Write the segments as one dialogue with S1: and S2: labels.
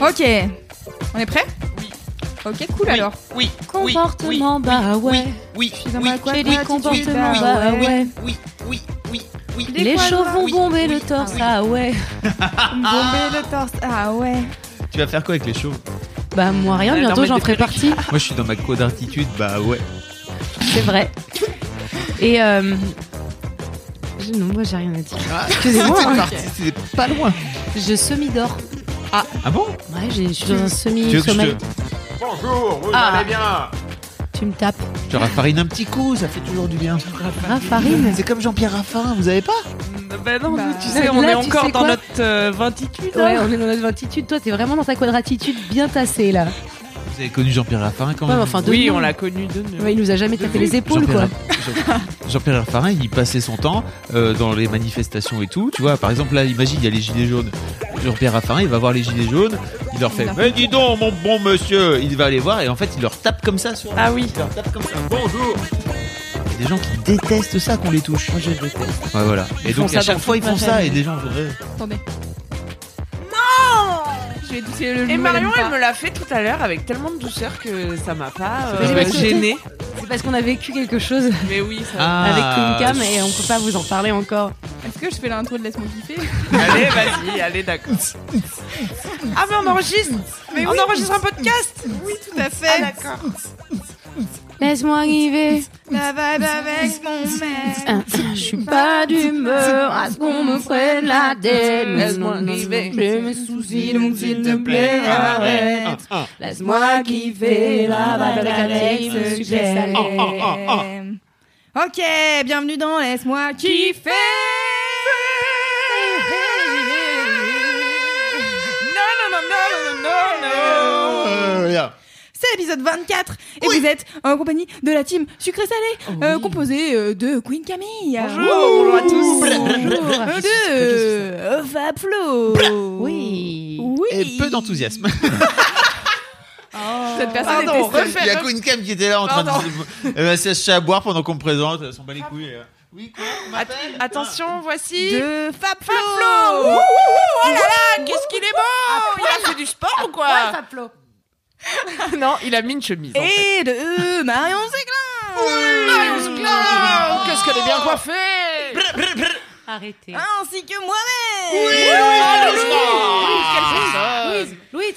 S1: Ok, on est prêt Ok, cool
S2: Oui,
S1: alors.
S2: Oui, oui,
S3: Comportement,
S2: oui,
S3: bah
S2: oui,
S3: ouais.
S2: Oui,
S1: suis dans
S2: oui,
S1: ma
S2: oui,
S1: couette,
S2: oui,
S1: les
S2: oui,
S1: comportements,
S2: oui,
S1: bah
S2: oui,
S3: ouais.
S2: Oui, oui, oui, oui, oui.
S1: Des
S3: Les
S1: fois,
S3: chevaux
S1: bah,
S3: vont
S1: oui,
S3: bomber
S1: oui,
S3: le torse,
S1: oui.
S3: ah ouais.
S1: Bomber le torse. Ah ouais.
S4: Tu vas faire quoi avec les chevaux
S3: Bah moi rien,
S2: Ouais,
S3: bientôt
S2: normal,
S3: j'en
S2: des
S3: ferai partie,
S4: Moi, je suis dans ma quadratitude, bah ouais.
S3: c'est vrai. Et euh... je- Non, moi j'ai rien à dire. Excusez-moi. hein.
S4: C'était parti, c'était pas loin.
S3: Je semi-dors.
S4: Ah bon
S3: Ouais, j'ai- je suis dans
S4: Tu veux
S3: un
S4: que je
S3: semi-sommeil.
S4: te,
S5: Bonjour, vous
S3: Ah.
S5: allez bien
S3: Tu me tapes.
S4: je te raffarine un petit coup Ça fait toujours du bien.
S3: Ah, Raffarine.
S4: C'est comme Jean-Pierre Raffarin, vous avez pas
S2: Bah non, nous, tu
S3: Bah,
S2: sais, on
S3: là,
S2: est
S3: tu
S2: encore
S3: sais
S2: dans
S3: quoi
S2: notre euh, vingtitude. hein.
S3: Ouais, on est dans notre attitude. Toi, t'es vraiment dans ta quadratitude bien tassée là.
S4: Vous avez connu Jean-Pierre Raffarin quand
S3: Ouais,
S4: même
S3: enfin, de
S2: Oui,
S3: nous.
S2: on l'a connu de nous.
S3: Ouais, il nous a jamais tapé les épaules quoi.
S4: Jean-Pierre Raff- Jean- Jean-Pierre Raffarin, il passait son temps euh, dans les manifestations et tout. Tu vois, par exemple, là, imagine, il y a les Gilets jaunes. Jean-Pierre Raffarin, il va voir les Gilets jaunes. Il leur fait Mais dis donc, mon bon monsieur Il va les voir et en fait, il leur tape comme ça sur
S2: Ah oui.
S4: Il leur tape comme ça. Bonjour Il y a des gens qui détestent ça qu'on les touche. Moi, je déteste. Ouais, voilà. Et
S2: Ils
S4: donc,
S2: font ça
S4: à chaque
S2: dans
S4: fois, ils
S2: toute
S4: font
S2: ma
S4: ça et
S2: famille.
S4: des gens. ouais.
S1: Je vais douter le
S2: Et
S1: le-
S2: Marion,
S1: pas.
S2: elle me l'a fait tout à l'heure avec tellement de douceur que ça m'a pas
S3: Vas-y,
S2: euh,
S3: vas-y, sautez.
S2: gênée.
S3: C'est parce qu'on a vécu quelque chose
S2: Mais oui, ça va.
S4: Ah,
S3: avec Queen Cam et on peut pas vous en parler encore.
S1: Est-ce que je fais l'intro de Laisse-moi kiffer
S4: Ah.
S2: Allez, vas-y, allez, d'accord. Ah, mais on enregistre On enregistre un podcast Oui, tout à fait.
S1: Ah,
S2: d'accord.
S3: Laisse-moi arriver.
S1: La vibe avec mon mec.
S3: Hein. Ah, Je suis pas d'humeur
S1: Ah,
S3: à ce qu'on me prenne la tête. Laisse-moi arriver. J'ai mes soucis, donc s'il te plaît, arrête.
S2: Ah,
S3: Laisse-moi kiffer la balade
S2: ah,
S3: me suggère.
S1: Ok, bienvenue dans Laisse-moi kiffer.
S2: Non, non, non, non, non, non, non
S1: C'est l'épisode 24 et vous êtes en compagnie de la team sucré salé euh, composée euh, de Queen Camille.
S2: Bonjour, bonjour à tous.
S3: Bonjour.
S1: Euh, De euh, Fab Flo.
S3: Oui.
S1: Oui.
S4: Et peu d'enthousiasme.
S1: Cette personne
S2: Pardon,
S1: était seule.
S2: refais.
S4: Il y a Queen Cam qui était là en train
S2: Pardon.
S4: de. Elle va s'acheter à boire pendant qu'on me présente. Elle s'en bat les couilles. elle, euh, Oui, quoi on
S2: Att-
S4: m'appelle
S2: Attention, voici.
S1: De Fab Flo.
S2: Flo. Wouh, wouh, wouh, Oh là là, qu'est-ce qu'il est beau Il a fait du sport ou quoi Non, il a mis une chemise. en fait.
S1: Et de Marion Séclin.
S2: Marion Zouglard, Oh Qu'est-ce qu'elle est bien coiffée
S3: Arrêtez.
S1: Ainsi que moi-même.
S2: Oui,
S3: Louis.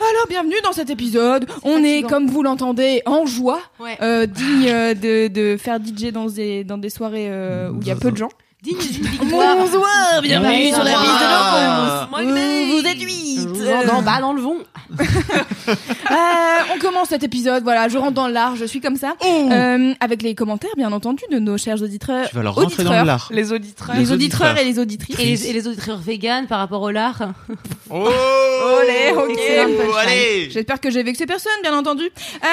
S1: Alors bienvenue dans cet épisode. On est
S3: fatigant.
S1: comme vous l'entendez en joie.
S3: Ouais.
S1: euh, digne euh, de, de faire DJ dans des, dans des soirées euh, où il y a peu de gens.
S3: Digne d'une
S1: Bonsoir,
S3: bienvenue sur la piste de
S4: Ah.
S1: Vous êtes huit.
S3: En bas Bah, dans le vent.
S1: Euh, on commence cet épisode, voilà, je rentre dans l'art, je suis comme ça. Euh, avec les commentaires, bien entendu, de nos chers auditeurs.
S4: Tu vas leur rentrer dans
S1: auditeurs.
S4: le lard.
S2: Les auditeurs.
S1: Les,
S4: Les
S1: auditeurs
S4: auditeurs.
S1: et les auditrices.
S3: Et les, et les auditeurs vegan par rapport au lard.
S4: Oh,
S1: Olé, ok.
S3: Excellente
S1: Oh,
S3: punchline.
S4: allez.
S1: J'espère que j'ai vexé personne, bien entendu. Euh,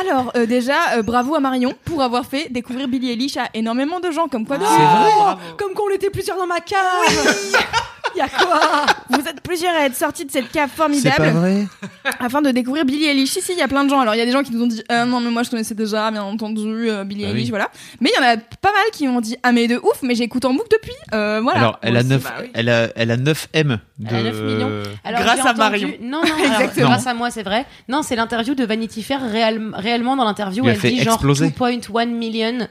S1: alors, euh, déjà, euh, bravo à Marion pour avoir fait découvrir Billy Eilish à énormément de gens, comme quoi.
S4: Ah.
S1: Oh,
S3: C'est vrai.
S2: Bravo.
S3: Comme qu'on l'était plusieurs dans ma cave. y a quoi
S1: Vous êtes plusieurs à être sortis de cette cave
S4: C'est
S1: formidable.
S4: pas vrai.
S1: afin de découvrir Billie Eilish. Ici, il y a plein de gens. Alors, il y a des gens qui nous ont dit Ah, non, mais moi je connaissais déjà, bien entendu, euh, Billie
S4: Bah
S1: Eilish,
S4: oui.
S1: voilà. Mais il y en a pas mal qui m'ont dit ah mais de ouf, mais j'écoute en boucle depuis. Euh, voilà.
S4: Alors, elle a 9
S2: bah oui.
S4: elle a, elle a 9 M. De...
S3: Elle a 9 millions. Alors,
S2: Grâce
S3: j'ai
S2: à
S3: entendu-
S2: Marion.
S3: Non, non, alors,
S1: Exactement.
S3: grâce à moi, c'est vrai. Non, c'est l'interview de Vanity Fair réel- réellement dans l'interview.
S4: Il a
S3: Elle
S4: fait
S3: dit genre
S4: exploser.
S3: 2.1 million.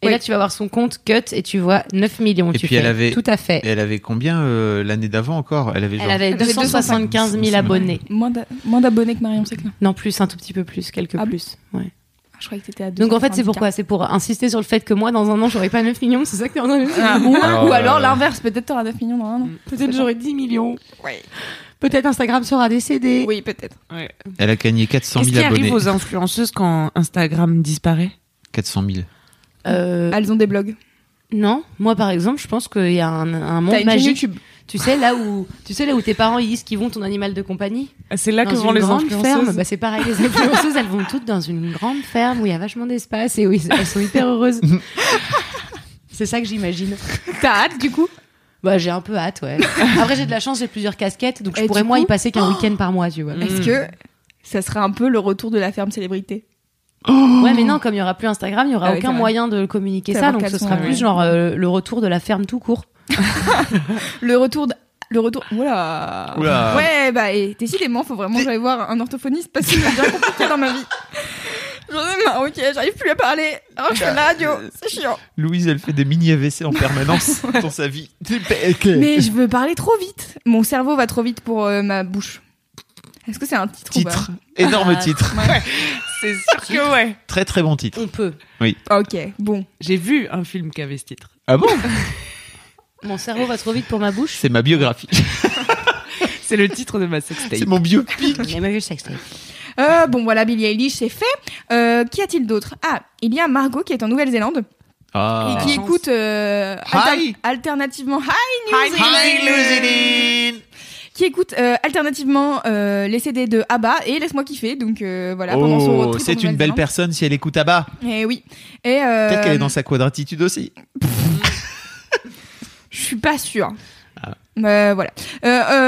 S3: Et
S1: Oui.
S3: là, tu vas voir son compte cut et tu vois 9 millions.
S4: Et
S3: tu
S4: puis,
S3: fais.
S4: elle avait-
S3: Tout à fait.
S4: Et elle avait combien euh, l'année d'avant encore Elle avait genre.
S3: Elle avait
S1: Elle avait
S3: 275 000 abonnés.
S1: Moins d'a- moins d'abonnés que Marion Seclin.
S3: Non, plus, un tout petit peu plus, quelques
S1: Ah bon
S3: plus. Ouais.
S1: Ah, Je croyais que t'étais à deux.
S3: Donc en fait, c'est pourquoi C'est pour insister sur le fait que moi, dans un an, j'aurais pas 9 millions. C'est ça que t'es en train de me dire
S1: Ah, ou
S4: Alors,
S1: ou alors
S4: euh,
S1: l'inverse, peut-être t'auras 9 millions dans un an.
S3: Peut-être j'aurais 10 millions. Peut-être Instagram sera décédé.
S1: Oui, peut-être.
S4: Elle a gagné 400
S2: Qu'est-ce qui
S4: 000 abonnés.
S2: arrive aux influenceuses quand Instagram disparaît
S4: 400 000.
S3: Euh,
S1: Elles ont des blogs.
S3: Non, moi par exemple, je pense qu'il y a un, un
S1: T'as
S3: monde
S1: une chaîne
S3: magique.
S1: YouTube.
S3: Tu sais là où tu sais là où tes parents ils disent qu'ils vont ton animal de compagnie.
S2: C'est là que
S3: dans
S2: vont
S3: une
S2: les
S3: grande ferme,
S2: influenceuses.
S3: bah, c'est pareil. Les influenceuses, elles vont toutes dans une grande ferme où il y a vachement d'espace et où ils- elles sont hyper heureuses. c'est ça que j'imagine.
S1: T'as hâte du coup
S3: Bah j'ai un peu hâte, ouais. Après j'ai de la chance, j'ai plusieurs casquettes, donc je
S1: Et
S3: pourrais
S1: du
S3: moi y
S1: coup- Oh Mmh.
S3: passer qu'un week-end par mois, tu vois.
S1: Est-ce que ça sera un peu le retour de la ferme célébrité
S3: Ouais, mais non, comme il y aura plus Instagram, il y aura
S1: Mmh. Ah oui,
S3: aucun
S1: t'as
S3: moyen de communiquer
S1: T'as
S3: ça,
S1: avoir
S3: donc ce
S1: quatre
S3: sera
S1: sons,
S3: plus
S1: ouais.
S3: genre euh, le retour de la ferme tout court.
S1: Le retour de... Le retour. Oula.
S4: Oula.
S1: Ouais, bah, et décidément, faut vraiment que j'aille voir un orthophoniste parce que c'est bien compliqué dans ma vie. J'en ai marre, ok, j'arrive plus à parler. Alors que je fais de la radio,
S4: Bah,
S1: c'est chiant.
S4: Louise, elle fait des mini AVC en permanence dans sa vie.
S1: Mais je veux parler trop vite. Mon cerveau va trop vite pour euh, ma bouche. Est-ce que c'est un titre, ou
S4: Titre, énorme titre,
S2: C'est sûr que ouais.
S4: très très bon titre.
S3: On peut.
S1: pas Ok, bon.
S2: J'ai vu un film qui avait ce titre.
S4: Ah bon
S3: Mon cerveau va trop vite pour ma bouche.
S4: C'est ma biographie,
S2: C'est le titre de ma sextape.
S4: c'est mon biopic.
S3: J'ai jamais vu le sextape.
S1: Euh, bon, voilà, Billie Eilish, c'est fait. Euh, Qu'y a-t-il d'autre Ah, il y a Margot qui est en Nouvelle-Zélande et
S4: Ah.
S1: qui
S3: chance.
S1: écoute euh,
S4: Hi.
S1: alternativement Hi New Zealand qui écoute euh, alternativement euh, les CD de ABBA et Laisse-moi kiffer. Donc euh, voilà, pendant son road
S4: Oh,
S1: trip en
S4: c'est une belle
S1: Nouvelle-Zélande.
S4: personne si elle écoute à bas.
S1: Eh oui. Et hein. euh,
S4: Peut-être qu'elle est dans sa quadratitude aussi.
S1: Je suis pas sûre.
S4: Ah.
S1: Euh, voilà. Euh,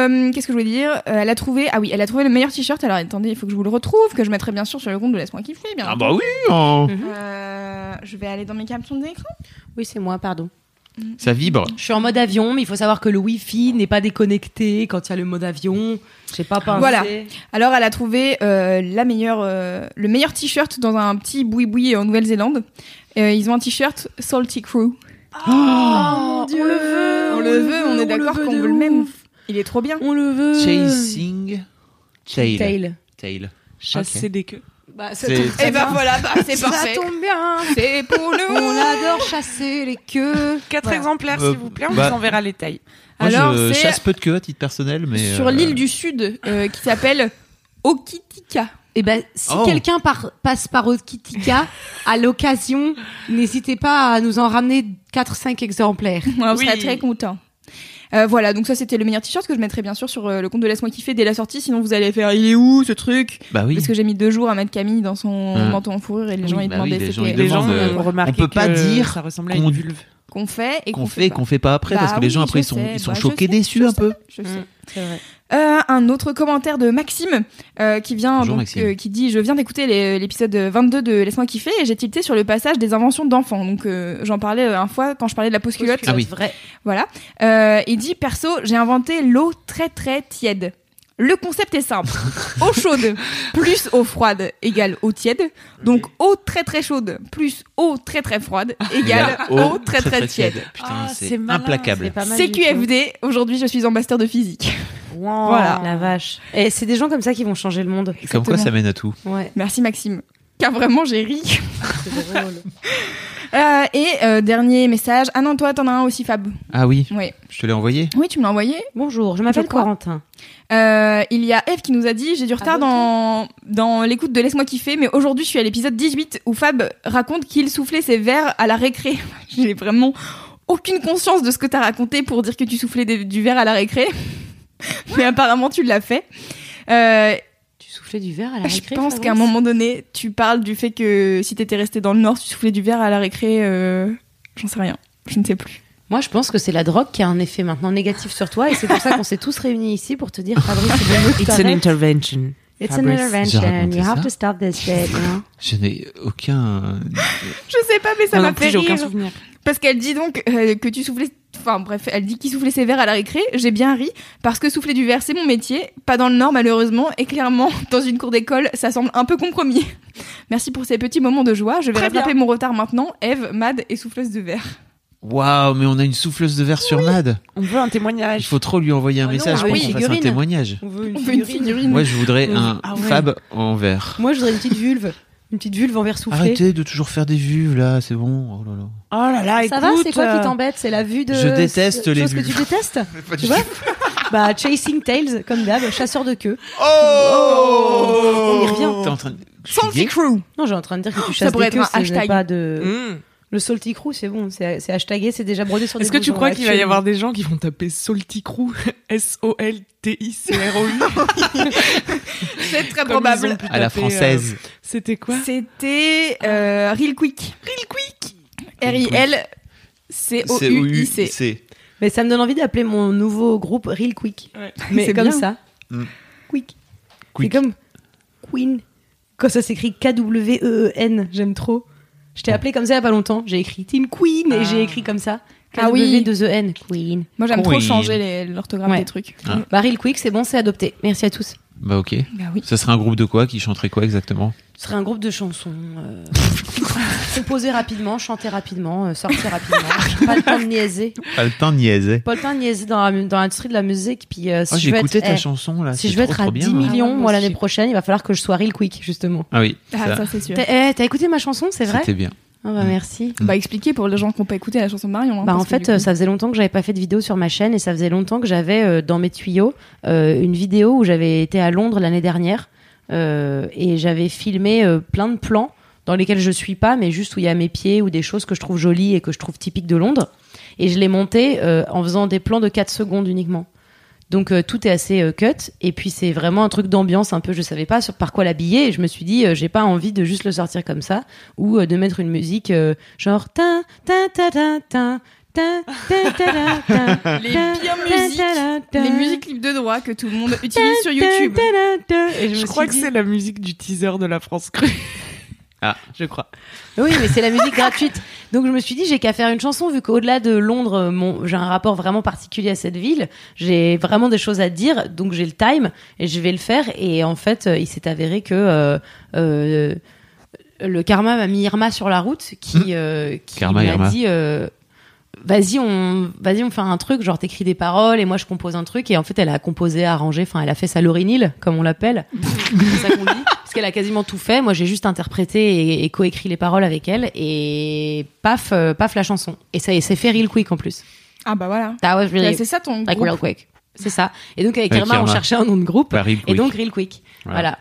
S1: euh, Qu'est-ce que je voulais dire Euh, Elle a trouvé. Ah oui, elle a trouvé le meilleur t-shirt. Alors attendez, il faut que je vous le retrouve, que je mettrai bien sûr sur le compte de Laisse-moi kiffer. Bien
S4: Ah bah oui,
S1: hein.
S4: oh.
S1: Euh, je vais aller dans mes captions d'écran.
S3: Oui, c'est moi, pardon.
S4: ça vibre.
S3: Je suis en mode avion, mais il faut savoir que le wifi n'est pas déconnecté quand il y a le mode avion. J'ai pas pensé.
S1: Voilà. Alors, elle a trouvé euh, la meilleure, euh, le meilleur t-shirt dans un petit boui-boui en Nouvelle-Zélande. Euh, ils ont un t-shirt Salty Crew.
S3: Oh, on le veut.
S1: On le veut, on est d'accord qu'on veut le même. Il est trop bien.
S3: On le veut.
S1: Euh.
S4: Chasing Tail.
S3: Tail.
S4: Tail.
S2: Chasser
S4: Ok.
S2: des queues.
S3: Bah, ça
S4: C'est-
S3: tombe
S1: Et bah voilà, bah, c'est parfait.
S3: Ça tombe bien.
S1: C'est pour
S3: On
S1: nous.
S3: adore chasser les queues.
S2: Quatre
S1: Voilà.
S2: exemplaires,
S4: Euh,
S2: s'il vous plaît, on
S4: bah-
S2: vous enverra les tailles.
S4: Moi,
S1: Alors,
S4: je
S1: c'est-
S4: chasse peu de queues à titre personnel, mais.
S1: Sur
S4: euh,
S1: l'île du Sud, euh, qui s'appelle Okitika.
S3: Et ben, si
S4: Oh.
S3: quelqu'un par- passe par Okitika, à l'occasion, n'hésitez pas à nous en ramener 4-5 exemplaires.
S1: On
S2: Oui.
S1: serait très content. Euh, voilà, donc ça c'était le meilleur t-shirt que je mettrai bien sûr sur euh, le compte de Laisse-moi kiffer dès la sortie, sinon vous allez faire il est où ce truc
S4: Bah oui.
S1: Parce que j'ai mis deux jours à mettre Camille dans son
S4: Hum.
S1: manteau en fourrure et les
S4: Oui,
S1: gens ils
S4: bah oui,
S1: demandaient
S4: les gens,
S1: c'était- euh,
S4: ils
S2: Les gens
S4: demandent, euh,
S2: ont remarqué
S4: on peut pas
S2: que
S4: dire
S2: ça ressemblait à une
S4: qu'on-
S2: vulve.
S1: qu'on fait et
S4: qu'on fait et qu'on fait pas après
S1: Bah
S4: parce que les gens
S1: oui,
S4: après
S1: je
S4: ils sont
S1: sais,
S4: ils sont
S1: bah, je
S4: choqués
S1: sais,
S4: déçus
S1: je
S4: un
S1: sais,
S4: peu.
S1: je sais.
S2: C'est vrai.
S1: Euh, un autre commentaire de Maxime euh, qui vient
S4: Bonjour,
S1: donc,
S4: Maxime.
S1: euh, qui dit je viens d'écouter les- l'épisode 22 de Laisse-moi kiffer et j'ai tilté sur le passage des inventions d'enfants. Donc euh, j'en parlais euh, un fois quand je parlais de la pause culotte.
S4: Ah oui.
S3: Vrai.
S1: Voilà. Euh, il dit perso, j'ai inventé l'eau très très tiède. Le concept est simple. eau chaude plus eau froide égale eau tiède. Donc eau très très chaude plus eau très très froide égale eau
S4: oh,
S1: très très, tiède.
S4: Putain,
S2: Ah,
S4: c'est
S2: c'est malin,
S4: implacable.
S2: c'est pas mal du
S1: CQFD, aujourd'hui je suis en master de physique.
S2: tout. Wow.
S1: Voilà.
S3: La vache. Et c'est des gens comme ça qui vont changer le monde.
S4: Comme quoi ça mène à tout.
S3: Ouais.
S1: Merci Maxime. Car vraiment j'ai ri.
S3: C'est drôle.
S1: Euh, et euh, dernier message. Ah non, toi t'en as un aussi Fab.
S4: Ah oui,
S1: Oui.
S4: je te l'ai envoyé.
S1: Oui, tu me l'as envoyé.
S3: Bonjour, je m'appelle
S1: Je crois.
S3: Corentin.
S1: Euh, il y a Eve qui nous a dit j'ai du retard
S3: bon,
S1: dans, dans l'écoute de Laisse-moi kiffer, mais aujourd'hui je suis à l'épisode 18 où Fab raconte qu'il soufflait ses verres à la récré. J'ai vraiment aucune conscience de ce que t'as raconté pour dire que tu soufflais des- du verre à la récré, mais apparemment tu l'as fait. Euh,
S3: Tu soufflais du verre à la
S1: je
S3: récré
S1: pense
S3: Florence
S1: qu'à un moment donné, tu parles du fait que si t'étais resté dans le Nord, tu soufflais du verre à la récré. euh, J'en sais rien, je ne sais plus.
S3: Moi, je pense que c'est la drogue qui a un effet maintenant négatif sur toi et c'est pour ça qu'on s'est tous réunis ici pour te dire Fabrice, c'est bon,
S2: It's an
S3: t'arrêtes.
S2: intervention.
S3: It's an
S2: Fabrice.
S4: J'ai
S3: intervention.
S4: raconté
S3: You have
S4: ça
S3: to stop this shit, you know.
S4: Je n'ai aucun.
S1: Je sais pas, mais ça
S2: Moi
S1: m'a
S2: non plus,
S1: fait
S2: j'ai aucun
S1: rire.
S2: souvenir.
S1: Parce qu'elle dit donc euh, que tu soufflais. Enfin bref, elle dit qu'il soufflait ses verres à la récré. J'ai bien ri parce que souffler du verre, c'est mon métier. Pas dans le Nord, malheureusement. Et clairement, dans une cour d'école, ça semble un peu compromis. Merci pour ces petits moments de joie. Je vais
S2: Très
S1: rattraper mon retard maintenant. Eve, Mad et souffleuse de verre.
S4: Waouh, mais on a une souffleuse de verre sur Mad.
S2: On veut un
S4: Il
S2: témoignage.
S4: faut trop lui envoyer un
S3: non,
S4: message
S3: ah
S4: pour
S3: oui,
S4: qu'on fasse un
S3: figurine.
S4: témoignage.
S3: On veut une
S1: On fait une figurine.
S4: Moi, je voudrais un
S2: Ah ouais.
S4: Fab en verre.
S3: Moi, je voudrais une petite vulve. Une petite vulve en verre soufflé.
S4: Arrêtez de toujours faire des vues là, c'est bon. Oh là là.
S2: Oh là là,
S3: Ça
S2: écoute.
S3: va, c'est quoi
S2: euh,
S3: qui t'embête C'est la vue de.
S4: Je déteste
S3: c'est-
S4: les
S3: chose que
S4: vulves.
S3: tu détestes Tu vois Bah, Chasing Tails, comme d'hab, chasseur de queue.
S4: Oh
S3: On y revient.
S4: T'es en train de. Je suis
S2: Oh
S1: Salty
S4: gay
S1: Crew.
S3: Non, Oh j'ai en train de dire que tu
S1: ça
S3: chasses
S1: pourrait
S3: des
S1: être
S3: queues,
S1: un
S3: c'est
S1: hashtag.
S3: pas de.
S2: hmm.
S3: Le salty crew, c'est bon, c'est c'est hashtagué, c'est déjà brodé sur des
S2: Est-ce que tu
S3: boutons,
S2: crois qu'il va y
S3: actuellement.
S2: avoir des gens qui vont taper Solticrou S-O-L-T-I-C-R-O-U
S1: C'est très
S2: comme ils ont
S1: probable.
S2: pu
S4: À la
S2: taper, euh,
S4: française.
S2: C'était quoi
S1: C'était euh, Real Quick. Real Quick. R-I-L.
S3: euh,
S1: C-O-U-I-C.
S4: C.
S3: Mais ça me donne envie d'appeler mon nouveau groupe Real Quick. Mais
S1: C'est
S3: comme
S1: bien.
S3: ça.
S2: Hmm.
S4: Mm.
S3: Quick.
S4: Quick.
S3: C'est comme Queen. Quand ça s'écrit K-W-E-E-N, j'aime trop. Je t'ai appelé comme ça il y a pas longtemps. J'ai écrit Team Queen et j'ai écrit comme ça.
S1: Ah oui.
S3: K-W-E-E-N. Queen.
S1: Moi, j'aime trop
S4: Queen.
S1: changer les- l'orthographe
S3: Ouais.
S1: des trucs.
S4: Ah.
S3: Bah, Real Quick, c'est bon, c'est adopté. Merci à tous.
S4: Bah ok.
S1: Bah oui.
S4: Ça serait un groupe de quoi qui chanterait quoi exactement
S3: Ce serait un groupe de chansons. euh, composées rapidement, chanter rapidement, euh, sortir rapidement. pas le temps de niaiser.
S4: Pas le temps de niaiser.
S3: Pas le temps de niaiser dans la mu- dans l'industrie de la musique. Puis, euh, si
S4: Oh,
S3: je
S4: j'ai
S3: veux
S4: écouté
S3: être,
S4: ta
S3: eh,
S4: chanson là.
S3: Si
S4: c'est
S3: je veux
S4: trop,
S3: être à
S4: trop bien, Ah,
S3: 10
S4: là.
S3: millions, moi,
S1: moi
S3: l'année
S1: aussi.
S3: prochaine, il va falloir que je sois Real Quick, justement.
S4: Ah oui.
S1: Ah,
S4: ça,
S1: ça, c'est sûr.
S3: T'as eh, t'as écouté ma chanson, c'est vrai
S4: C'était Mm. bien.
S3: Ah bah merci.
S1: Bah, expliquer pour les gens qui n'ont pas écouté la chanson de Marion. hein,
S3: Bah en
S1: parce que
S3: fait,
S1: du coup-
S3: euh, ça faisait longtemps que j'avais pas fait de vidéo sur ma chaîne et ça faisait longtemps que j'avais euh, dans mes tuyaux euh, une vidéo où j'avais été à Londres l'année dernière euh, et j'avais filmé euh, plein de plans dans lesquels je suis pas, mais juste où il y a mes pieds ou des choses que je trouve jolies et que je trouve typiques de Londres. Et je l'ai monté euh, en faisant des plans de 4 secondes uniquement. Donc euh, tout est assez euh, cut et puis c'est vraiment un truc d'ambiance un peu je savais pas sur par quoi l'habiller et je me suis dit euh, j'ai pas envie de juste le sortir comme ça ou euh, de mettre une musique euh, genre tin tin ta tin tin tin tin ta tin tin
S1: Les
S3: tin,
S1: pires
S3: tin,
S1: musiques.
S3: ta, ta,
S1: Les
S3: ta.
S1: musiques libres de droit que tout le monde
S3: Tin,
S1: utilise sur
S3: tin,
S1: YouTube.
S3: ta, ta, ta. Et je,
S2: Je
S3: me
S2: crois
S3: suis
S2: que
S3: dit-
S2: c'est la musique du teaser de la France crue.
S4: Ah.
S2: je crois.
S3: Oui, mais c'est la musique gratuite. Donc je me suis dit, j'ai qu'à faire une chanson, vu qu'au-delà de Londres, euh, mon- j'ai un rapport vraiment particulier à cette ville. J'ai vraiment des choses à dire, donc j'ai le time et je vais le faire. Et en fait, euh, il s'est avéré que euh, euh, le karma m'a mis Irma sur la route,
S4: Hmm.
S3: qui, euh, qui
S4: Karma,
S3: m'a
S4: Irma.
S3: dit. euh, Vas-y, on, vas-y, on fait un truc, genre t'écris des paroles et moi je compose un truc. Et en fait, elle a composé, arrangé, enfin, elle a fait sa Laurinil, comme on l'appelle. C'est ça qu'on dit. Parce qu'elle a quasiment tout fait. Moi, j'ai juste interprété et, et coécrit les paroles avec elle. Et paf, euh, paf la chanson. Et ça, et c'est fait real quick en plus.
S1: Ah, bah voilà.
S3: That was really
S1: Bah, c'est ça ton
S3: like
S1: groupe.
S3: real quick. C'est ça. Et donc avec
S4: Avec
S3: Irma, on
S4: Irma.
S3: cherchait un nom de groupe.
S4: Bah, Real
S3: et
S4: Quick.
S3: donc real quick. Voilà.
S1: Pas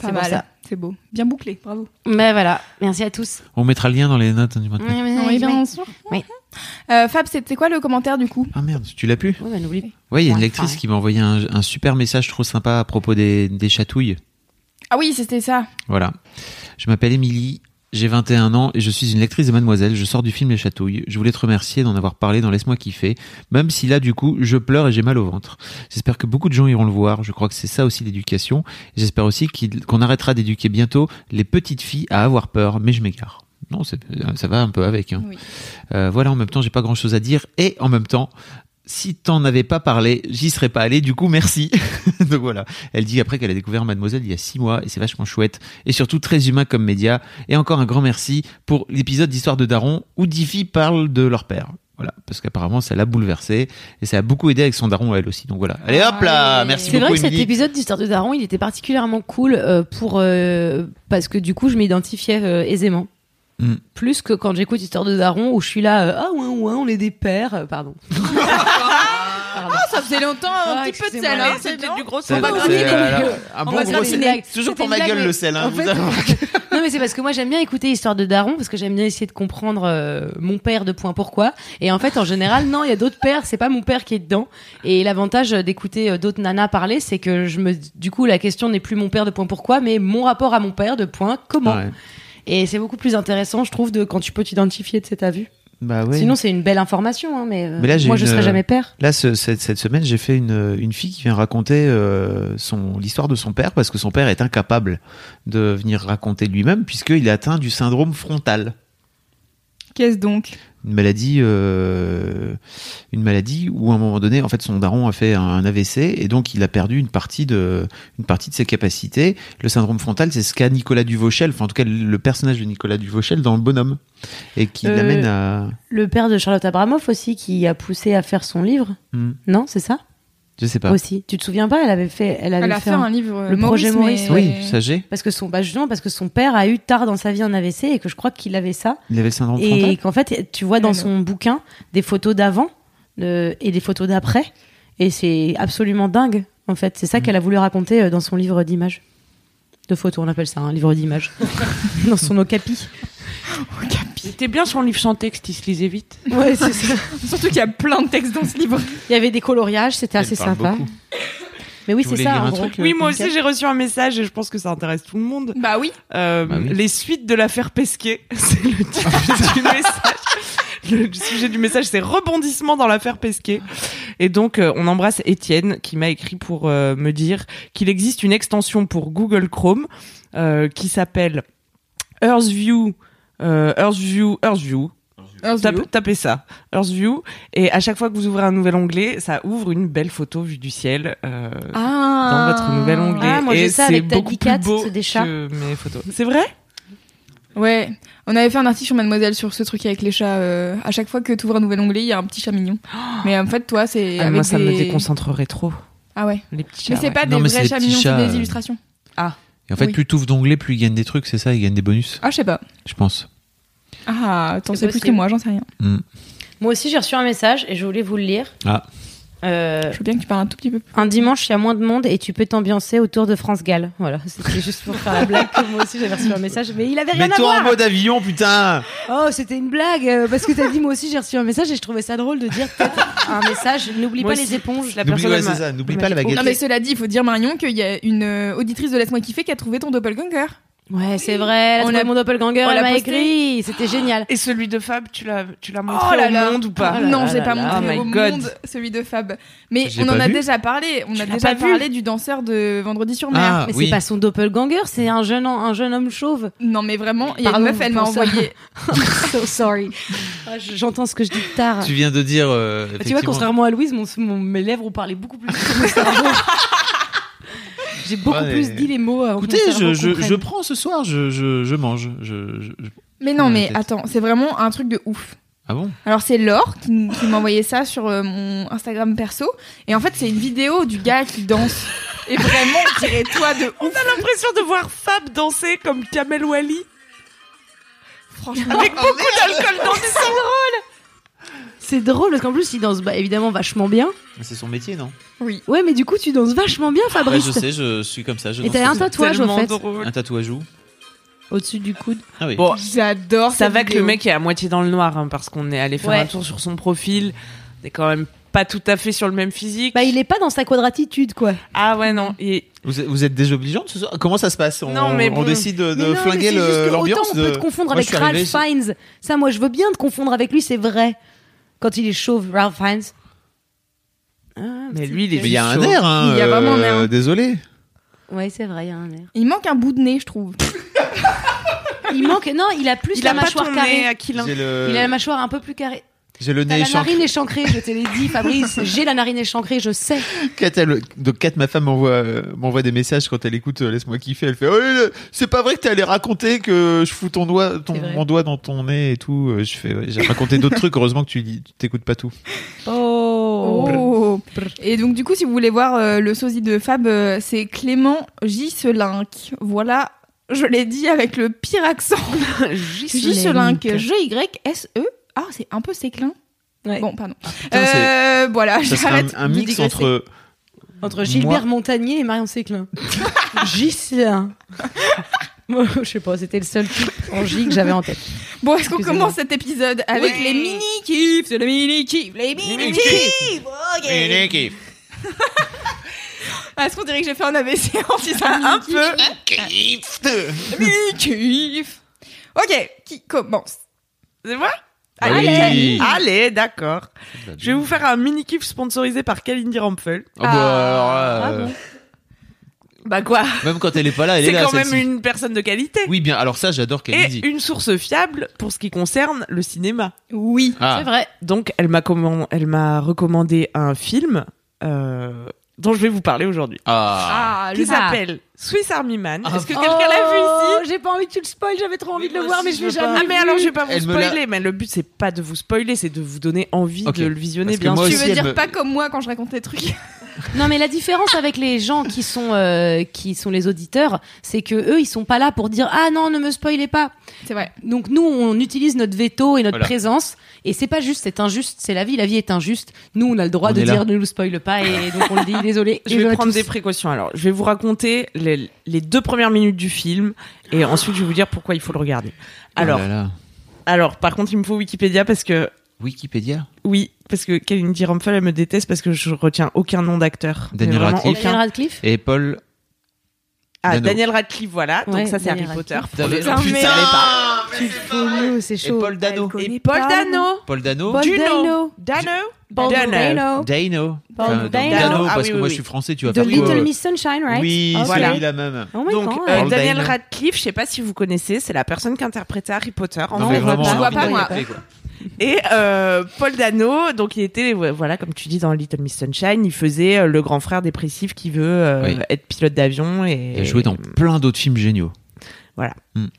S3: C'est pour
S1: mal.
S3: ça.
S1: C'est beau. Bien bouclé. Bravo.
S3: Mais voilà. Merci à tous. Mmh,
S4: On mettra le lien dans les notes hein, du matin.
S3: Mm.
S1: Oui, bien sûr.
S3: Eh Oui.
S1: Euh, Fab, c'était quoi le commentaire du coup
S4: Ah merde, tu l'as pu
S3: Oui, bah, n'oublie
S4: Ouais, il y a une
S3: Ouais,
S4: lectrice
S3: enfin.
S4: qui m'a envoyé un, un super message trop sympa à propos des, des chatouilles.
S1: Ah oui, c'était ça.
S4: Voilà. Je m'appelle Émilie, j'ai 21 ans et je suis une lectrice de Mademoiselle. Je sors du film Les Chatouilles. Je voulais te remercier d'en avoir parlé dans Laisse-moi kiffer, même si là, du coup, je pleure et j'ai mal au ventre. J'espère que beaucoup de gens iront le voir. Je crois que c'est ça aussi l'éducation. Et J'espère aussi qu'il- qu'on arrêtera d'éduquer bientôt les petites filles à avoir peur, mais je m'égare. Non, c'est- ça va un peu
S3: Ah.
S4: avec. hein.
S1: Oui.
S4: Euh, voilà, en même temps, j'ai pas grand chose à dire. Et en même temps, si t'en avais pas parlé, j'y serais pas allé. Du coup, merci. Donc voilà. Elle dit après qu'elle a découvert Mademoiselle il y a six mois et c'est vachement chouette. Et surtout très humain comme média. Et encore un grand merci pour l'épisode d'Histoire de Daron où dix filles parlent de leur père. Voilà. Parce qu'apparemment, ça l'a bouleversée et ça a beaucoup aidé avec son daron elle aussi. Donc voilà. Allez hop là!
S1: Allez.
S4: Merci
S3: Ah C'est
S4: beaucoup.
S3: vrai que cet
S4: Émilie.
S3: épisode d'Histoire de Daron, il était particulièrement cool euh, pour euh, parce que du coup, je m'identifiais euh, aisément.
S4: Mm.
S3: Plus que quand j'écoute Histoire de Daron où je suis là, euh, ah ouais, ouais, on est des pères, Euh, pardon. Pardon.
S1: Ça faisait longtemps, un
S3: Ah,
S1: petit peu de
S3: excusez-moi,
S1: sel, hein, c'est
S6: C'était
S1: bien.
S6: du gros
S4: C'est-
S3: On va
S4: c'est- euh,
S3: gratter les
S4: voilà.
S3: blagues.
S4: Un
S3: On
S4: bon
S3: va
S4: gros
S3: gratter
S4: sel.
S3: les blagues.
S4: Toujours pour
S3: C'était
S4: ma
S3: une
S4: gueule
S3: blague,
S4: le
S3: mais
S4: sel. hein,
S3: en
S4: vous
S3: fait-
S4: avez-
S3: Non mais c'est parce que moi j'aime bien écouter Histoire de Daron parce que j'aime bien essayer de comprendre euh, mon père de point pourquoi et en fait en général non il y a d'autres pères c'est pas mon père qui est dedans et l'avantage euh, d'écouter euh, d'autres nanas parler c'est que je me du coup la question n'est plus mon père de point pourquoi mais mon rapport à mon père de point comment
S4: Ouais.
S3: et c'est beaucoup plus intéressant je trouve de quand tu peux t'identifier de cet avis
S4: Bah ouais.
S3: sinon c'est une belle information hein, mais, euh,
S4: Mais là, j'ai
S3: moi je
S4: une,
S3: serai
S4: euh,
S3: jamais père
S4: Là, ce- cette, cette semaine, j'ai fait une, une fille qui vient raconter euh, son l'histoire de son père parce que son père est incapable de venir raconter de lui-même puisqu'il est atteint du syndrome frontal,
S1: Qu'est-ce donc
S4: une maladie, euh, une maladie où à un moment donné, en fait, son daron a fait un, un AVC et donc il a perdu une partie de une partie de ses capacités. Le syndrome frontal, c'est ce qu'a Nicolas Duvauchel, enfin en tout cas le personnage de Nicolas Duvauchel dans Le Bonhomme et qui
S3: Euh,
S4: l'amène à.
S3: le père de Charlotte Abramoff aussi qui a poussé à faire son livre
S4: Hmm,
S3: non c'est ça
S4: je sais pas.
S3: aussi tu te souviens pas elle avait fait elle avait
S1: Elle a fait
S3: fait un-
S1: un livre. euh,
S3: le projet Maurice,
S1: mais-
S4: Oui, ça j'ai.
S3: Parce que son, bah justement, parce que son père a eu tard dans sa vie un AVC et que je crois qu'il avait ça.
S4: Il avait le syndrome
S3: Et
S4: frontal.
S3: qu'en fait, tu vois dans
S1: Ah,
S3: son bouquin des photos d'avant euh, et des photos d'après. Et c'est absolument dingue, en fait. C'est ça
S4: Mm.
S3: qu'elle a voulu raconter euh, dans son livre d'images. hein, De photos, on appelle ça un livre d'images. dans son okapi.
S1: Oh, Capi.
S7: C'était bien son livre sans texte, il se lisait vite.
S3: Ouais, c'est ça.
S1: Surtout qu'il y a plein de textes dans ce livre.
S3: Il y avait des coloriages, c'était assez
S4: parle
S3: sympa.
S4: beaucoup.
S3: Mais oui,
S4: Tu
S3: c'est
S4: voulais
S3: ça.
S4: lire
S3: en
S4: un
S3: gros.
S4: truc euh,
S2: Oui, moi aussi
S3: T'inquiète.
S2: j'ai reçu un message et je pense que ça intéresse tout le monde.
S1: Bah oui.
S2: Euh,
S4: Bah oui.
S2: Les suites de l'affaire Pesquet, c'est le titre du message. Le sujet du message, c'est rebondissement dans l'affaire Pesquet. Et donc, euh, on embrasse Étienne qui m'a écrit pour euh, me dire qu'il existe une extension pour Google Chrome euh, qui s'appelle EarthView. Euh, EarthView, EarthView. Tape- tapez ça, EarthView, et à chaque fois que vous ouvrez un nouvel onglet, ça ouvre une belle photo vue du ciel. euh, dans
S1: Ah.
S2: votre nouvel onglet.
S3: Ah, moi, j'ai
S2: Et
S3: ça
S2: c'est
S3: avec Taddy
S2: beaucoup
S3: Cat,
S2: plus beau
S3: c'est des chats.
S2: que mes photos. C'est vrai
S1: Ouais. On avait fait un article sur Mademoiselle sur ce truc avec les chats. euh, à chaque fois que tu ouvres un nouvel onglet, il y a un petit chat mignon. Mais en fait, toi, c'est.
S2: Ah,
S1: avec
S2: Moi, ça me
S1: des-
S2: déconcentrerait trop,
S1: Ah ouais.
S2: les petits chats.
S1: Mais c'est
S2: ouais.
S1: pas
S4: Non,
S1: des
S4: mais c'est
S1: vrais
S4: des
S1: chats
S4: petits
S1: mignons,
S4: chats,
S1: c'est des
S4: euh,
S1: illustrations.
S4: Et en fait,
S1: Oui.
S4: plus t'ouvres d'onglets, plus ils gagnent des trucs, c'est ça, ils gagnent des bonus,
S1: Ah, je sais pas.
S4: je pense. Hmm.
S1: Ah, t'en
S3: C'est
S1: sais plus
S3: possible.
S1: que moi, j'en sais rien.
S3: Moi aussi, j'ai reçu un message et je voulais vous le lire.
S4: Ah.
S3: Euh,
S1: Je veux bien que tu parles un tout petit peu. plus.
S3: un dimanche, il y a moins de monde et tu peux t'ambiancer autour de France Gall. Voilà, c'était juste pour faire la blague. que Moi aussi, j'avais reçu un message, mais il avait rien à
S4: Mets-toi en
S3: voir.
S4: mode avion, putain
S3: Oh, c'était une blague euh, parce que t'as dit moi aussi, j'ai reçu un message et je trouvais ça drôle de dire peut-être un message. N'oublie pas
S7: Moi
S3: les
S7: aussi.
S3: éponges.
S7: La
S4: N'oublie
S7: personne,
S4: ouais,
S7: elle m'a-
S4: c'est ça, n'oublie
S7: elle
S4: pas la
S7: m'a dit,
S4: baguette.
S1: Non, mais cela dit, il faut dire, Marion, qu'il y a une euh, auditrice de Laisse-moi kiffer qui a trouvé ton doppelganger.
S3: Ouais, c'est vrai.
S1: On
S3: On
S1: l'a-
S3: a mon doppelganger,
S1: on
S3: elle
S1: l'a
S3: m'a
S1: posté.
S3: écrit. C'était génial.
S2: Et celui de Fab, tu l'as, tu
S1: Oh
S2: l'as montré au monde ou pas
S3: Oh là
S1: Non,
S3: là
S1: j'ai
S3: là
S1: pas
S3: là.
S1: montré
S2: Oh my
S1: au
S2: God.
S1: monde celui de Fab. Mais
S4: J'ai
S1: on en
S4: pas
S1: a
S4: vu.
S1: déjà parlé. On a
S2: l'as
S1: déjà
S2: pas vu
S1: parlé du danseur de Vendredi sur mer.
S4: Ah,
S3: Mais
S4: oui.
S3: c'est pas son doppelganger, c'est un jeune, en- un jeune homme chauve.
S1: Non, mais vraiment, il y a une
S3: Pardon,
S1: meuf, elle m'a
S3: pour ça.
S1: envoyé.
S3: so sorry. Ah, je- J'entends ce que je dis tard.
S4: Tu viens de dire. euh,
S3: Ah, Tu vois,
S4: effectivement-
S3: contrairement à Louise, mon, mon- mes lèvres ont parlé beaucoup plus vite que mon cerveau. J'ai beaucoup
S4: Ouais,
S3: plus
S4: mais-
S3: dit les mots euh, avant
S4: Écoutez,
S3: que mon
S4: je,
S3: cerveau
S4: je,
S3: comprenne.
S4: je prends ce soir, je, je, je mange. Je, je- je-
S1: Mais non,
S4: Ouais,
S1: mais
S4: peut-être.
S1: attends, c'est vraiment un truc de ouf.
S4: Ah bon
S1: Alors c'est Laure qui, nous- qui m'a envoyé ça sur euh, mon Instagram perso. Et en fait, c'est une vidéo du gars qui danse. Et vraiment, on dirait toi de
S2: On
S1: ouf.
S2: a l'impression de voir Fab danser comme Kamel Wally.
S1: Franchement,
S4: Ah,
S3: C'est drôle parce qu'en plus, il danse bah, évidemment vachement bien.
S4: C'est son métier, non
S1: oui.
S3: Ouais, mais du coup, tu danses vachement bien, Fabrice.
S4: Ah, Je sais, je suis comme ça. Je
S3: Bah, Et t'as un tatouage en
S2: Tellement
S3: fait,
S2: drôle.
S4: Un tatouage où
S3: au-dessus du coude.
S4: Ah oui.
S2: Bon,
S1: J'adore
S2: ça
S1: cette
S2: va que
S1: vidéo.
S2: le mec est à moitié dans le noir hein, parce qu'on est allé faire
S3: Ouais.
S2: un tour sur son profil. Il est quand même pas tout à fait sur le même physique.
S3: Bah, il est pas dans sa quadratitude, quoi.
S2: Ah ouais, non. Et
S4: Vous, êtes- vous êtes désobligeante ce soir Comment ça se passe on,
S2: Non, mais
S4: on
S2: bon.
S4: décide de, de
S3: Mais non, mais
S4: flinguer
S3: c'est juste
S4: le-
S3: que
S4: l'ambiance
S3: Autant on
S4: de...
S3: peut te confondre
S4: Moi,
S3: avec
S4: je suis arrivé,
S3: Ralph
S4: c'est-
S3: Fiennes. Ça, moi, je veux bien te confondre avec lui, c'est vrai. Quand il est chauve, Ralph Fiennes. Ah,
S2: mais lui, il est.
S4: Mais il y a un
S2: chaud.
S4: air, hein
S1: Il y a vraiment un air.
S4: euh, Désolé.
S3: Ouais, c'est vrai, il y a un air.
S1: Il manque un bout de nez, je trouve.
S3: Il manque. Non, il a plus
S2: Il
S3: la
S2: a pas
S3: mâchoire
S2: ton
S3: carrée.
S2: nez à Kilin.
S4: J'ai
S3: Il a la
S4: le,
S3: mâchoire un peu plus carrée.
S4: j'ai le Euh,
S3: T'as
S4: nez
S3: la
S4: échancré.
S3: narine échancrée, je te l'ai dit, Fabrice. J'ai la narine échancrée, je sais.
S4: Kat, elle- donc Kat, ma femme m'envoie euh, m'envoie des messages quand elle écoute euh, laisse-moi kiffer. Elle fait oh, le- c'est pas vrai que t'es allé raconter que je fous ton doigt, ton
S3: C'est vrai.
S4: mon doigt dans ton nez et tout. Euh, Je fais ouais, j'ai raconté d'autres trucs. Heureusement que tu dis- tu t'écoutes pas tout.
S3: Oh.
S1: Oh. Et donc du coup, si vous voulez voir euh, le sosie de Fab, euh, c'est Clément Giselinck. Voilà, je l'ai dit avec le pire accent. Giselinck, G-Y-S-E. Ah, c'est un peu séclin.
S3: Ouais.
S1: Bon, pardon.
S4: Ah, putain, c'est-
S1: Euh, voilà,
S4: Ça serait
S1: j'arrête.
S4: un, un
S1: de
S4: mix
S1: digresser.
S4: entre
S3: Entre Gilbert Montagnier et Marion Séclin. Gislin. Moi, je sais pas, c'était le seul truc en J que j'avais en tête.
S1: Bon, est-ce qu'on
S3: Excusez-moi.
S1: commence cet épisode avec les mini kiffs, les mini kiffs, les mini kiffs. Ah, Est-ce qu'on dirait que j'ai fait un AVC en disant un peu mini kiffs. Ok, qui commence
S2: C'est moi
S4: Allez. Allez.
S2: Allez, d'accord. Je vais vous faire un mini kiff sponsorisé par Kalindi Rampfel.
S4: Ah, bah, alors, euh,
S2: Bah quoi
S4: même quand elle est pas là, elle est,
S2: C'est
S4: là.
S2: quand même
S4: celle-ci.
S2: une personne de qualité.
S4: Oui bien. Alors ça j'adore qu'elle dit.
S2: Et une source fiable pour ce qui concerne le cinéma.
S1: Oui.
S3: C'est
S4: Ah
S3: vrai.
S2: Donc, elle m'a commen- elle m'a recommandé un film euh, dont je vais vous parler aujourd'hui.
S4: ah.
S2: Qui
S3: Ah.
S2: s'appelle Swiss Army Man.
S4: Ah.
S2: Est-ce que quelqu'un l'a vu ici
S3: Oh, J'ai pas envie que tu le spoil, j'avais trop envie de le
S2: Moi
S3: voir,
S2: aussi,
S3: mais je l'ai
S2: veux pas.
S3: jamais.
S2: Ah, mais alors, je vais pas vous
S4: Elle me l'a-
S2: spoiler, mais le but, c'est pas de vous spoiler, c'est de vous donner envie
S4: Ok.
S2: de le visionner,
S4: Parce que
S2: bien
S4: moi
S2: sûr.
S1: Tu
S4: aussi,
S1: veux
S4: elle
S1: dire
S4: me-
S1: pas comme moi quand je raconte des trucs
S3: Non, mais la différence avec les gens qui sont euh, qui sont les auditeurs, c'est que eux, ils sont pas là pour dire ah non, ne me spoilez pas.
S1: C'est vrai.
S3: Donc nous, on utilise notre veto et notre
S4: Voilà.
S3: présence, et c'est pas juste, c'est injuste, c'est la vie, la vie est injuste. Nous, on a le droit
S4: On
S3: de
S4: est là.
S3: dire ne nous spoil pas, et donc on le dit désolé.
S2: Je
S3: Et
S2: vais
S3: à
S2: prendre
S3: tous.
S2: des précautions alors. Je vais vous raconter les, les deux premières minutes du film et ensuite je vais vous dire pourquoi il faut le regarder. Alors,
S4: Oh là là.
S2: Alors, par contre, il me faut Wikipédia parce que
S4: Wikipédia
S2: oui, parce que Kalindi Rumpel, elle me déteste parce que je retiens aucun nom d'acteur. Mais
S4: Daniel
S2: vraiment
S4: Radcliffe.
S3: Daniel
S2: aucun.
S3: Radcliffe
S4: et Paul.
S2: Ah,
S4: Dano.
S2: Daniel Radcliffe, voilà.
S3: Ouais,
S2: Donc ça, c'est
S3: Daniel
S2: Harry Potter.
S3: Radcliffe.
S4: Putain,
S2: Putain, mais-
S4: mais-
S3: Tu fous nous, c'est chaud.
S4: Paul Dano.
S3: Elle connaît
S2: Et Paul
S3: pas le nom.
S2: Dano.
S4: Paul Dano.
S3: Paul
S2: Duno.
S3: Dano.
S2: Dano.
S3: Paul Dano.
S4: Dano.
S3: Paul
S4: Enfin,
S3: Dano.
S4: Dano,
S2: Ah
S4: parce
S2: oui,
S4: que
S2: oui,
S4: moi
S2: oui.
S4: je suis français, tu vas
S3: De
S4: faire quoi
S3: Little Miss Sunshine, right?
S4: Oui,
S3: Ok.
S4: c'est lui la même.
S3: Oh my
S2: Donc,
S3: God.
S2: euh,
S4: Paul
S2: Daniel
S4: Dano.
S2: Radcliffe, je sais pas si vous connaissez, c'est la personne qui interprétait Harry Potter. En
S4: Non,
S2: vrai,
S4: mais vraiment,
S1: je vois
S4: non,
S1: pas,
S4: mais-
S1: moi.
S2: Et euh, Paul Dano, donc il était, ouais, voilà, comme tu dis dans Little Miss Sunshine, il faisait euh, le grand frère dépressif qui veut euh,
S4: Oui.
S2: être pilote d'avion et
S4: Il a joué dans plein d'autres films géniaux.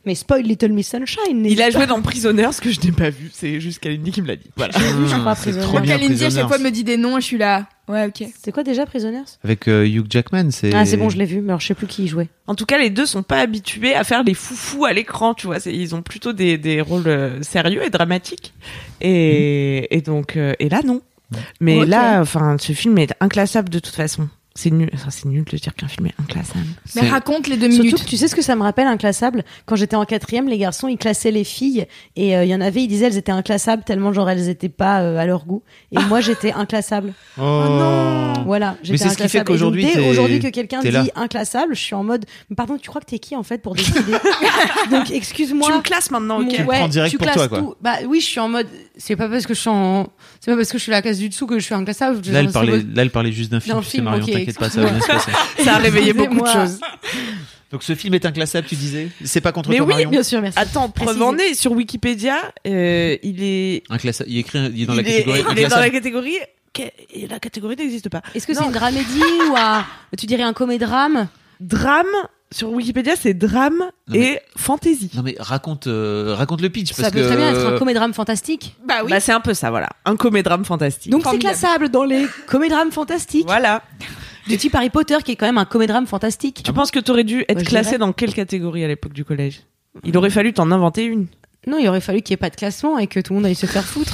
S3: Mais spoil Little Miss Sunshine.
S2: Il a joué dans Prisoner, ce que je n'ai pas vu, c'est juste Kalindi qui me l'a dit. Voilà.
S3: je crois,
S4: C'est
S3: Prisoners.
S4: trop Eh bien,
S1: Kalindi, à chaque
S4: Prisoners.
S1: fois, me dit des noms et je suis là. Ouais, ok.
S3: C'est quoi déjà Prisoners
S4: Avec euh, Hugh Jackman, c'est.
S3: Ah, c'est bon, je l'ai vu, mais alors je sais plus qui y jouait.
S2: En tout cas, les deux sont pas habitués à faire les foufous à l'écran, tu vois. c'est- Ils ont plutôt des, des rôles euh, sérieux et dramatiques. Et,
S4: Mm.
S2: et donc, euh, et là, non. Mais
S1: Ok.
S2: là, enfin, ce film est inclassable de toute façon. C'est nul, enfin, c'est nul de dire qu'un film est inclassable.
S1: Mais raconte les deux
S3: Surtout
S1: minutes.
S3: que tu sais ce que ça me rappelle, inclassable Quand j'étais en quatrième, les garçons, ils classaient les filles. Et euh, il y en avait, ils disaient elles étaient inclassables tellement genre elles étaient pas euh, à leur goût. Et moi, j'étais inclassable.
S4: Oh.
S3: Voilà, j'étais
S4: c'est ce qui fait
S3: inclassable. Et donc,
S4: qu'aujourd'hui,
S3: dès
S4: t'es-
S3: aujourd'hui que quelqu'un
S4: t'es
S3: dit
S4: là.
S3: inclassable, je suis en mode, mais pardon, tu crois que t'es qui en fait pour décider Donc excuse-moi.
S2: Tu me classes maintenant, ok.
S3: Mon-
S4: Tu le
S3: ouais,
S4: prends direct
S3: tu
S4: pour toi,
S3: classes
S4: quoi.
S3: tout. Bah oui, je suis en mode.
S8: C'est pas parce que je suis en... C'est pas parce que je suis la classe du dessous que je suis inclassable.
S4: Là, elle
S8: C'est
S4: parlait,
S8: votre-
S4: là, elle parlait juste d'un film.
S8: D'un
S4: tu sais,
S8: film,
S4: Marion,
S8: ok,
S4: t'inquiète pas, ça va bien se passer.
S2: Ça a réveillé beaucoup de
S3: Excusez-moi.
S2: choses.
S4: Donc, ce film est inclassable, tu disais C'est pas contre
S2: Mais
S4: toi,
S2: oui,
S4: Marion
S3: Bien sûr, merci.
S2: Attends, preuve
S3: Précisez.
S2: en est, sur Wikipédia, euh, il est.
S4: Inclassable. Il, est écrit, il est dans la
S2: il est-
S4: catégorie
S2: il est dans
S4: inclassable.
S2: la catégorie. que- et La catégorie n'existe pas.
S3: Est-ce que c'est une dramédie ou un, tu dirais un comédrame
S2: Drame, sur Wikipédia, c'est drame
S4: Non, mais-
S2: et fantasy.
S4: Non, mais raconte, euh, raconte le pitch.
S3: Ça
S4: parce
S3: peut
S4: que,
S3: très bien être
S4: euh,
S3: un comédrame fantastique.
S1: Bah
S2: Bah, c'est un peu ça, voilà. Un comédrame fantastique.
S3: Donc c'est
S1: Formidable.
S3: classable dans les comédrames fantastiques
S2: voilà.
S3: du type Harry Potter qui est quand même un comédrame fantastique.
S2: Tu
S4: Ah
S2: penses que t'aurais dû être
S3: Moi, je
S2: classé
S3: dirais.
S2: dans quelle catégorie à l'époque du collège Il aurait fallu t'en inventer une.
S3: Non, il aurait fallu qu'il n'y ait pas de classement et que tout le monde aille se faire foutre.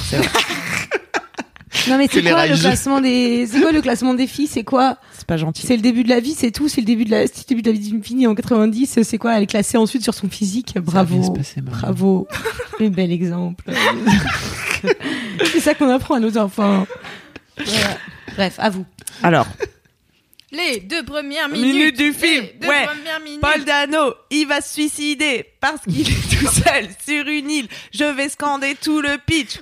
S3: non mais c'est
S4: les
S3: quoi le
S4: rages.
S3: classement des c'est quoi le classement des filles c'est quoi
S2: C'est pas gentil.
S3: c'est le début de la vie c'est tout c'est le début de la c'est le début de la vie d'une fille en 90 c'est quoi elle est classée ensuite sur son physique
S4: Ça va
S3: bravo
S4: bien se passer, Marion.
S3: bravo un bel exemple c'est ça qu'on apprend à nos enfants Voilà. bref à vous
S2: Alors,
S1: Les deux premières minutes.
S2: Minutes du film.
S1: Les deux
S2: Ouais.
S1: premières minutes.
S2: Paul Dano, il va se suicider parce qu'il est tout seul sur une île. Je vais scander tout le pitch.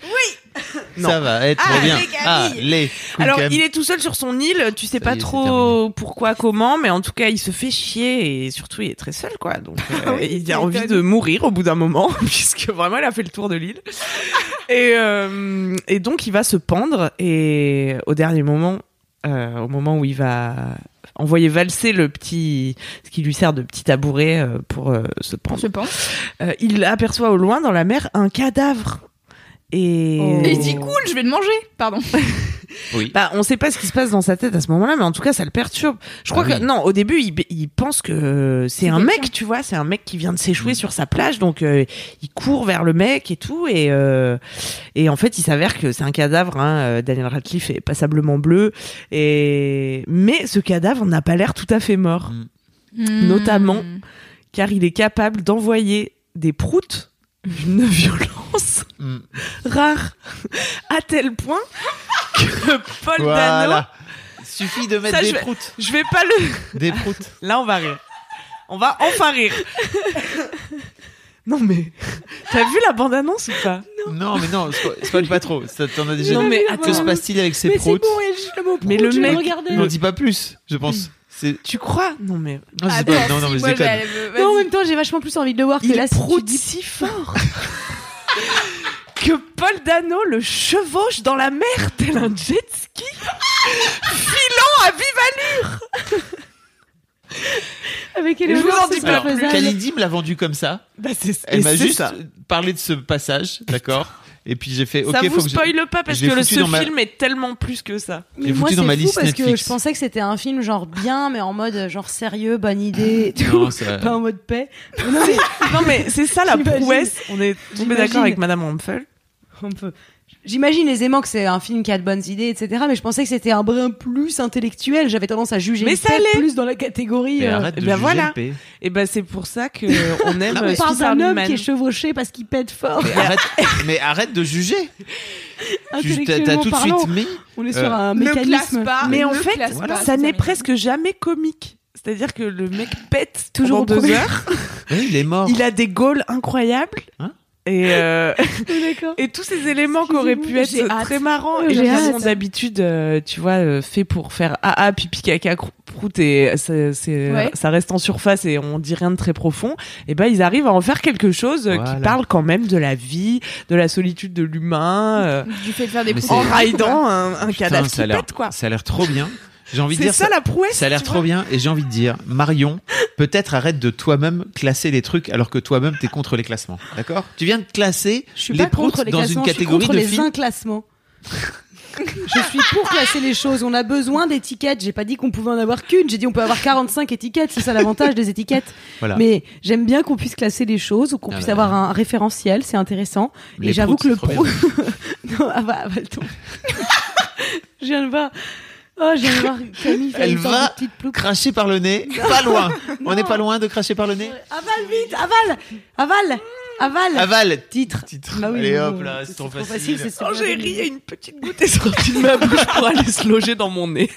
S2: Non.
S4: Ça va être
S2: Ah,
S4: bien.
S2: les gamines.
S4: ah, les.
S2: Alors,
S4: Koukem.
S2: il est tout seul sur son île, tu sais
S4: Ça
S2: pas
S4: y est, c'est
S2: trop
S4: terminé.
S2: pourquoi, comment, mais en tout cas, il se fait chier et surtout, il est très seul, quoi. Donc, euh, il a envie de mourir au bout d'un moment, puisque vraiment, il a fait le tour de l'île. et, euh, et donc, il va se pendre et au dernier moment, euh, au moment où il va envoyer valser le petit, ce qui lui sert de petit tabouret euh, pour euh, se pendre,
S1: Je
S4: Oh.
S1: pense.
S2: euh, il aperçoit au loin dans la mer un cadavre. Et...
S1: Oh. Et il dit cool, je vais le manger. Pardon.
S4: Oui.
S2: Bah, on sait pas ce qui se passe dans sa tête à ce moment-là, mais en tout cas, ça le perturbe. Je crois
S4: Ah
S2: que
S4: oui.
S2: non, au début, il, il pense que c'est un mec, tu vois, c'est un mec qui vient de
S4: Mm.
S2: s'échouer sur sa plage, donc euh, il court vers le mec et tout, et euh, et en fait, il s'avère que c'est un cadavre. Hein, euh, Daniel Radcliffe est passablement bleu, et mais ce cadavre n'a pas l'air tout à fait mort,
S4: Mm.
S2: Notamment.
S1: Hmm.
S2: car il est capable d'envoyer des proutes d'une violence
S4: Mm.
S2: rare, à tel point que Paul Dano,
S4: Voilà. Suffit de mettre
S2: Ça,
S4: des
S2: je vais-
S4: proutes.
S2: je vais pas le
S4: Des proutes.
S2: Là, on va rire. On va enfin rire. Non mais, t'as vu la bande-annonce ou pas
S4: Non, mais non, spo- spoil pas trop. Ça t'en as déjà
S2: Non,
S4: dit.
S2: mais
S4: Que se
S2: attends.
S4: passe-t-il avec ces proutes
S2: Mais le mec,
S4: N'en dis pas plus, je pense. C'est.
S2: tu crois Non mais,
S4: Non,
S1: Ah, bah,
S4: c'est pas- non, non, mais je déconne.
S3: non en même temps j'ai vachement plus envie de le voir que
S2: il
S3: là si tu
S2: proute
S3: dis-
S2: si fort que Paul Dano le chevauche dans la mer tel un jet ski, filant à vive
S3: avec
S2: Je vous
S3: Eleanor,
S2: en dis
S3: c'est
S2: pas
S4: Alors,
S3: faisable.
S4: Khalidi me l'a vendu comme ça.
S2: Bah c'est
S3: Eh,
S4: Elle
S2: et
S4: m'a
S2: c'est
S4: juste
S2: ça.
S4: parlé de ce passage, d'accord Et puis j'ai fait, ok,
S2: ça
S4: faut
S2: vous
S4: que je-
S2: spoile pas parce
S4: je l'ai
S2: que le-
S4: foutu
S2: ce
S4: dans ma-
S2: film est tellement plus que ça.
S4: J'ai
S3: Mais
S4: foutu
S3: moi, c'est
S4: dans ma
S3: fou
S4: liste
S3: parce que
S4: Netflix.
S3: je pensais que c'était un film genre bien, mais en mode euh, genre sérieux, bonne idée, et tout,
S4: Non, ça-
S3: pas en mode paix. Non, mais
S2: Non mais c'est ça la
S3: J'imagine.
S2: prouesse. On est tombé
S3: J'imagine.
S2: d'accord avec Madame Rumpel.
S3: on peut. J'imagine les aimants que c'est un film qui a de bonnes idées, etc. Mais je pensais que c'était un brin plus intellectuel. J'avais tendance à juger
S2: Mais
S3: le
S2: ça
S3: fait
S2: l'est.
S3: plus dans la catégorie.
S4: Mais
S3: euh,
S4: arrête de
S2: eh ben
S4: juger
S2: voilà.
S4: le P.
S2: Et ben c'est pour ça que euh, on aime
S3: on
S2: euh,
S3: parle
S2: Swiss
S3: d'un
S2: Army
S3: homme
S2: Man.
S3: qui est chevauché parce qu'il pète fort.
S4: Mais arrête, mais arrête de juger. Tu t'as- t'as
S3: Intellectuellement
S4: tout de
S3: parlant,
S4: suite mis.
S3: on est
S4: euh,
S3: sur un
S1: Ne classe
S3: mécanisme.
S1: pas.
S2: Mais en
S1: ne
S2: fait,
S1: classe
S4: voilà.
S1: pas,
S2: Ça n'est
S1: Samir.
S2: presque jamais comique. C'est-à-dire que le mec pète
S3: Toujours
S2: toujours
S3: au
S2: deux
S3: premier.
S2: heures.
S4: Oui, il est mort.
S2: Il a des gaules incroyables.
S4: Hein
S2: et, euh,
S3: Oh, D'accord.
S2: et tous ces éléments qui auraient pu
S3: Excusez-moi, j'ai
S2: être
S3: hâte.
S2: très marrants
S3: Oui,
S2: et
S3: j'ai
S2: qui
S3: hâte.
S2: sont d'habitude, euh, tu vois, euh, faits pour faire ah ah pipi caca crou- prout et ça, c'est- euh,
S1: Ouais.
S2: ça reste en surface et on dit rien de très profond. Et ben ils arrivent à en faire quelque chose euh,
S4: Voilà.
S2: qui parle quand même de la vie, de la solitude de l'humain, euh,
S1: Du fait de faire des
S4: Mais
S1: coups.
S4: C'est-
S2: en raidant un, un
S4: Putain,
S2: cadavre
S4: ça
S2: qui
S4: a l'air-
S2: pète quoi.
S4: Ça a l'air trop bien. J'ai envie de
S2: C'est
S4: dire
S2: ça, la prouesse.
S4: Ça a l'air
S2: tu
S4: trop bien et j'ai envie de dire, Marion, peut-être arrête de toi-même classer les trucs alors que toi-même t'es contre les classements. D'accord Tu viens de classer
S3: Je suis
S4: les
S3: pas contre
S4: proutes
S3: les
S4: dans une
S3: classements, je suis
S4: catégorie
S3: contre
S4: de
S3: les
S4: films.
S3: inclassements. je suis pour classer les choses. On a besoin d'étiquettes. J'ai pas dit qu'on pouvait en avoir qu'une. J'ai dit on peut avoir 45 étiquettes. C'est ça l'avantage des étiquettes.
S4: Voilà.
S3: Mais j'aime bien qu'on puisse classer les choses ou qu'on
S4: Ah
S3: puisse
S4: là
S3: avoir un référentiel. C'est intéressant.
S4: Les
S3: Et j'avoue
S4: proutes,
S3: que le
S4: c'est trop
S3: prout. non, ah bah, ah bah, elle tombe. je viens de voir. Oh, je viens de voir Camille faire
S4: Elle
S3: une sorte
S4: va
S3: de petite ploupe.
S4: Cracher par le nez, pas loin. On n'est pas loin de cracher par le nez.
S3: Euh, Avale vite, avale, avale, avale.
S4: Aval.
S3: Titre.
S4: Titre.
S3: Ah oui,
S4: Allez
S3: non,
S4: hop là, c'est trop facile.
S3: c'est super
S2: vois. Quand Oh, j'ai
S3: bien.
S2: ri, une petite goutte est sortie de ma bouche pour aller se loger dans mon nez.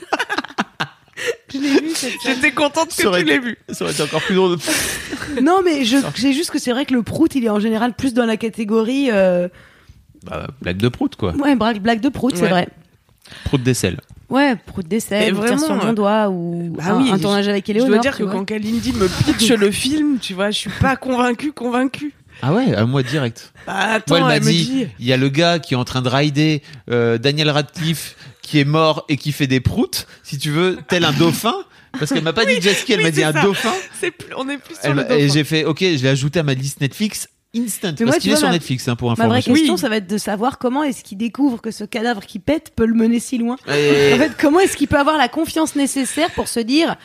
S3: Je l'ai vu cette scène.
S2: J'étais contente
S4: Ça
S2: que
S4: aurait
S2: tu l'aies vu.
S4: Ça aurait été encore plus drôle. de-
S3: Non, mais je, j'ai juste que c'est vrai que le prout, il est en général plus dans la catégorie. euh,
S4: Bah, blague de prout quoi.
S3: Ouais, blague, blague de prout, c'est
S2: Ouais.
S3: vrai.
S4: Prout d'aisselle.
S3: Ouais, prout d'essai,
S2: Et
S3: ou tire
S2: vraiment,
S3: sur mon
S2: euh,
S3: doigt, ou
S2: bah
S3: un,
S2: oui,
S3: un tournage avec
S2: Je
S3: Eleonore.
S2: dois dire
S3: tu
S2: que
S3: vois.
S2: quand Kalindi me pitch le film, tu vois, je suis pas convaincue, convaincue.
S4: Ah ouais, à moi direct.
S2: Bah,
S4: Moi,
S2: attends,
S4: elle m'a
S2: elle me
S4: dit,
S2: dit.
S4: il y a le gars qui est en train de rider euh, Daniel Radcliffe qui est mort et qui fait des proutes, si tu veux, tel un dauphin. Parce qu'elle m'a pas dit jet ski, elle
S2: oui,
S4: m'a dit
S2: c'est
S4: un
S2: ça.
S4: dauphin.
S2: C'est plus- on est plus sur
S4: Elle
S2: le
S4: m'a- et
S2: dauphin.
S4: j'ai fait, ok, je l'ai ajouté à ma liste Netflix instant.
S3: moi,
S4: parce
S3: tu
S4: qu'il est
S3: vois,
S4: sur
S3: ma-
S4: Netflix, hein, pour
S3: Ma vraie
S4: information.
S3: question, ça va être de savoir comment est-ce qu'il découvre que ce cadavre qui pète peut le mener si loin.
S4: Et-
S3: En fait, comment est-ce qu'il peut avoir la confiance nécessaire pour se dire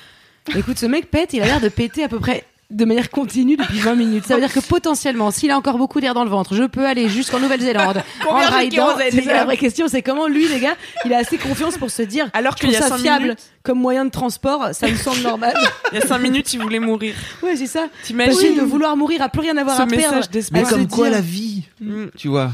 S3: écoute, ce mec pète, il a l'air de péter à peu près de manière continue depuis 20 minutes. Ça veut dire que potentiellement, s'il a encore beaucoup d'air dans le ventre, je peux aller jusqu'en Nouvelle-Zélande en
S2: Combien de
S3: ridant.
S2: kérosène,
S3: C'est ça,
S2: les
S3: La
S2: gars
S3: vraie question, c'est comment lui, les gars, il a assez confiance pour se dire
S2: Alors
S3: je
S2: qu'il y
S3: trouve
S2: a
S3: ça
S2: cinq
S3: fiable
S2: minutes.
S3: comme moyen de transport, ça me semble normal.
S2: Il y a 5 minutes, il voulait mourir.
S3: ouais, c'est ça.
S2: T'imagines
S3: Imagine de vouloir mourir à plus rien avoir
S2: ce
S3: à perdre.
S2: message d'espoir.
S4: Mais
S3: va se
S4: comme quoi
S3: dire-
S4: la vie,
S2: Mm.
S4: tu vois.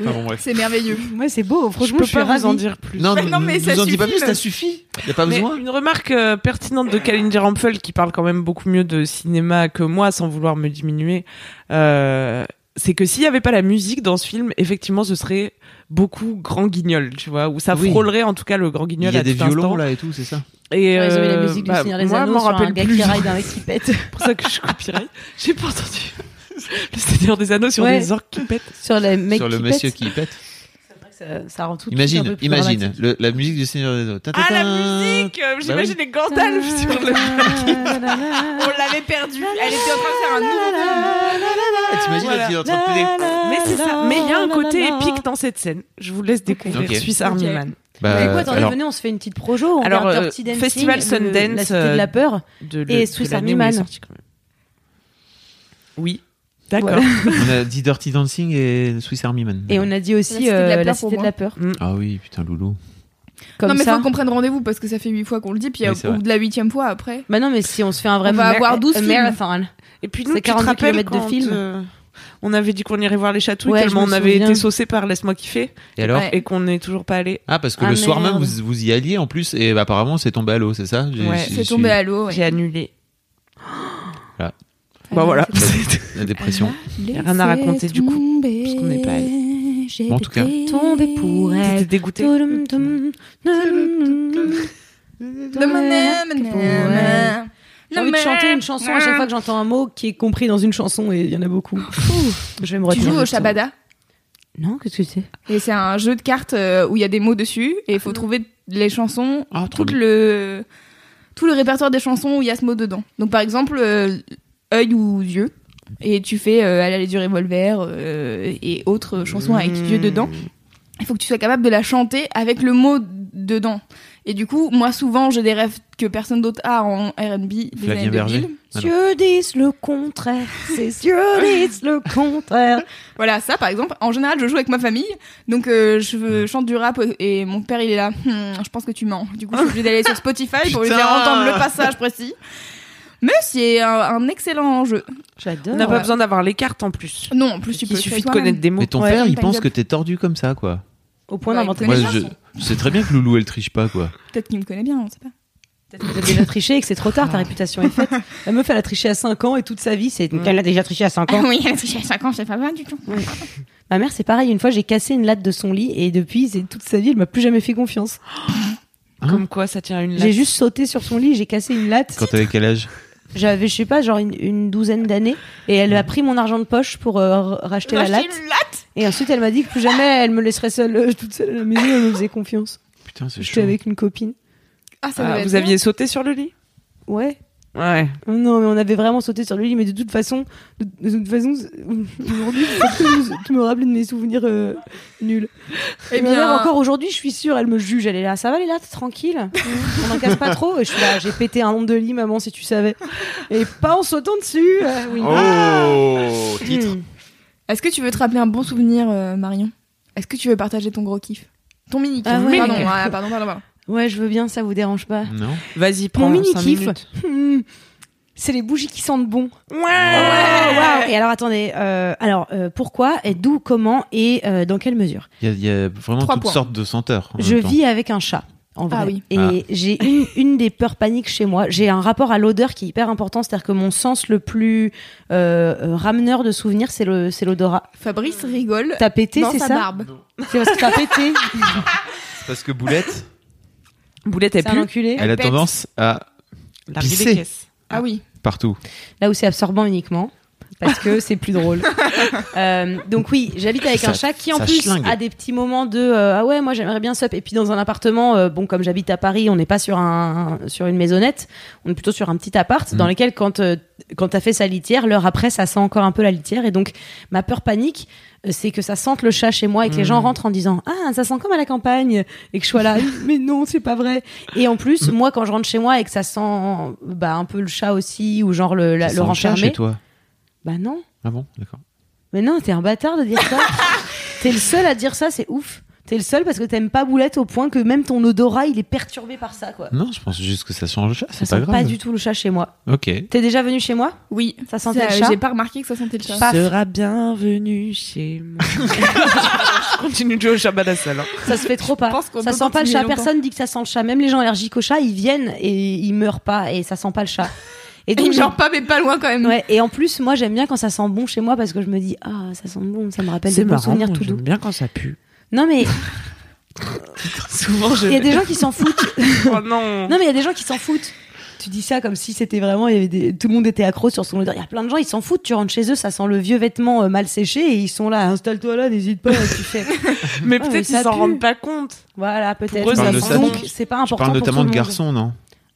S4: Enfin, bon, bref.
S1: C'est merveilleux.
S3: Ouais, c'est beau.
S2: Je
S3: Franchement,
S2: peux
S3: je, suis
S2: pas vous en
S3: ravie.
S2: dire plus.
S4: Non,
S1: Mais non, mais
S4: nous
S1: ça
S4: en dis pas
S1: suffit,
S4: plus,
S1: le-
S4: ça suffit. Y a pas
S2: euh. Mais
S4: besoin.
S2: une remarque euh, pertinente de Kalinder Rampfel, qui parle quand même beaucoup mieux de cinéma que moi, sans vouloir me diminuer, euh, c'est que s'il n'y avait pas la musique dans ce film, effectivement, ce serait beaucoup grand guignol, tu vois, ou ça
S4: Oui.
S2: frôlerait en tout cas le grand
S4: Il
S2: guignol.
S4: y a
S2: à
S4: des
S2: tout
S4: violons
S2: instant.
S4: là et tout, c'est ça.
S2: Et
S3: Ouais, ils ont mis la
S2: euh,
S3: musique du
S2: bah,
S3: Seigneur des
S2: moi,
S3: Anneaux
S2: m'en
S3: sur un
S2: rappelle
S3: gars
S2: plus.
S3: qui ride un mec qui pète.
S2: C'est pour ça que je copierais. J'ai pas entendu. Le Seigneur des Anneaux sur
S3: Ouais.
S2: des orques qui pètent.
S3: Sur le mec
S4: Sur
S3: qui
S4: le monsieur
S3: pète.
S4: qui pète.
S3: Ça, ça rend tout de suite un
S4: Imagine,
S3: peu plus
S4: imagine,
S3: dramatique.
S4: le- la musique du Seigneur des Anneaux.
S2: Ah, la
S4: Ta-ta-ta.
S2: musique euh, J'imagine les
S3: Dalf
S2: Gandalf sur le...
S3: le-
S1: On l'avait perdue. Elle était en train de faire un nouveau
S4: Ah, T'imagines,
S2: Voilà. Ah,
S4: il est en train de péter.
S2: Mais c'est ça. Mais il y a un côté
S3: la, la.
S2: épique dans cette scène. Je vous laisse découvrir
S4: Ok.
S2: Swiss Army
S1: Ok.
S2: Man
S3: Mais écoute, attendez,
S4: Bah, alors,
S3: venez, on se fait une petite projo. On
S2: Euh, Alors,
S3: regarde
S2: euh,
S3: Dirty Dancing,
S2: Festival
S3: le-
S2: Sundance,
S3: La cité de la
S2: euh,
S3: peur.
S2: de
S3: Et
S2: de
S3: Swiss
S2: l'année
S3: Army
S2: où il est
S3: Man.
S2: sorti, quand même. Oui. D'accord.
S4: on a dit Dirty Dancing et Swiss Army Man.
S3: Et on a dit
S1: La
S3: aussi
S1: Cité de la
S3: euh,
S1: Peur
S3: la
S1: pour
S3: cité de
S1: moi.
S3: la peur.
S4: Ah oui, putain, loulou.
S3: Comme
S1: non, mais
S3: ça.
S1: faut qu'on prenne rendez-vous parce que ça fait huit fois qu'on le dit, puis
S4: Oui,
S1: au
S4: c'est
S1: bout
S4: vrai.
S1: de la huitième fois après.
S3: Bah non, mais si on se fait un vrai
S1: On va
S3: mar-
S1: avoir 12
S3: un
S1: films.
S3: marathon. hein.
S2: Et puis nous,
S3: C'est
S2: tu te
S3: 42
S2: rappelles
S3: kilomètres de
S2: quand
S3: film.
S2: euh, on avait dit qu'on irait voir les chatouilles,
S3: Ouais, je
S2: tellement
S3: me
S2: on avait
S3: souviens.
S2: été saucés par Laisse-moi kiffer
S4: Et alors
S1: Ouais.
S2: et qu'on n'est toujours pas allé.
S4: Ah, parce que
S3: Ah,
S4: le soir
S3: merde.
S4: même, vous, vous y alliez en plus, et bah, apparemment, c'est tombé à l'eau, c'est ça J'ai-
S2: Ouais,
S4: j'ai-
S2: c'est
S4: j'ai-
S1: C'est tombé à l'eau. ouais. Ah
S2: J'ai annulé.
S4: Voilà.
S2: Bah voilà.
S4: La dépression.
S2: Y a rien à raconter du coup. puisqu'on n'est pas
S4: Bon, en tout cas.
S3: Tomber pour
S2: J'étais
S3: elle.
S2: dégoûté.
S3: Dum, dum, dum, dum. J'ai envie de chanter une chanson à chaque fois que j'entends un mot qui est compris dans une chanson et il y en a beaucoup. Je vais me
S1: Tu
S3: retenir.
S1: joues au
S3: justement.
S1: Shabada
S3: Non, qu'est-ce que c'est
S1: et c'est un jeu de cartes euh, où il y a des mots dessus et il
S3: Ah,
S1: faut trouver les chansons,
S4: Ah, trop
S1: tout
S4: bien.
S1: le tout le répertoire des chansons où il y a ce mot dedans. Donc par exemple euh, œil ou yeux et tu fais euh, à l'allée du revolver euh, et
S4: Hmm.
S1: autres chansons avec yeux dedans. Il faut que tu sois capable de la chanter avec le mot dedans. Et du coup, moi, souvent, j'ai des rêves que personne d'autre a en RB. des
S4: Flavien
S1: années 2000.
S4: Berger.
S3: Dieu disent le contraire, c'est Dieu disent le contraire.
S1: Voilà, ça par exemple. En général, je joue avec ma famille. Donc, euh, je
S3: Hmm.
S1: euh, chante du rap et mon père, il est là. Hmm, je pense que tu mens. Du coup, je suis obligée d'aller sur Spotify pour lui faire
S4: Putain.
S1: entendre le passage précis. Mais c'est un, un excellent jeu.
S3: J'adore.
S2: On n'a pas
S1: Ouais.
S2: besoin d'avoir les cartes en plus.
S1: Non, en plus, tu peux
S2: Il
S1: le
S2: suffit
S1: faire
S2: de connaître
S1: toi-même.
S2: des mots.
S4: Mais ton
S2: Ouais.
S4: père, il
S1: Par
S4: pense que
S1: exemple.
S4: t'es tordu comme ça, quoi.
S3: Au point
S1: Ouais,
S3: d'inventer.
S1: il connaît
S4: Moi, je sais très bien que Loulou, elle triche pas, quoi.
S1: Peut-être qu'il me connaît bien, on sait pas.
S3: Peut-être que T'as déjà triché et que c'est trop tard, ta réputation est faite. La meuf, elle a triché à 5 ans et toute sa vie, c'est. Elle a déjà triché à 5 ans.
S1: Ah oui, elle a triché à 5 ans, je sais pas mal du tout.
S3: Ma mère, c'est pareil. Une fois, j'ai cassé une latte de son lit et depuis, c'est- toute sa vie, elle m'a plus jamais fait confiance.
S2: Comme quoi, ça tient à une
S3: J'ai
S2: latte.
S3: juste sauté sur son lit, j'ai cassé une latte.
S4: Quand t'avais quel âge
S3: J'avais, je sais pas, genre une, une douzaine d'années et elle a pris mon argent de poche pour euh, r- racheter
S1: Ah,
S3: la latte. Et ensuite, elle m'a dit que plus jamais elle me laisserait seule, euh, toute seule à la maison, elle me faisait confiance.
S4: Putain, c'est
S3: J'étais
S4: chaud.
S3: avec une copine.
S1: Ah, ça
S2: Ah,
S1: devait être
S2: vous aviez sauté sur le lit
S3: Ouais.
S2: Ouais.
S3: Oh Non, mais on avait vraiment sauté sur le lit, mais de toute façon, de, de toute façon, c'est- aujourd'hui, c'est tout- tu me rappelles de mes souvenirs euh, nuls.
S1: Eh
S3: Et ma
S1: bien-
S3: mère, encore aujourd'hui, je suis sûre, elle me juge, elle est là, ça va les là, t'es tranquille, on n'en casse pas trop. Et je suis là, j'ai pété un nombre de lits, maman, si tu savais. Et pas en sautant dessus. euh, oui.
S4: Oh Titre
S3: Hmm.
S1: Est-ce que tu veux te rappeler un bon souvenir, euh, Marion Est-ce que tu veux partager ton gros kiff Ton mini kiff.
S3: Ah ouais.
S1: pardon,
S3: Mini kiff.
S1: ah, pardon, pardon, pardon.
S3: Ouais, je veux bien, ça vous dérange pas.
S4: Non
S2: Vas-y, prends
S3: Mon mini
S2: cinq
S3: kiff,
S2: minutes.
S3: c'est les bougies qui sentent bon.
S2: Ouais.
S3: Oh, waouh. Et alors attendez, euh, alors euh, pourquoi et d'où, comment et euh, dans quelle mesure
S4: Il y, a- il y a vraiment
S1: Trois
S4: toutes
S1: points.
S4: sortes de senteurs. en
S3: Je
S4: même temps.
S3: vis avec un chat. En vrai.
S1: Ah oui.
S3: Et
S4: Ah.
S3: j'ai une, une des peurs paniques chez moi. J'ai un rapport à l'odeur qui est hyper important. C'est-à-dire que mon sens le plus euh, euh, rameneur de souvenirs, c'est le- c'est l'odorat.
S1: Fabrice rigole
S3: T'as pété,
S1: dans
S3: c'est
S1: sa
S3: ça
S1: barbe.
S3: C'est parce que t'as pété.
S4: C'est Parce que Boulette,
S2: Boulette, elle
S3: C'est un
S2: pue.
S3: enculé.
S4: elle a
S1: pète.
S4: tendance à
S2: La
S4: Pisser.
S2: des caisses.
S1: Ah oui.
S4: partout.
S3: Là où c'est absorbant uniquement. Parce que c'est plus drôle. Euh, donc oui, j'habite avec
S4: Ça-
S3: un chat qui en
S4: ça
S3: plus
S4: schlingue.
S3: a des petits moments de euh, ah ouais moi j'aimerais bien sup et puis dans un appartement euh, bon comme j'habite à Paris on n'est pas sur un sur une maisonnette on est plutôt sur un petit appart
S4: Mm.
S3: dans lequel quand euh, quand t'as fait sa litière l'heure après ça sent encore un peu la litière et donc ma peur panique euh, c'est que ça sente le chat chez moi et que les
S4: Mmh.
S3: gens rentrent en disant ah ça sent comme à la campagne et que je sois là mais non c'est pas vrai et en plus moi quand je rentre chez moi et que ça sent bah un peu le chat aussi ou genre le la-
S4: Ça sent
S3: le
S4: chat
S3: renfermer
S4: chez toi.
S3: bah non
S4: Ah bon, d'accord.
S3: mais non, t'es un bâtard de dire ça. t'es le seul à dire ça, c'est ouf. T'es le seul parce que t'aimes pas Boulette au point que même ton odorat, il est perturbé par ça, quoi.
S4: Non, je pense juste que ça sent le chat,
S3: Ça
S4: Mmh, c'est pas
S3: sent
S4: grave.
S3: pas du tout le chat chez moi.
S4: Ok.
S3: T'es déjà venu chez moi
S1: Oui.
S3: Ça sentait
S1: Ça, euh,
S3: le chat
S1: J'ai pas remarqué que ça sentait le chat.
S3: Paf.
S2: Sera bienvenue chez moi. je continue de jouer au Shabbat à la salle. hein.
S3: Ça se fait trop pas.
S1: pense qu'on
S3: Ça
S1: peut
S3: sent pas le
S1: continuer
S3: chat.
S1: longtemps.
S3: Personne dit que ça sent le chat. Même les gens allergiques au chat, ils viennent et ils meurent pas et ça sent pas le chat. Et
S1: Et
S3: donc,
S1: genre pas, mais pas loin quand même.
S3: ouais. Et en plus, moi, j'aime bien quand ça sent bon chez moi parce que je me dis, ah, ça sent bon, ça me rappelle des bons souvenirs
S2: moi,
S3: tout
S2: j'aime
S3: doux.
S2: bien quand ça pue.
S3: Non, mais
S2: Souvent, je.
S3: il y a des gens qui s'en foutent.
S2: Oh non.
S3: Non, mais il y a des gens qui s'en foutent. Tu dis ça comme si c'était vraiment. il y avait des- Tout le monde était accro sur son odeur. Il y a plein de gens, ils s'en foutent. Tu rentres chez eux, ça sent le vieux vêtement euh, mal séché et ils sont là. Installe-toi là, n'hésite pas. tu fais.
S2: mais
S3: Ah, mais
S2: peut-être
S3: ça
S2: qu'ils s'en
S3: pue.
S2: rendent pas compte.
S3: Voilà, peut-être.
S2: Pour eux,
S4: ça sent
S3: Donc,
S4: bon.
S3: c'est pas
S4: Je
S3: important.
S4: parle
S3: pour tout
S4: notamment de
S3: le monde.
S4: garçons, non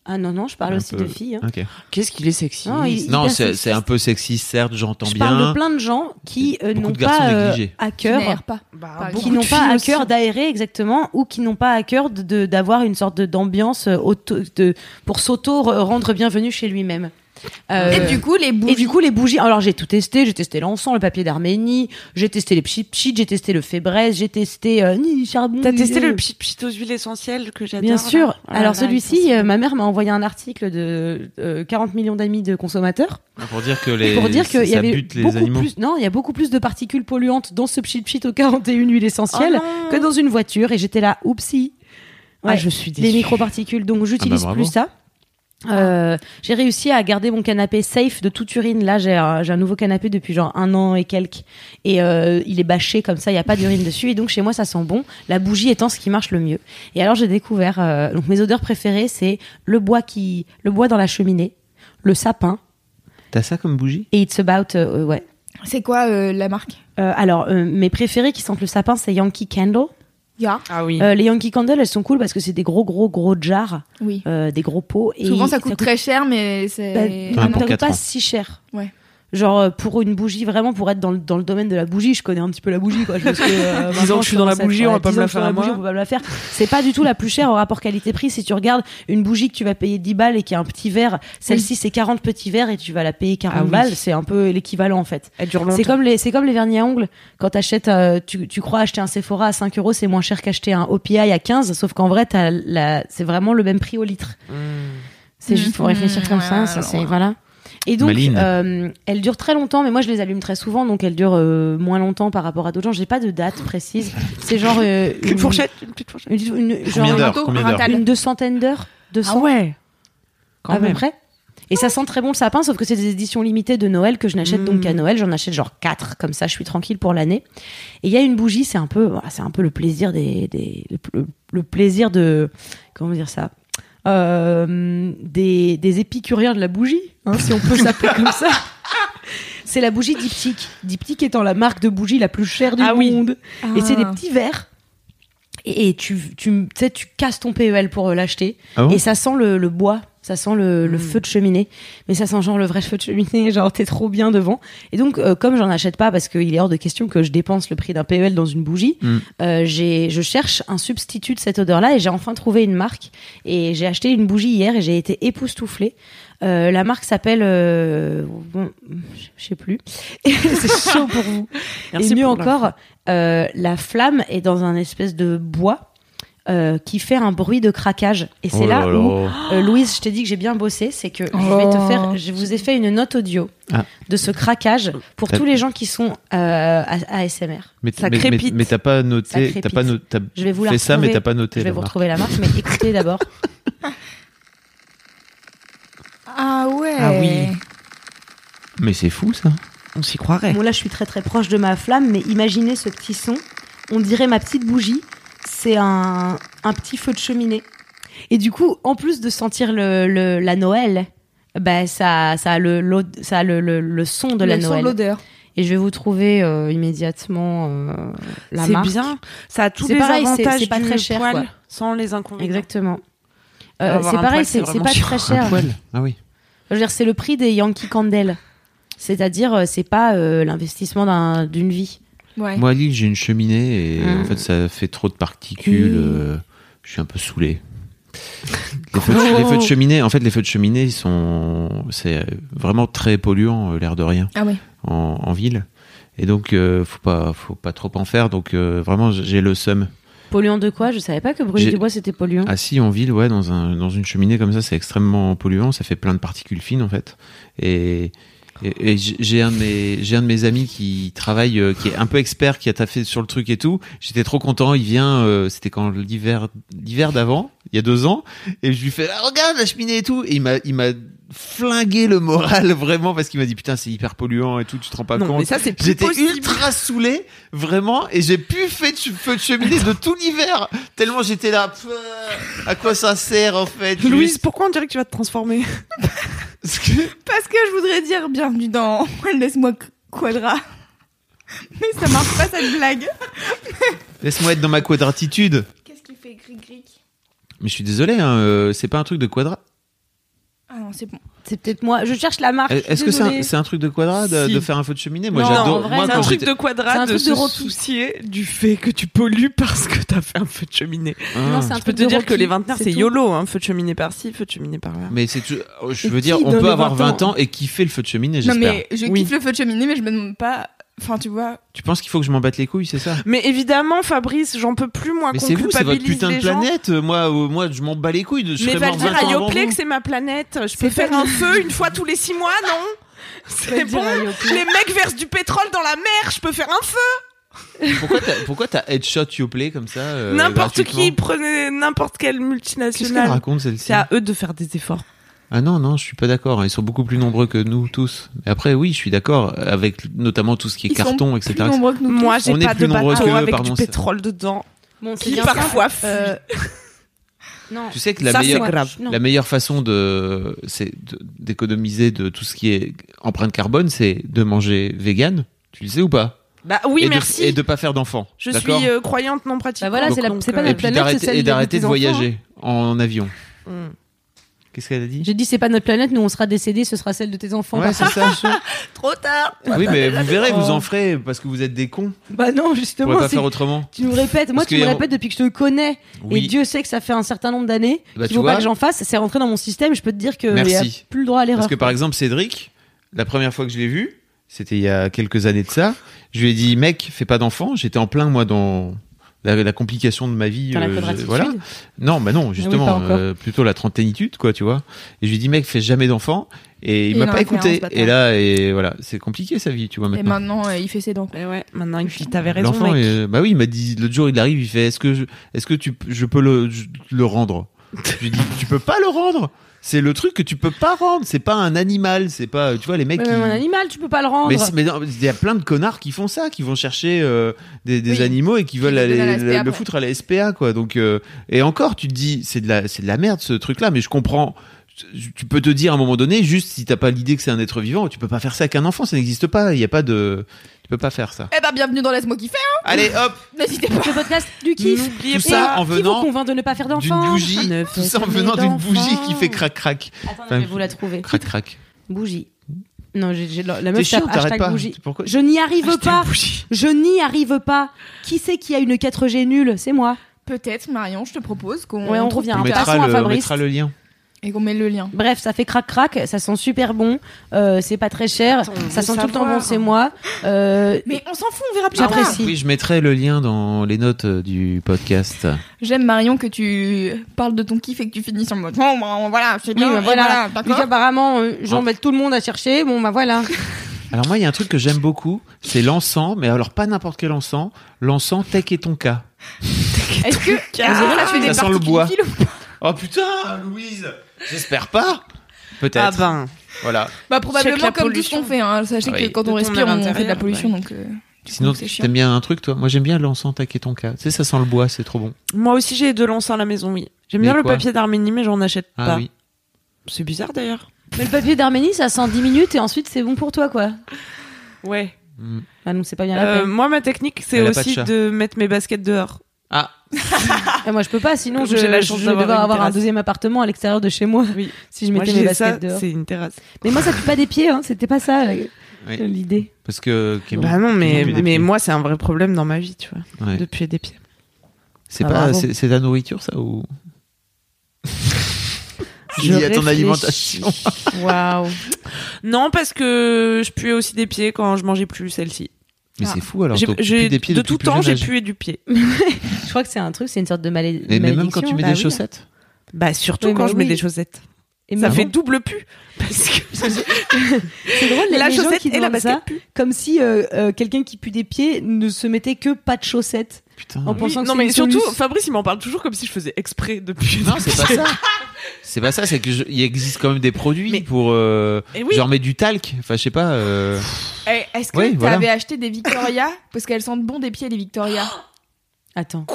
S3: Ah non, non, je parle
S4: Un
S3: aussi
S4: peu.
S3: de filles. hein.
S4: Ok.
S2: Qu'est-ce qu'il est sexy.
S3: Non, il-
S4: Non,
S3: hyper
S4: c'est
S3: sexiste.
S4: c'est un peu sexiste, certes, j'entends
S3: Je
S4: bien.
S3: parle de plein de gens qui euh,
S4: Beaucoup
S3: n'ont
S4: de garçons
S3: pas euh,
S4: négligés.
S3: à
S1: Qui
S3: cœur
S1: n'aère pas.
S2: Bah,
S3: qui
S2: beaucoup
S3: n'ont
S2: de
S3: pas à
S2: filles
S3: cœur
S2: aussi.
S3: d'aérer exactement ou qui n'ont pas à cœur de- de- d'avoir une sorte de- d'ambiance euh, auto- de- pour s'auto re- rendre bienvenu chez lui-même. Euh,
S1: Et du coup, les bougies.
S3: Et du coup, les bougies. Alors, j'ai tout testé. J'ai testé l'encens, le papier d'Arménie. J'ai testé les pchit j'ai testé le fébreze, j'ai testé euh, ni charbon.
S2: T'as
S3: ni-
S2: testé le petit pchit aux huiles essentielles que j'adore.
S3: Bien
S2: là
S3: sûr.
S2: Oh là là,
S3: Alors,
S2: ils
S3: celui-ci,
S2: sont-
S3: euh, ma mère m'a envoyé un article de euh, 40 millions d'amis de consommateurs
S4: Pour dire que les.
S3: pour dire
S4: ça
S3: qu'il y avait
S4: bute les
S3: beaucoup
S4: animaux.
S3: plus. Non, il y a beaucoup plus de particules polluantes dans ce pchit pchit aux 41 huiles
S2: Oh
S3: essentielles
S2: non.
S3: que dans une voiture. Et j'étais là, oupsie.
S2: Ah,
S3: Ouais.
S2: je suis
S3: des
S2: déçue.
S3: microparticules. Donc
S4: Ah bah,
S3: j'utilise
S4: bravo.
S3: plus ça. Euh, j'ai réussi à garder mon canapé safe de toute urine. Là, j'ai un, j'ai un nouveau canapé depuis genre un an et quelques. Et euh, il est bâché comme ça, il n'y a pas d'urine dessus. Et donc chez moi, ça sent bon. La bougie étant ce qui marche le mieux. Et alors j'ai découvert, euh, donc mes odeurs préférées, c'est le bois qui, le bois dans la cheminée, le sapin
S4: T'as ça comme bougie
S3: et it's about, euh, ouais.
S1: C'est quoi euh, la marque
S3: Euh, alors euh, mes préférées qui sentent le sapin, c'est Yankee Candle.
S1: Ya.
S2: Ah oui.
S3: Euh, les Yankee Candle, elles sont cool parce que c'est des gros gros gros jars,
S1: Oui.
S3: euh, des gros pots. Et
S1: Souvent, ça coûte très cher, mais
S3: Bah,
S1: c'est.
S3: non,
S4: pour
S3: ça coûte
S4: quatre
S3: pas
S4: ans.
S3: si cher.
S1: Ouais.
S3: genre euh, pour une bougie, vraiment pour être dans le, dans le domaine de la bougie, je connais un petit peu la bougie. Quoi. Je pense que, euh,
S2: Disons
S3: maintenant,
S2: que je suis dans la
S3: commence à être-
S2: bougie, on va pas
S3: disons
S2: me la
S3: que je suis
S2: faire
S3: dans
S2: à moi.
S3: bougie, on peut pas me la faire. C'est pas du tout la plus chère au rapport qualité-prix. Si tu regardes une bougie que tu vas payer 10 balles et qui a un petit verre, celle-ci c'est 40 petits verres et tu vas la payer 40
S2: Ah oui.
S3: balles. C'est un peu l'équivalent en fait.
S2: Elle dure longtemps.
S3: C'est comme les c'est comme les vernis à ongles. Quand t'achètes, euh, tu, tu crois acheter un Sephora à 5 euros, c'est moins cher qu'acheter un OPI à 15, sauf qu'en vrai, t'as la, c'est vraiment le même prix au litre. C'est juste pour
S1: Mhm,
S3: réfléchir comme ça,
S1: ouais,
S3: ça
S1: alors,
S3: c'est voilà. Et donc,
S4: Maline.
S3: euh, elle dure très longtemps, mais moi je les allume très souvent, donc elle dure moins longtemps par rapport à d'autres gens. J'ai pas de date précise. C'est genre euh,
S2: Une fourchette, une petite fourchette.
S3: une, une- genre
S4: Combien d'heures
S1: râteau,
S4: Combien
S1: un
S4: d'heures
S1: râtale.
S3: une deux centaines d'heures, 200
S2: Ah ouais. Quand
S3: à
S2: même.
S3: peu près. Et ça sent très bon le sapin, sauf que c'est des éditions limitées de Noël que je n'achète
S2: Mmh.
S3: donc à Noël. J'en achète genre 4, comme ça je suis tranquille pour l'année. Et il y a une bougie, c'est un peu, voilà, c'est un peu le plaisir des, des le, le plaisir de, comment dire ça, Euh, des, des épicuriens de la bougie, hein, si on peut s'appeler comme ça. C'est la bougie diptyque. Diptyque étant la marque de bougie la plus chère du
S2: Ah oui.
S3: monde. Et c'est des
S1: Ah.
S3: petits verres. Et, et tu, tu, tu sais, tu casses ton PEL pour euh, l'acheter.
S4: Ah bon
S3: et ça sent le, le bois, ça sent le,
S2: Hmm.
S3: le feu de cheminée. Mais ça sent genre le vrai feu de cheminée, genre t'es trop bien devant. Et donc, euh, comme j'en achète pas, parce qu'il est hors de question que je dépense le prix d'un PEL dans une bougie,
S4: Mm.
S3: euh, j'ai, je cherche un substitut de cette odeur-là et j'ai enfin trouvé une marque. Et j'ai acheté une bougie hier et j'ai été époustouflée. Euh, la marque s'appelle, euh, bon, je je sais plus. C'est chaud pour vous.
S2: Merci
S3: et mieux
S2: pour la-
S3: encore, euh, la flamme est dans un espèce de bois euh, qui fait un bruit de craquage. Et c'est
S4: Oh
S3: là,
S4: là
S3: où,
S4: là.
S3: euh, Louise, je t'ai dit que j'ai bien bossé, c'est que je vais te
S1: Oh.
S3: faire, je vous ai fait une note audio
S4: Ah.
S3: de ce craquage pour
S4: Ça-
S3: tous les gens qui sont euh, à- ASMR.
S4: Mais, mais,
S2: Ça
S4: mais,
S2: crépite.
S4: mais t'as pas noté,
S3: Ça
S4: t'as pas
S3: crépite.
S4: noté, t'as
S3: Je vais vous la
S4: fait ça, mais
S3: retrouver.
S4: t'as pas noté.
S3: Je vais
S4: la
S3: vous
S4: marque.
S3: retrouver la marque, mais écoutez d'abord.
S1: Ah ouais.
S2: Ah oui.
S4: Mais c'est fou ça.
S2: On s'y croirait.
S3: Bon, là, je suis très très proche de ma flamme, mais imaginez ce petit son. On dirait ma petite bougie. C'est un, un petit feu de cheminée. Et du coup, en plus de sentir le, le- la Noël, bah, ça, ça a, le, l'ode- ça a le, le- le son de la
S1: Le son de
S3: Noël.
S1: l'odeur.
S3: Et je vais vous trouver euh, immédiatement euh, la
S2: C'est
S3: marque.
S2: bien. Ça a tous
S3: C'est
S2: les
S3: pareil, c'est-
S2: avantages
S3: c'est pas
S2: du
S3: très cher,
S2: poil
S3: quoi.
S2: sans les inconvénients.
S3: Exactement.
S2: Ça va
S3: Euh,
S2: avoir
S3: c'est
S2: un
S3: pareil,
S2: poil, c'est
S3: c'est c'est
S2: vraiment
S3: pas
S2: chiant.
S3: très cher.
S4: Ah oui.
S3: Je veux dire, c'est le prix des Yankee Candle. C'est-à-dire, euh, c'est pas euh, l'investissement d'un- d'une vie.
S1: Ouais.
S4: Moi à Lille j'ai une cheminée et
S3: Mm.
S4: en fait ça fait trop de particules.
S3: Et-
S4: euh, je suis un peu saoulé. Les feux, de, les feux de cheminée, en fait, les feux de cheminée, ils sont, c'est euh, vraiment très polluant, euh, l'air de rien.
S1: Ah ouais.
S4: en, en ville. Et donc, euh, faut pas, faut pas trop en faire. Donc, euh, vraiment, j'ai le seum.
S3: Polluant de quoi Je savais pas que brûler
S4: J'ai- Ah.
S3: du bois c'était
S2: Mmh.
S3: polluant.
S4: Assis en ville, ouais, dans un, dans une cheminée comme ça, c'est extrêmement polluant. Ça fait plein de particules fines, en fait. Et, et, et j'- j'ai un de mes, j'ai un de mes amis qui travaille, euh, qui est un peu expert, qui a taffé sur le truc et tout. J'étais trop content. Il vient, euh, c'était quand l'hiver, l'hiver d'avant, il y a deux ans. Et je lui fais, Ah, regarde la cheminée et tout. Et il m'a, il m'a flingué le moral vraiment parce qu'il m'a dit, putain, c'est hyper polluant et tout. Tu te rends pas
S2: Non,
S4: compte.
S2: mais ça, c'est plus
S4: J'étais
S2: possible.
S4: ultra saoulé, vraiment, et j'ai pu faire de feu de cheminée de tout l'hiver, tellement j'étais là. Pff, À quoi ça sert en fait juste
S2: Louise, pourquoi on dirait que tu vas te transformer
S4: Parce que-
S1: Parce que je voudrais dire bienvenue dans Laisse-moi Quadra. Mais ça marche pas cette blague.
S4: Laisse-moi être dans ma quadratitude.
S1: Qu'est-ce qui fait gris-gris
S4: Mais je suis désolé, hein, euh, c'est pas un truc de quadrat.
S1: Ah non, c'est bon.
S3: C'est peut-être moi. Ah, Je cherche la marque.
S4: Est-ce que c'est un,
S3: désolée.
S4: c'est un truc de quadrat de,
S2: Si.
S4: de faire un feu de cheminée Moi
S3: Non, en
S4: j'adore.
S3: vrai,
S4: Moi
S3: c'est
S2: un
S4: quand
S2: truc
S4: j'étais.
S2: de
S3: c'est
S2: quadrat
S3: un
S2: de
S3: truc
S2: se
S3: de rocky.
S2: soucier du fait que tu pollues parce que t'as fait un feu de cheminée.
S3: Non,
S4: Ah.
S3: c'est un
S2: Je peux
S3: truc
S2: te
S3: de
S2: dire
S3: Rocky,
S2: que les vingtenaires, c'est
S3: tout.
S2: YOLO, hein, feu de cheminée par-ci, feu de cheminée par-là.
S4: Mais c'est tu- oh, je
S3: Et
S4: veux dire,
S3: qui
S4: on
S3: donne
S4: peut
S3: les
S4: avoir
S3: 20 ans
S4: 20 ans et kiffer le feu de cheminée,
S1: Non
S4: j'espère.
S1: mais je
S2: Oui.
S1: kiffe le feu de cheminée, mais je me demande pas. Enfin, tu vois.
S4: Tu penses qu'il faut que je m'en batte les couilles, c'est ça
S2: Mais évidemment, Fabrice, j'en peux plus, moi,
S4: Mais
S2: qu'on
S4: c'est vous, c'est votre
S2: culpabilise
S4: putain de
S2: les gens.
S4: planète. Moi, euh, moi, je m'en bats les couilles. de- Je
S2: Mais
S4: serais
S2: va le
S4: mort
S2: dire
S4: 20
S2: à
S4: ans avant
S2: Yoplait
S4: vous.
S2: que c'est ma planète. Je peux
S3: C'est
S2: faire
S3: pas-
S2: un feu une fois tous les six mois, non
S3: Faut
S2: C'est
S3: le dire
S2: bon.
S3: à Yoplait.
S2: Les mecs versent du pétrole dans la mer, je peux faire un feu.
S4: Pourquoi t'as, pourquoi t'as headshot Yoplait comme ça euh,
S2: n'importe qui
S4: gratuitement
S2: prenez n'importe quelle
S4: Qu'est-ce qu'elle
S2: multinationale.
S4: raconte celle-ci
S2: C'est à eux de faire des efforts.
S4: Ah non, non, je suis pas d'accord. Ils sont beaucoup plus nombreux que nous tous. Mais après, oui, je suis d'accord avec notamment tout ce qui est
S1: Ils sont
S4: carton, etc.
S1: Plus nombreux que nous.
S2: Moi,
S4: On
S2: j'ai
S4: est
S2: pas
S4: plus
S2: de
S4: nombreux
S2: bateau
S4: que eux,
S2: avec
S4: pardon,
S2: du
S4: c'est-
S2: pétrole dedans.
S3: Bon, c'est
S2: Qui
S3: bien ça.
S2: parfois
S3: Euh,
S2: fuit.
S3: Non.
S4: Tu sais que la
S2: Ça, c'est
S4: meilleure,
S2: grave.
S3: Non.
S4: la meilleure façon de, c'est de- d'économiser de tout ce qui est empreinte carbone, c'est de manger vegan. Tu le sais ou pas
S2: Bah oui,
S4: et
S2: merci.
S4: De, et de pas faire d'enfants.
S2: Je
S4: d'accord
S2: suis euh, croyante non pratique.
S3: Bah voilà,
S4: Donc,
S3: c'est la-
S2: donc,
S3: c'est pas
S2: euh,
S4: et
S3: notre
S4: puis
S3: planète, c'est
S4: d'arrêter,
S2: hein.
S3: celle
S4: et
S3: des-
S4: d'arrêter
S3: des
S4: de
S3: enfants,
S4: voyager en avion.
S2: Mm.
S4: Qu'est-ce qu'elle a dit
S3: J'ai dit, c'est pas notre planète, nous on sera décédés, ce sera celle de tes enfants.
S4: Ouais, c'est ça.
S9: Trop tard
S4: Ah Oui, mais vous verrez, vous
S3: Oh.
S4: en ferez parce que vous êtes des cons.
S3: Bah non,
S4: Vous pouvez
S3: justement,
S4: pas
S3: c'est-
S4: faire autrement.
S3: tu nous répètes. Moi,
S4: Parce
S3: tu
S4: que-
S3: me répètes depuis que je te connais. Et
S4: Oui.
S3: Dieu sait que ça fait un certain nombre d'années
S4: Bah,
S3: qu'il
S4: tu
S3: faut pas
S4: vois.
S3: que j'en fasse. C'est rentré dans mon système. Je peux te dire que il y a
S4: Merci.
S3: plus le droit à l'erreur.
S4: Parce que par exemple, Cédric, la première fois que je l'ai vu, c'était il y a quelques années de ça, je lui ai dit, mec, fais pas d'enfant. J'étais en plein, moi, dans la, la complication de ma vie.
S3: Dans la
S4: euh, je-
S3: quadratitude.
S4: voilà. Non, bah non,
S3: Ah pas
S4: justement,
S3: encore.
S4: euh, plutôt la trentainitude, quoi, tu vois. Et je lui ai dit, mec, fais jamais d'enfant. Et il
S1: Il
S4: m'a
S1: en a
S4: pas
S1: fait un, ce
S4: écouté.
S1: bâtard.
S4: Et là, et voilà, c'est compliqué sa vie, tu vois,
S1: Et
S4: maintenant.
S1: maintenant, euh, il fait ses dents.
S2: Mais ouais, maintenant, il me t'avais raison,
S4: L'enfant,
S2: mec.
S4: est- bah oui, il m'a dit l'autre jour, il arrive, il fait est-ce que je, est-ce que tu, je peux le, je- le rendre Je lui dis tu peux pas le rendre. C'est le truc que tu peux pas rendre. C'est pas un animal. C'est pas, tu vois, les mecs.
S3: Mais
S4: qui-
S3: même un animal, tu peux pas le rendre.
S4: Mais c'est- mais non, mais il y a plein de connards qui font ça, qui vont chercher euh, des, des
S1: Oui.
S4: animaux et qui veulent
S1: le
S4: aller-
S1: donnent à la SPA
S4: le- le
S1: après.
S4: foutre à la SPA, quoi. Donc euh, et encore, tu te dis c'est de la, c'est de la merde ce truc-là. Mais je comprends. Tu- Tu peux te dire à un moment donné, juste si t'as pas l'idée que c'est un être vivant, tu peux pas faire ça avec un enfant. Ça n'existe pas. Il y a pas de, tu peux pas faire ça.
S1: Eh ben, bienvenue dans Laisse-moi kiffer.
S4: Allez, hop.
S1: N'hésitez pas.
S3: Le podcast du kiff.
S4: Tout
S2: N'oubliez
S3: Et
S4: ça en
S3: qui vous
S4: venant
S3: convainc de ne pas faire Ah,
S4: d'une
S3: d'enfants
S4: bougie,
S2: Ne
S4: tout ça en
S2: faites
S4: venant d'une
S2: d'enfants.
S4: bougie qui fait crac crac,
S10: Attends,
S4: Enfin,
S10: je vais vous la trouver.
S4: crac crac.
S3: Bougie. Non, j'ai j'ai- la
S4: T'es
S3: meuf
S4: chiant,
S3: tape
S4: t'arrêtes
S3: hashtag
S4: pas.
S3: bougie.
S4: Pourquoi
S3: Je n'y arrive
S2: Achetez
S3: pas.
S2: une bougie.
S3: Je n'y arrive pas. Qui c'est qui a une 4G nulle C'est moi.
S1: Peut-être, Marion, je te propose qu'on
S3: Ouais, on
S1: trouve
S3: revient.
S4: on
S3: Bien,
S4: mettra
S3: passons à
S4: le, on
S3: Fabrice.
S4: mettra le lien.
S1: et qu'on met le lien.
S3: Bref, ça fait crac crac, ça sent super bon, euh, c'est pas très cher,
S2: Attends, on
S3: ça
S2: veut
S3: sent tout le temps
S2: savoir.
S3: bon, c'est moi. Euh,
S1: Mais on s'en fout, on verra plus tard.
S3: J'apprécie.
S4: Oui, je mettrai le lien dans les notes euh, du podcast.
S1: J'aime Marion que tu parles de ton kiff et que tu finis sur le mode. Bon, bah, voilà, c'est bien.
S3: Oui, bah,
S1: et
S3: voilà.
S1: d'accord.
S3: Donc apparemment, euh, j'en
S4: Ah.
S3: mets tout le monde à chercher. Bon, bah voilà.
S4: Alors moi, il y a un truc que j'aime beaucoup, c'est l'encens, mais alors pas n'importe quel encens, l'encens Tech et Tonka.
S1: Est-ce que Azorel a Ah, fait des
S4: Ça sent le
S1: particules
S4: bois.
S1: fines ou-
S4: Oh putain, Louise, j'espère pas.
S2: Ah
S4: Peut-être.
S2: ben.
S4: Voilà.
S1: Bah
S2: Check
S1: probablement
S2: la
S1: comme tout ce
S2: pollution.
S1: qu'on fait. Hein. Sachez
S4: Oui.
S1: que quand
S2: De
S1: on
S2: ton
S1: respire, on fait de la
S2: intérieur,
S1: pollution.
S2: ouais.
S1: Donc, euh, du
S4: Sinon,
S1: coup, c'est chiant.
S4: t'aimes bien un truc, toi Moi, j'aime bien l'encens Tech et Tonka. Tu sais, ça sent le bois, c'est trop bon.
S2: Moi aussi, j'ai de l'encens à la maison, oui. J'aime
S4: Mais
S2: bien le
S4: quoi
S2: papier d'Arménie, mais j'en achète
S4: Ah
S2: pas.
S4: oui.
S2: C'est bizarre d'ailleurs.
S3: Mais le papier d'Arménie, ça sent 10 minutes et ensuite c'est bon pour toi, quoi.
S2: Ouais.
S4: Mm.
S3: Ah non, c'est pas bien la
S2: Euh,
S3: peine.
S2: moi, ma technique, c'est
S4: Elle a pas de
S2: aussi
S4: chat.
S2: de mettre mes baskets dehors.
S4: Ah,
S3: Et moi, je peux pas, sinon
S2: Comme
S3: je,
S2: j'ai la
S3: je
S2: chance
S3: vais
S2: d'avoir
S3: devoir
S2: une
S3: avoir un
S2: terrasse.
S3: deuxième appartement à l'extérieur de chez moi
S2: Oui.
S3: si je
S2: Moi,
S3: mettais mes
S2: j'ai
S3: baskets
S2: ça,
S3: dehors.
S2: c'est une terrasse.
S3: Mais moi, ça pue pas des pieds, hein. c'était pas ça euh,
S4: Oui.
S3: l'idée.
S4: parce que Camille-
S2: Bah non, mais,
S4: Tout le monde fait des
S2: mais
S4: pieds.
S2: moi, c'est un vrai problème dans ma vie, tu vois,
S4: Ouais.
S2: de puer des pieds.
S4: C'est
S2: Ah,
S4: pas,
S2: bravo.
S4: c'est, c'est de la nourriture, ça ou
S2: Je
S4: Lié à ton
S2: réfléchis.
S4: alimentation.
S3: Waouh.
S2: Non, parce que je puais aussi des pieds quand je mangeais plus celle-ci.
S4: Mais c'est fou alors.
S2: J'ai-
S4: t'occupes
S2: j'ai-
S4: des pieds
S2: de
S4: depuis
S2: tout
S4: plus jeune
S2: temps, j'ai
S4: âge.
S2: pué du pied.
S3: Je crois que c'est un truc, c'est une sorte de malé-
S4: Et mais même
S3: malédiction.
S4: quand tu mets
S3: Bah
S4: des
S3: oui.
S4: chaussettes.
S2: Bah surtout
S3: Oui,
S2: quand
S3: mais
S2: je mets
S3: oui.
S2: des chaussettes.
S3: Et
S2: Ça
S3: même-
S2: fait double pu. Parce que
S3: C'est drôle, les,
S2: la
S3: les gens
S2: chaussette
S3: qui
S2: et la
S3: demandent ça,
S2: basket puent.
S3: comme si euh, euh, quelqu'un qui pue des pieds ne se mettait que pas de chaussettes.
S4: Putain.
S3: En pensant que
S2: Non
S3: c'est
S2: mais
S3: une
S2: surtout,
S3: solution.
S2: Fabrice, il m'en parle toujours comme si je faisais exprès depuis.
S4: Non, c'est pas ça. C'est pas ça. C'est que je- il existe quand même des produits
S2: Mais-
S4: pour. euh,
S2: Et oui.
S4: Genre mais du talc. Enfin, je sais pas. euh,
S1: Eh, Est-ce que
S4: Oui,
S1: t'avais
S4: voilà.
S1: acheté des Victoria Parce qu'elles sentent bon des pieds, les Victoria.
S3: Attends.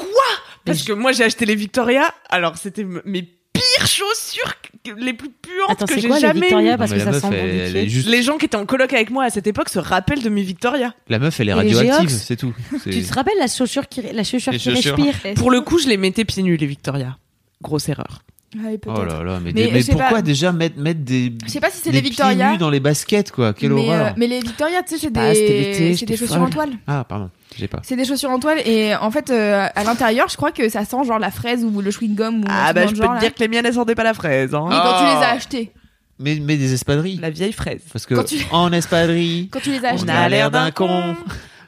S2: Parce que moi, j'ai acheté les Victoria. Alors, c'était m- mes pires chaussures, que- les plus puantes
S3: Attends,
S2: que
S3: c'est
S2: j'ai
S3: quoi les
S2: jamais
S3: Victoria
S2: eues.
S4: non,
S3: Parce
S4: mais
S3: que
S4: la
S3: ça
S4: meuf,
S3: sent bon
S4: elle,
S3: des
S4: elle
S3: pieds.
S4: est juste.
S2: Les gens qui étaient en coloc avec moi à cette époque se rappellent de mes Victoria.
S4: La meuf, elle est
S3: Et les
S4: radioactive,
S3: Geox
S4: c'est tout. C'est-
S3: Tu te rappelles la chaussure qui, la chaussure
S4: Les
S3: qui
S4: chaussures.
S3: respire
S2: Pour le coup, je les mettais pieds nus, les Victoria. Grosse erreur.
S1: Ouais, Ah, peut-être.
S4: Oh là là, mais,
S1: Mais
S4: des- mais
S1: je sais
S4: pourquoi
S1: pas.
S4: déjà mettre, mettre des,
S1: Je sais pas si c'est
S4: des
S1: les
S4: pieds
S1: Victoria.
S4: nus dans les baskets quoi Quelle
S1: mais,
S4: horreur
S1: euh, mais les Victoria, tu sais, c'est
S2: pas, c'était l'été,
S1: des, c'est
S2: j'étais
S1: des chaussures
S2: folle.
S1: en toile.
S4: Ah pardon, j'ai pas.
S1: C'est des chaussures en toile et en fait, euh, à l'intérieur, je crois que ça sent genre la fraise ou le chewing-gum ou un
S2: Ah
S1: truc
S2: bah,
S1: dans
S2: je
S1: le
S2: peux
S1: genre,
S2: te
S1: là.
S2: dire que les miennes, elles sortaient pas la fraise. hein.
S1: Mais quand tu
S4: Ah.
S1: les as achetées,
S4: Mais, mais des espadrilles.
S2: La vieille fraise.
S4: Parce que
S1: Quand tu-
S4: en espadrille,
S1: quand tu les as
S4: on
S1: achetées,
S4: a l'air d'un con.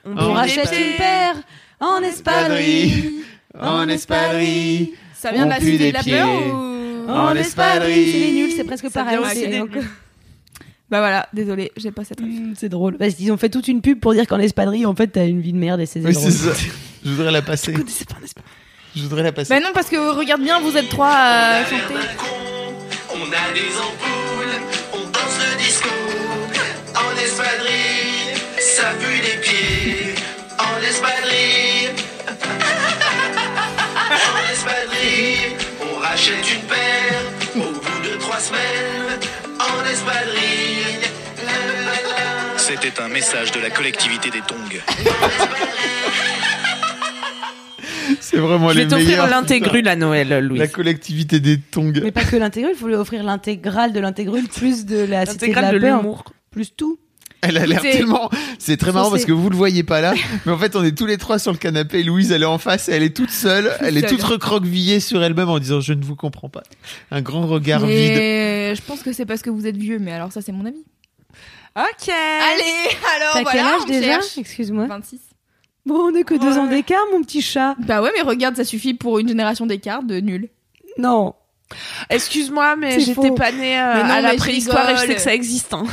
S2: On
S4: On
S3: On
S2: pue des
S3: rachète
S2: pieds.
S3: une paire en espadrille. En espadrille.
S1: ça vient de
S4: on
S1: la
S4: pue
S1: suite
S4: des
S1: de la
S4: pieds.
S1: peur ou
S3: En espadrille. C'est les nuls, c'est presque
S2: Ça
S3: pareil.
S2: vient aussi
S3: c'est-
S2: des
S3: donc-
S2: nuls.
S1: Bah voilà, désolé, j'ai pas cette.
S3: Mm, C'est drôle. Parce qu'ils ont fait toute une pub pour dire qu'en espadrille, en fait, t'as une vie de merde et c'est
S4: Oui, c'est
S3: drôle.
S4: ça. Je voudrais la passer.
S2: Connaissez pas un espace.
S4: Je voudrais la passer.
S1: Bah non, parce que regarde bien, vous êtes trois à euh, chanter.
S11: On a des ampoules, on danse le disco En espadrille, ça pue les pieds En espadrille En espadrille, on rachète une paire Au bout de trois semaines En espadrille
S12: C'était un message de la collectivité des Tongs.
S4: C'est vraiment
S2: Je vais
S4: les
S2: t'offrir
S4: meilleurs.
S2: l'intégrule à Noël, Louis.
S4: La collectivité des tongs.
S3: Mais pas que l'intégrule, il faut lui offrir l'intégrale de l'intégrule, plus de la cité de la
S2: L'intégrale de
S3: peur,
S2: l'humour.
S3: plus tout.
S4: Elle a l'air
S1: Écoutez,
S4: tellement. C'est très marrant parce que vous le voyez pas là, mais en fait on est tous les trois sur le canapé. et Louise elle est en face, et elle est toute seule, elle est
S1: seule.
S4: toute recroquevillée sur elle-même en disant je ne vous comprends pas. Un grand regard vide.
S1: Et je pense que c'est parce que vous êtes vieux, mais alors ça, c'est mon avis.
S2: Ok.
S1: Allez, alors
S3: T'as
S1: Oh, voilà,
S3: quel âge
S1: on
S3: déjà
S1: cherche. Bah.
S3: Excuse-moi.
S1: 26.
S3: Bon, on est que deux ans d'écart, mon petit chat.
S1: Bah ouais, mais regarde, ça suffit pour une génération d'écart de nul.
S3: Non.
S2: Excuse-moi, mais
S3: C'est
S2: j'étais
S3: faux.
S2: pas née euh,
S1: Mais non,
S2: à la
S1: mais je
S2: préhistoire et je
S1: rigole.
S2: sais que ça existe. hein.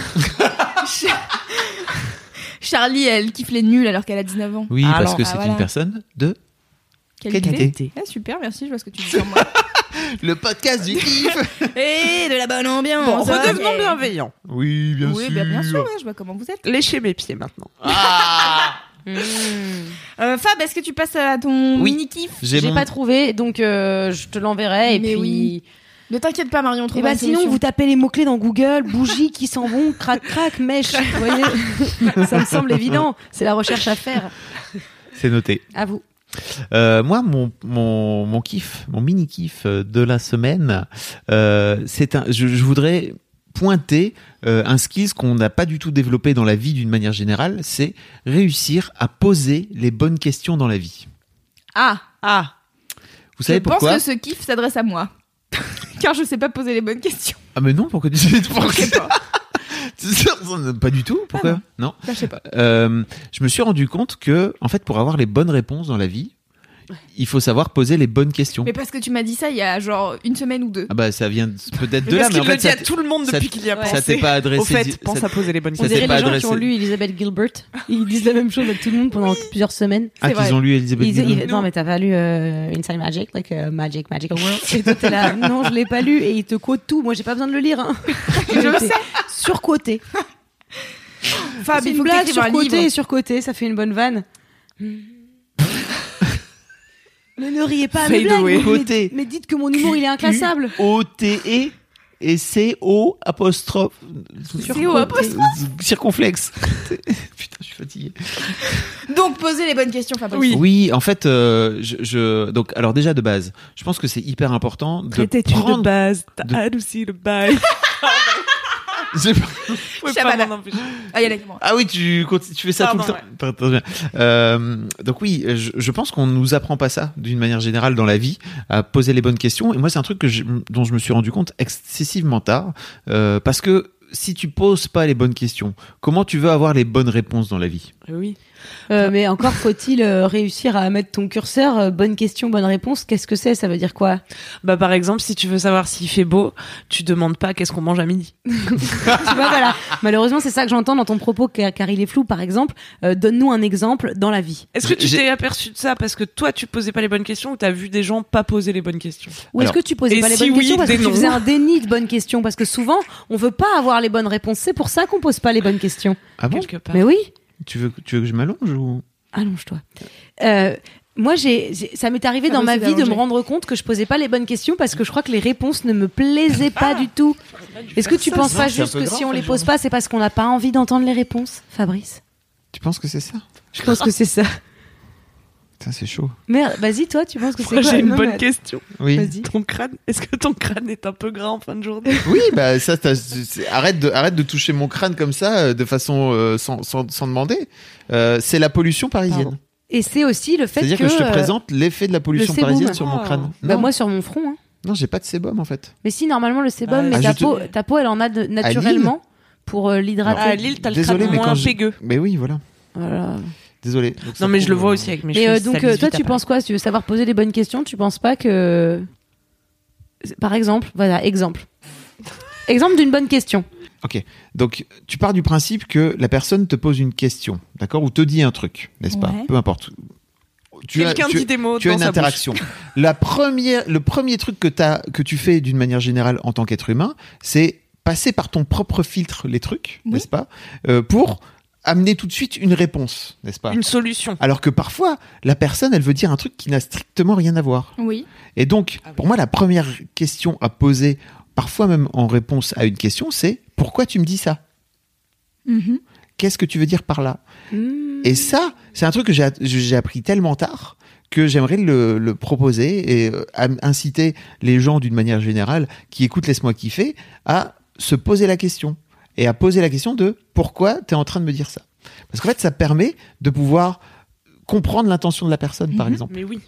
S1: Charlie, elle kiffe les nuls alors qu'elle a 19 ans.
S4: Oui,
S2: Alors,
S4: parce que
S1: ah,
S4: c'est
S1: voilà.
S4: une personne de
S1: Qualité.
S4: qualité.
S1: Ah, super, merci, je vois ce que tu dis sur moi.
S4: Le podcast du kiff.
S1: Et de la bonne ambiance.
S2: Bon, redevenons
S1: ok.
S2: bienveillants.
S4: Oui, bien
S1: oui,
S4: sûr.
S1: bah, bien sûr, ouais, je vois comment vous êtes.
S2: Léchez mes pieds maintenant.
S4: Ah
S1: Euh, Fab, est-ce que tu passes à ton
S4: Oui.
S1: mini-kiff
S4: J'ai
S3: J'ai
S4: mon-
S3: pas trouvé, donc euh, je te l'enverrai. Et
S1: Mais
S3: puis.
S1: oui. Ne t'inquiète pas, Marion, on
S3: Et
S1: trouvera
S3: bah
S1: une
S3: sinon,
S1: solution.
S3: vous tapez les mots-clés dans Google, bougies qui s'en vont, crac crac, mèche. Vous voyez Ça me semble évident. C'est la recherche à faire.
S4: C'est noté.
S3: À vous.
S4: Euh, moi, mon, mon, mon kiff, mon mini kiff euh, de la semaine, euh, c'est un. Je, je voudrais pointer euh, un skill qu'on n'a pas du tout développé dans la vie d'une manière générale, c'est réussir à poser les bonnes questions dans la vie.
S1: Ah,
S2: Ah,
S4: Vous
S1: je
S4: savez pourquoi
S1: pense que ce kiff s'adresse à moi. Car je sais pas poser les bonnes questions.
S4: Ah mais non, pourquoi tu pourquoi- C'est sûr, pas du tout, pourquoi Non.
S1: Bah, je sais pas.
S4: Euh, je me suis rendu compte que, en fait, pour avoir les bonnes réponses dans la vie, il faut savoir poser les bonnes questions.
S1: Mais parce que tu m'as dit ça il y a genre une semaine ou deux.
S4: Ah bah ça vient peut-être de là,
S2: parce
S4: mais
S2: qu'il
S4: en
S2: le
S4: fait
S2: dit
S4: ça
S2: à
S4: t-
S2: tout le monde
S4: ça
S2: depuis
S4: t-
S2: qu'il y a
S4: ça
S2: pensé.
S4: t'est pas adressé.
S2: Au fait,
S4: di-
S2: pense
S4: ça-
S2: à poser les bonnes
S4: ça
S3: On
S4: s'est
S3: dirait les
S4: pas
S3: gens qui
S4: adressé.
S3: ont lu Elisabeth Gilbert. Ils disent la même chose à tout le monde pendant plusieurs semaines.
S4: Ah,
S1: C'est vrai.
S4: qu'ils ont lu Elisabeth
S3: Ils-
S4: Guillemot.
S3: ils- non, mais t'as pas lu euh, Inside Magic, like euh, Magic, Magic World. Et toi, t'es là, non, je l'ai pas lu. Et ils te quotent tout. Moi, j'ai pas besoin de le lire. Hein.
S1: Je le sais.
S3: Surcoté.
S1: Fab,
S3: C'est
S1: il
S3: une
S1: faut que
S3: blague
S1: t'écrives un
S3: surcoté
S1: livre.
S3: et surcoté. Ça fait une bonne vanne. mais ne riez pas à mes
S2: Fade
S3: blagues.
S2: away.
S3: Mais,
S4: Côté.
S3: mais dites que mon humour, il est inclassable.
S4: O-T-E et C-O apostrophe.
S1: CO apostrophe.
S4: Circonflexe. Putain, je suis fatigué.
S1: Donc poser les bonnes questions, Fabrice.
S4: Oui, en fait, euh, je, je- donc alors déjà de base, je pense que c'est hyper important de
S2: Traité-tu de
S4: prendre.
S2: base,
S4: de-
S2: t'as adouci le bail.
S4: J'ai pas-
S2: Ouais,
S1: Shabada.
S2: pas m'en empêcher.
S1: Ah, il y a la- bon.
S4: Ah oui, tu, continu- tu fais ça
S2: Pardon,
S4: tout le temps. Très, très bien. Euh, donc oui, je, je pense qu'on nous apprend pas ça d'une manière générale dans la vie, à poser les bonnes questions. Et moi, c'est un truc que je- dont je me suis rendu compte excessivement tard, euh, parce que si tu poses pas les bonnes questions, comment tu veux avoir les bonnes réponses dans la vie
S2: Oui.
S3: Euh, mais encore faut-il euh, réussir à mettre ton curseur euh, bonne question bonne réponse qu'est-ce que c'est ça veut dire quoi
S2: Bah par exemple, si tu veux savoir s'il fait beau, tu demandes pas qu'est-ce qu'on mange à midi.
S3: tu vois voilà malheureusement c'est ça que j'entends dans ton propos car, car il est flou par exemple Euh, donne-nous un exemple dans la vie
S2: Est-ce que tu
S4: J'ai-
S2: t'es aperçu de ça parce que toi tu posais pas les bonnes questions ou t'as vu des gens pas poser les bonnes questions
S3: ou est-ce
S4: Alors,
S3: que tu posais
S2: et
S3: pas les
S2: si
S3: bonnes
S2: oui,
S3: questions parce
S2: des
S3: que tu
S2: noms.
S3: faisais un déni de bonnes questions parce que souvent on veut pas avoir les bonnes réponses c'est pour ça qu'on pose pas les bonnes questions
S4: Ah bon
S2: quelque part
S3: mais oui
S4: tu veux, tu veux que je m'allonge ou
S3: allonge-toi Euh, moi, j'ai, j'ai- ça m'est arrivé
S1: Ah
S3: dans
S1: oui,
S3: ma
S1: c'est
S3: vie de
S1: d'allonger.
S3: me rendre compte que je posais pas les bonnes questions parce que je crois que les réponses ne me plaisaient pas du tout. Est-ce que tu penses
S4: non,
S3: pas
S4: c'est un
S3: juste
S4: peu
S3: que
S4: grave,
S3: si on
S4: cette
S3: les pose
S4: journée.
S3: pas, c'est parce qu'on n'a pas envie d'entendre les réponses, Fabrice
S4: Tu penses que c'est ça
S3: Je pense que c'est ça.
S4: Putain, c'est chaud.
S3: Merde, vas-y, toi, tu penses que c'est
S2: Moi,
S3: quoi
S2: j'ai une
S3: Non,
S2: bonne
S3: mais-
S2: question.
S4: Oui.
S3: Vas-y.
S2: Ton crâne, est-ce que ton crâne est un peu gras en fin de journée
S4: Oui, bah ça, t'as- c'est- arrête de, arrête de toucher mon crâne comme ça, euh, de façon euh, sans, sans, sans demander. Euh, c'est la pollution parisienne.
S3: Et c'est aussi le fait
S4: C'est-à-dire que, je te
S3: euh,
S4: présente l'effet de la pollution
S3: sébum.
S4: parisienne sur mon
S2: Oh.
S4: crâne.
S3: Bah,
S4: non,
S3: moi, sur mon front. hein.
S4: non, j'ai pas de sébum en fait.
S3: Mais si, normalement, le sébum,
S2: Ah,
S3: mais
S4: ah,
S3: ta,
S4: je te-
S3: peau, ta peau, elle en a de- naturellement pour euh,
S4: Ah,
S3: l'hydrater.
S2: À Lille, t'as le
S4: Désolé,
S2: crâne
S4: mais
S2: moins
S4: quand je-
S2: pégueux.
S4: Mais oui, voilà.
S3: Voilà.
S4: Désolé. Donc, ça
S2: Non mais je
S4: prouve,
S2: le vois
S4: euh,
S2: aussi avec mes
S3: Et
S2: cheveux.
S3: euh, donc, euh, toi, tu penses quoi Si tu veux savoir poser les bonnes questions, tu penses pas que. Par exemple, voilà, exemple. exemple d'une bonne question.
S4: Ok. Donc, tu pars du principe que la personne te pose une question, d'accord, ou te dit un truc, n'est-ce pas
S1: Ouais.
S4: Peu importe. Tu as,
S2: Quelqu'un
S4: tu,
S2: dit des mots
S4: tu as
S2: dans
S4: une
S2: sa bouche.
S4: interaction. La première, le premier truc que, t'as- que tu fais d'une manière générale en tant qu'être humain, c'est passer par ton propre filtre les trucs,
S1: Oui.
S4: n'est-ce pas Euh, Pour amener tout de suite une réponse, n'est-ce pas
S2: Une solution.
S4: Alors que parfois, la personne, elle veut dire un truc qui n'a strictement rien à voir.
S1: Oui.
S4: Et donc, pour moi, la première question à poser, parfois même en réponse à une question, c'est pourquoi tu me dis ça
S1: Mhm.
S4: Qu'est-ce que tu veux dire par là Et ça, c'est un truc que j'ai- j'ai appris tellement tard que j'aimerais le, le proposer et euh, am- inciter les gens d'une manière générale qui écoutent Laisse-moi kiffer à se poser la question et à poser la question de pourquoi tu es en train de me dire ça. Parce qu'en fait, ça permet de pouvoir comprendre l'intention de la personne, par exemple.
S2: Mais oui.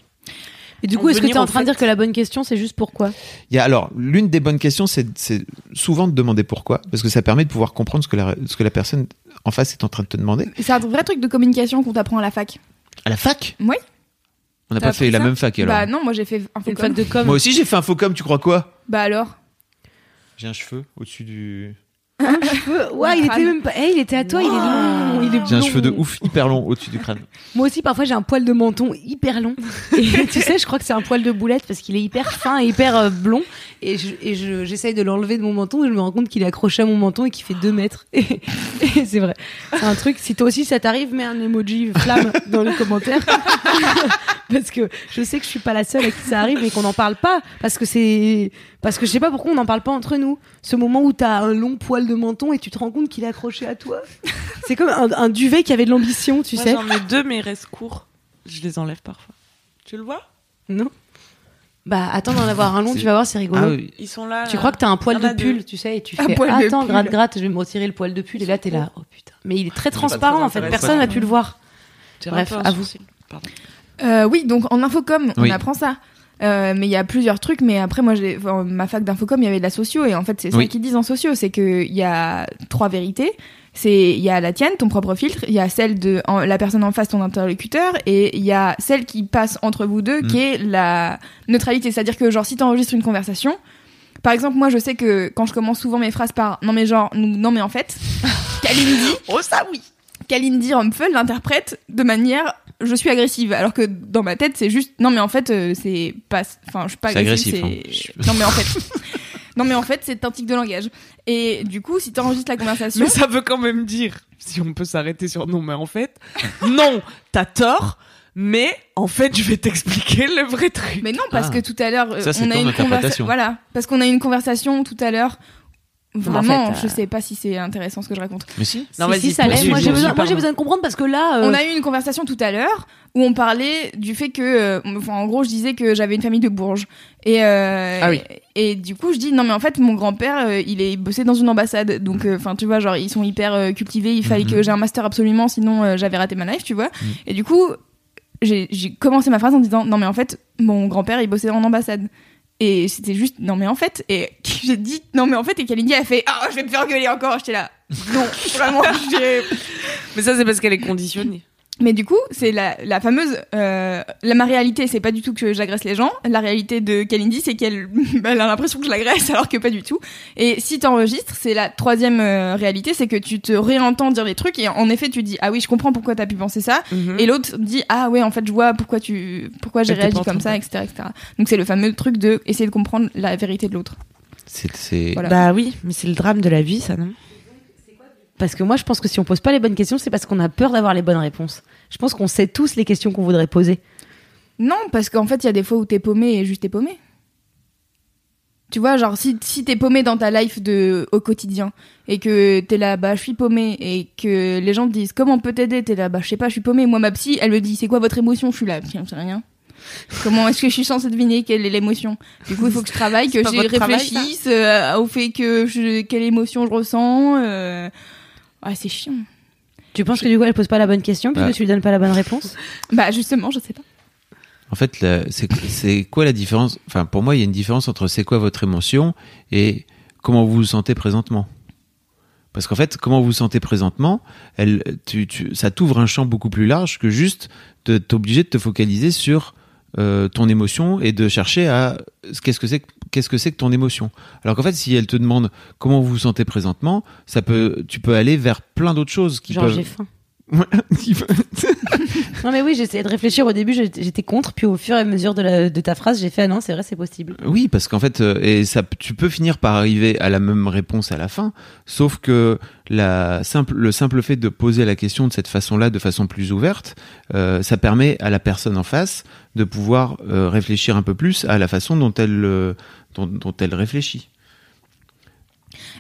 S3: Et du
S2: En
S3: coup, est-ce que tu es
S2: venir
S3: en
S2: au
S3: train de
S2: fait-
S3: dire que la bonne question, c'est juste pourquoi
S4: Il y a, alors, l'une des bonnes questions, c'est c'est souvent de demander pourquoi, parce que ça permet de pouvoir comprendre ce que la, ce que la personne en face est en train de te demander.
S1: C'est un vrai truc de communication qu'on t'apprend à la fac.
S4: À la fac
S1: Oui.
S4: On n'a
S1: T'as
S4: pas fait
S1: appris
S4: la
S1: ça
S4: même fac alors.
S1: Bah non, moi j'ai fait un
S3: Une
S1: com.
S3: fac de com.
S4: Moi aussi j'ai fait un faux com, tu crois quoi
S1: Bah alors
S4: J'ai un cheveu au-dessus du.
S1: Euh,
S3: Ouais, il était même pas. Eh, il était à toi, il est long, il est
S4: J'ai un
S3: blond.
S4: cheveu de ouf, hyper long au-dessus du crâne.
S3: Moi aussi, parfois, j'ai un poil de menton hyper long. Et tu sais, je crois que c'est un poil de boulette parce qu'il est hyper fin et hyper euh, blond. Et je- et je- j'essaye de l'enlever de mon menton et je me rends compte qu'il est accroché à mon menton et qu'il fait 2 mètres. Et, et c'est vrai. C'est un truc, si toi aussi ça t'arrive, mets un emoji flamme dans les commentaires. parce que je sais que je suis pas la seule à qui ça arrive et qu'on n'en parle pas. Parce que c'est. Parce que je sais pas pourquoi on n'en parle pas entre nous. Ce moment où t'as un long poil de menton et tu te rends compte qu'il est accroché à toi. C'est comme un, un duvet qui avait de l'ambition, tu
S2: Moi,
S3: sais.
S2: j'en ai deux, mais ils restent courts. Je les enlève parfois. Tu le vois
S3: Non. Bah attends d'en avoir un long,
S4: C'est-
S3: tu vas voir, c'est rigolo.
S4: Ah oui.
S2: Ils sont là. euh,
S3: Tu crois que t'as un poil
S2: Il y en
S3: de
S2: a deux.
S3: pull, tu sais, et tu
S1: Ah, Un
S3: fais
S1: poil de
S3: attends,
S1: pull.
S3: gratte, gratte, je vais me retirer le poil de pull, et là t'es là, oh putain. Mais il est très transparent en fait,
S2: intéressant.
S3: personne n'a pu le voir. Bref, à vous.
S1: Euh, oui, donc en infocom, on
S4: Oui.
S1: apprend ça. Euh, mais il y a plusieurs trucs, mais après, moi, j'ai- enfin, ma fac d'infocom, il y avait de la socio, et en fait, c'est
S4: Oui.
S1: ça qu'ils disent en socio, c'est qu'il y a trois vérités. C'est, il y a la tienne, ton propre filtre, il y a celle de en- la personne en face, ton interlocuteur, et il y a celle qui passe entre vous deux,
S4: Mm.
S1: qui est la neutralité. C'est-à-dire que, genre, si t'enregistres une conversation, par exemple, moi, je sais que quand je commence souvent mes phrases par non, mais genre, nous- non, mais en fait, Kalindi,
S2: Oh, ça oui
S1: Kalindi Rumpfel l'interprète de manière je suis agressive alors que dans ma tête c'est juste non mais en fait euh, c'est pas enfin je suis pas
S4: C'est
S1: agressive
S4: agressif, hein.
S1: c'est- non mais en fait non mais en fait c'est un tic de langage et du coup si t'enregistres la conversation
S2: Mais ça veut quand même dire, si on peut s'arrêter sur non, mais en fait, non, t'as tort, mais en fait, je vais t'expliquer le vrai truc.
S1: mais non parce que
S4: Ah.
S1: tout à l'heure euh,
S4: Ça, c'est
S1: on a
S4: ton
S1: une
S4: interprétation.
S1: conversation voilà parce qu'on a une conversation tout à l'heure
S3: mais en
S1: vraiment
S3: fait, euh,
S1: je sais pas si c'est intéressant ce que je raconte
S4: Mais si
S2: Non,
S3: si,
S2: vas-y,
S3: si, ça l'est.
S4: poursuis,
S3: Moi j'ai
S4: poursuis,
S3: besoin, moi, j'ai
S2: pardon.
S3: besoin de comprendre parce que là, euh,
S1: On a eu une conversation tout à l'heure où on parlait du fait que, euh, enfin, en gros, je disais que j'avais une famille de Bourges. Et, euh,
S2: Ah oui.
S1: et, et du coup, je dis, non, mais en fait, mon grand-père, euh, il est bossé dans une ambassade. Donc, euh, enfin, tu vois, genre, ils sont hyper euh, cultivés. Il
S2: Mhm.
S1: fallait que j'ai un master absolument, sinon euh, j'avais raté ma life, tu vois. Et du coup, j'ai j'ai commencé ma phrase en disant, non, mais en fait, mon grand-père, il bossait en ambassade. Et c'était juste, non, mais en fait. Et j'ai dit, non, mais en fait. Et Kalindi a fait, ah, je vais me faire gueuler encore. J'étais là, non, vraiment, j'ai.
S2: Mais ça, c'est parce qu'elle est conditionnée.
S1: Mais du coup, c'est la, la fameuse. euh, la, ma réalité, c'est pas du tout que j'agresse les gens. La réalité de Kalindi, c'est qu'elle elle a l'impression que je l'agresse, alors que pas du tout. Et si t'enregistres, c'est la troisième euh, réalité, c'est que tu te réentends dire les trucs et en effet, tu dis Ah oui, je comprends pourquoi t'as pu penser ça. Et l'autre dit Ah ouais, en fait, je vois pourquoi, tu, pourquoi j'ai
S2: Mmh. Elle t'est
S1: réagi
S2: pas en train
S1: comme
S2: de
S1: ça, etc., etc. Donc c'est le fameux truc de essayer de comprendre la vérité de l'autre.
S4: C'est- C'est.
S1: Voilà.
S2: Bah oui, mais c'est le drame de la vie, ça, non
S3: parce que moi je pense que si on pose pas les bonnes questions, c'est parce qu'on a peur d'avoir les bonnes réponses. Je pense qu'on sait tous les questions qu'on voudrait poser.
S1: Non, parce qu'en fait, il y a des fois où t'es paumé et juste t'es paumé. Tu vois, genre, si, si t'es paumé dans ta life de, au quotidien et que t'es là, bah, je suis paumé et que les gens te disent, comment on peut t'aider T'es là, bah, je sais pas, je suis paumé. Moi, ma psy, elle me dit, c'est quoi votre émotion Je suis là, tiens, c'est rien. Comment est-ce que je suis censée deviner quelle est l'émotion Du coup, il faut que je travaille, que
S2: C'est pas
S1: je
S2: votre travail,
S1: réfléchisse euh, au fait que je- quelle émotion je ressens. euh. Ouais, c'est chiant.
S3: Tu penses que du coup elle pose pas la bonne question puisque
S4: Bah.
S3: tu lui donnes pas la bonne réponse
S1: Bah, justement, je sais pas.
S4: En fait, la- c'est c'est quoi la différence Enfin, pour moi, il y a une différence entre c'est quoi votre émotion et comment vous vous sentez présentement. Parce qu'en fait, comment vous vous sentez présentement, elle, tu, tu- ça t'ouvre un champ beaucoup plus large que juste de- t'obliger de te focaliser sur euh, ton émotion et de chercher à qu'est-ce que c'est que- qu'est-ce que c'est que ton émotion. Alors qu'en fait, si elle te demande comment vous vous sentez présentement, ça peut, tu peux aller vers plein d'autres choses qui
S3: Genre
S4: peuvent.
S3: j'ai faim.
S4: qui peuvent-
S3: Non mais oui, j'essayais de réfléchir au début, j'étais j'étais contre, puis au fur et à mesure de, la- de ta phrase, j'ai fait ah non, c'est vrai, c'est possible.
S4: Oui, parce qu'en fait, euh, et ça, tu peux finir par arriver à la même réponse à la fin, sauf que la simple, le simple fait de poser la question de cette façon-là, de façon plus ouverte, euh, ça permet à la personne en face de pouvoir euh, réfléchir un peu plus à la façon dont elle, euh, dont, dont elle réfléchit.